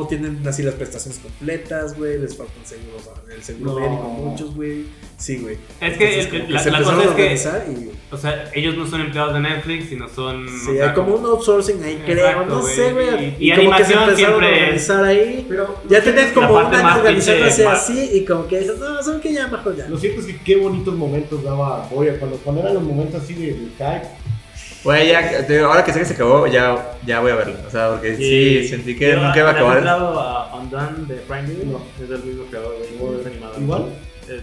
E: no tienen así las prestaciones completas, güey. Les faltan seguros, el seguro
D: No.
E: médico, muchos, güey. Sí, güey.
A: es que,
E: Entonces,
A: el-
E: como
A: la,
E: se
A: la cosa es
E: empezaron a
A: que,
E: organizar y-
A: o sea, ellos no son empleados de Netflix, sino son. o
E: Sí,
A: sea,
E: hay como un outsourcing ahí, creo,
A: Mm, Exacto,
E: no
A: güey.
E: sé, güey.
A: Y- y
E: como que se
A: animación
E: empezaron
A: siempre
E: a organizar ahí.
D: Pero
E: Ya tenés como
A: parte
E: una
A: más
E: organización
A: pinche
E: así,
A: ma-
E: así y como que dices, no, son que ya mejor ya.
D: Lo cierto es que qué bonitos momentos daba Boya. Cuando, cuando eran los momentos así de, de hype.
C: Güey, ya, te digo, ahora que sé que se acabó, ya, ya voy a verla. O sea, porque sí, sentí que
A: Yo,
C: nunca iba a
A: ¿le has
C: acabar.
A: entrado a Undone de Prime Video? No. Es del mismo creador, güey, no es animador.
D: Igual.
A: Eh,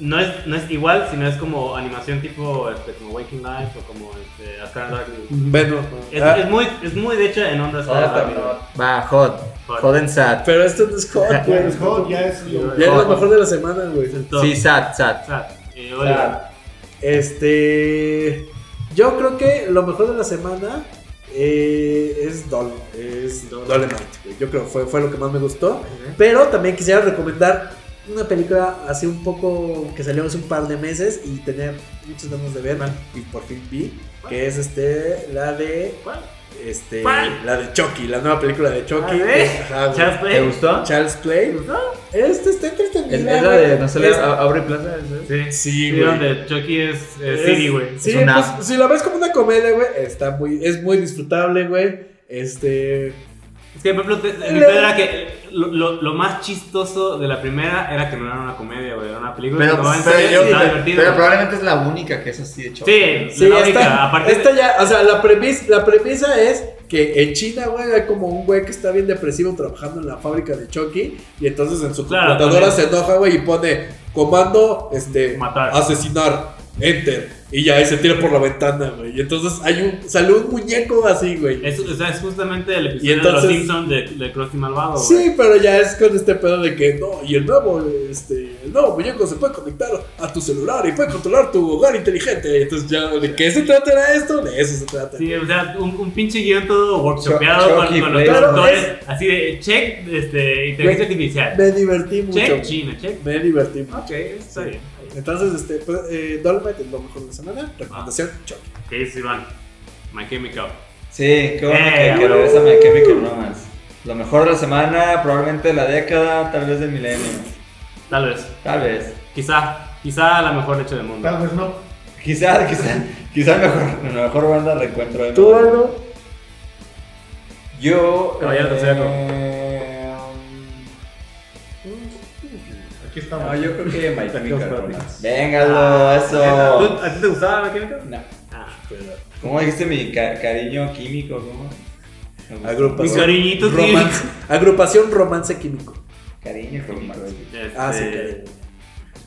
A: no, es, no es igual, sino es como animación tipo este, como Waking Life o como este, Ascar and Darkly.
D: Mm.
E: Bueno,
A: Es,
E: ah,
A: es muy, es muy de hecho en
C: Ah,
A: onda Ascar and
F: Otra,
A: Darkly, güey.
F: no.
C: Va, hot,
A: Hot.
C: hot and sad.
E: pero esto no es hot,
D: Ya
E: güey.
D: es hot, ya es. lo-
E: Ya es lo mejor de la semana, güey.
C: Sí, sad, sad.
A: eh,
E: Este. Yo creo que lo mejor de la semana eh, es Dol es Dolemite, güey. Yo creo que fue, fue lo que más me gustó. Pero también quisiera recomendar una película hace un poco que salió hace un par de meses y tener muchas ganas de verla y por fin vi que es este la de
A: ¿Cuál?
E: este
A: ¿Cuál?
E: la de Chucky, la nueva película de Chucky.
A: ¿Ah, sí? Charles
E: Ajá, güey.
A: Play.
C: ¿Te gustó?
E: Charles Play. Este está entretenida.
C: Es, es la
E: güey.
C: de, no sé,
E: Es-
C: Abre Plaza. ¿es?
A: Sí.
E: Sí,
A: Sí,
E: güey.
A: donde Chucky es eh, Siri, güey.
E: Sí,
C: Es un
E: pues,
C: asco.
E: si la ves como una comedia, güey, está muy, es muy disfrutable, güey. Este.
A: Es que, por ejemplo, te- mi pedo era que lo, lo- lo más chistoso de la primera era que no era una comedia, güey. Era una película
C: Pero,
A: que no
C: pero yo-
A: estaba
C: pero-
A: divertida.
C: pero probablemente es la única que es así de hecho.
A: Sí,
E: Sí,
A: la única.
E: esta,
A: aparte,
E: esta ya, o sea, la premisa, la premisa es que en China, güey, hay como un güey que está bien depresivo trabajando en la fábrica de Chucky y entonces en su
A: Claro,
E: computadora
A: también.
E: se enoja, güey, y pone comando, este,
A: Matar.
E: asesinar, enter, y ya, y se tira por la ventana, güey. Y entonces hay un, sale un muñeco así, güey.
A: es, o sea, es justamente el
E: Y
A: episodio
E: entonces-
A: de Los Simpsons de, de Krusty Malvado, güey.
E: Sí, pero ya es con este pedo de que no, y el nuevo, este, el nuevo muñeco se puede conectar a tu celular y puede controlar tu hogar inteligente. Entonces ya, ¿de qué se trata era esto? De eso se trata.
A: Sí, o sea, un, un pinche guión todo workshopeado
C: Cho-
A: con,
C: Chucky
A: con los
E: Play.
A: actores. Así de check, este, inteligencia artificial.
E: Me divertí mucho.
A: Check, China, check.
E: Me divertí mucho.
A: Ok, está bien. está bien.
E: Entonces, este, pues, eh, Dolomite es lo mejor de la semana.
A: Ah.
E: Recomendación, Chucky.
A: ¿Qué dices, Iván? My Chemical.
C: Sí, qué bueno
A: Eh,
C: que, que regresa My Chemical Romance. Lo mejor de la semana, probablemente de la década, tal vez del milenio.
A: Tal vez.
C: Tal vez.
A: Quizá, quizá la mejor leche del mundo.
D: Tal vez no.
C: Quizá, quizá, quizá mejor, la mejor banda reencuentro de
E: ¿Tú
C: nuevo.
E: algo?
C: Yo. eh,
A: Caballero del
D: Aquí
F: No,
D: estamos.
F: yo creo que My Chemical
D: Estamos
F: Romance.
C: Véngalo, eso.
A: Ah,
C: Pues,
A: ¿Tú- ¿A ti te gustaba My Chemical?
F: No.
A: Ah,
C: ¿Cómo dijiste mi ca- cariño químico? ¿Cómo? Me gusta.
A: Mis
E: Agrupación.
A: cariñitos, sí.
E: romance, agrupación Romance Químico.
C: Cariño químico.
A: Este,
E: Ah, sí, cariño.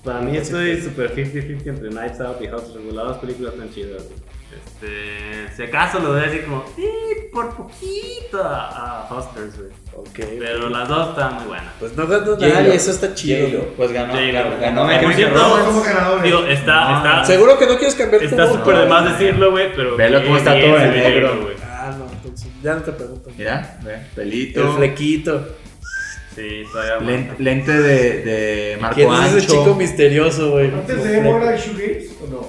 A: Para mí estoy super 50-50 entre Knives Out y House of Cards. Las dos películas tan chidas. güey. Este, si acaso lo voy a decir como, "Eh, por poquito a a House of Cards, güey.
E: Ok.
A: Pero las dos están muy buenas.
E: Pues no ganó
C: J-Lo.
E: nadie, eso está chido.
C: J-Lo, Pues ganó.
A: J-Lo.
C: Ganó My
A: Por
C: Chemical
A: cierto,
C: Romance.
D: somos ganadores.
A: Digo, está,
C: No,
A: está,
E: Seguro que no quieres cambiar tu
A: está
E: voto?
A: súper de más decirlo, güey, pero.
C: Velo
A: qué
C: cómo está
A: bien
C: todo
A: se
C: de
A: ve,
C: negro.
A: güey.
E: Ah, no, entonces ya no te pregunto.
C: Mira, ve, pelito.
E: El flequito.
A: Sí, todavía.
C: Len-
A: aguanta.
C: Lente de, de Marco
E: ¿Quién es
C: Ancho.
E: ese chico misterioso, güey?
D: ¿Antes de Mora Shoegaze o no?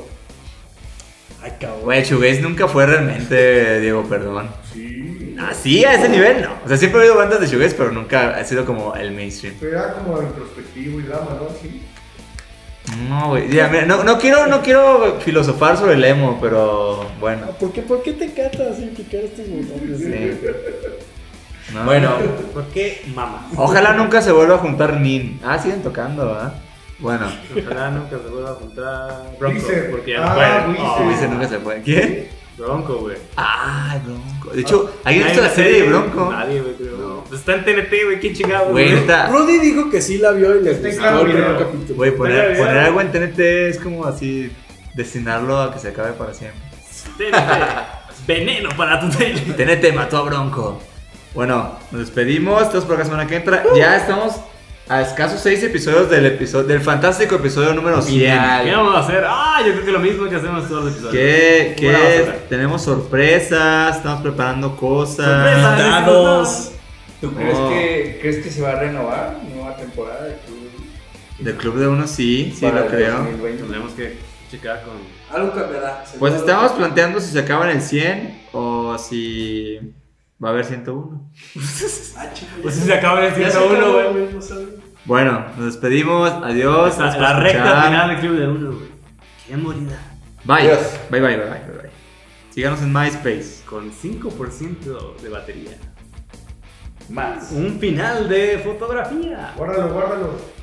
E: Ay, cabrón.
C: Güey, Shoegaze nunca fue realmente, Diego, perdón.
D: Sí.
C: Así, a ese nivel, no. O sea, siempre ha habido bandas de Shoegaze, pero nunca ha sido como el mainstream.
G: Pero era como introspectivo y drama, ¿no? Sí.
C: No, güey. Ya, mira, no, no quiero, no quiero filosofar sobre el emo, pero bueno.
E: ¿Por qué, ¿Por qué te encanta así picar estos botones?
C: Sí. No.
E: Bueno,
A: ¿Por qué mama?
C: Ojalá nunca se vuelva a juntar Nin. Ah, siguen tocando, ¿ah? Bueno,
A: Ojalá nunca se vuelva a juntar Bronco,
G: Wizard.
A: porque ya no
G: Ah,
A: pueden.
G: Wizard.
A: Oh,
C: dice nunca se fue. ¿Quién?
A: Bronco, güey.
C: Ah, Bronco. De hecho, ¿alguien ha visto la serie de Bronco?
A: Nadie, güey, creo. Pues está en TNT, güey, qué chingado,
C: Güey, neta,
E: Rudy dijo que sí la vio y les
G: Está en
E: gustó
G: claro
E: el primer
G: video.
E: capítulo.
C: Güey, poner,
A: Pero,
C: poner
A: ya.
C: algo en TNT es como así destinarlo a que se acabe para siempre.
A: TNT. Veneno para tu tele.
C: TNT mató a Bronco. Bueno, nos despedimos. Estamos por la semana que entra.
F: ¡Uh!
C: Ya estamos a escasos seis episodios del episodio del fantástico episodio número 100.
A: ¿Qué vamos a hacer? Ah, yo creo que lo mismo que hacemos todos los episodios.
C: Que, que
A: Buena basura.
C: tenemos sorpresas, estamos preparando cosas. Oh,
A: Sorpresas.
E: Dados.
F: ¿Tú crees,
C: No.
F: que, crees que se va a renovar nueva temporada de Club?
C: Del club de uno sí, sí
F: para
C: lo
F: el
C: creo.
F: 2020?
A: Tenemos que checar con.
E: Algo cambiará. seguro.
C: Pues estamos planteando si se acaba en el 100 o si va a haber 101.
E: Ah, chico, ya
A: Pues si
E: se-
A: se acaba en el
E: ya se
A: 101,
E: acabó,
A: güey.
E: no sabe.
C: Bueno, nos despedimos. Adiós.
A: La,
C: gracias
A: la
C: por
A: recta
C: escuchar.
A: final del club de uno, güey. Qué morida.
C: Bye.
B: Adiós.
C: bye. Bye, bye, bye, bye. Síganos en MySpace.
A: Con 5% de batería.
F: Más.
A: Un final de fotografía. ¡Ah!
G: Guárdalo, guárdalo.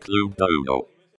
H: Club Dauno.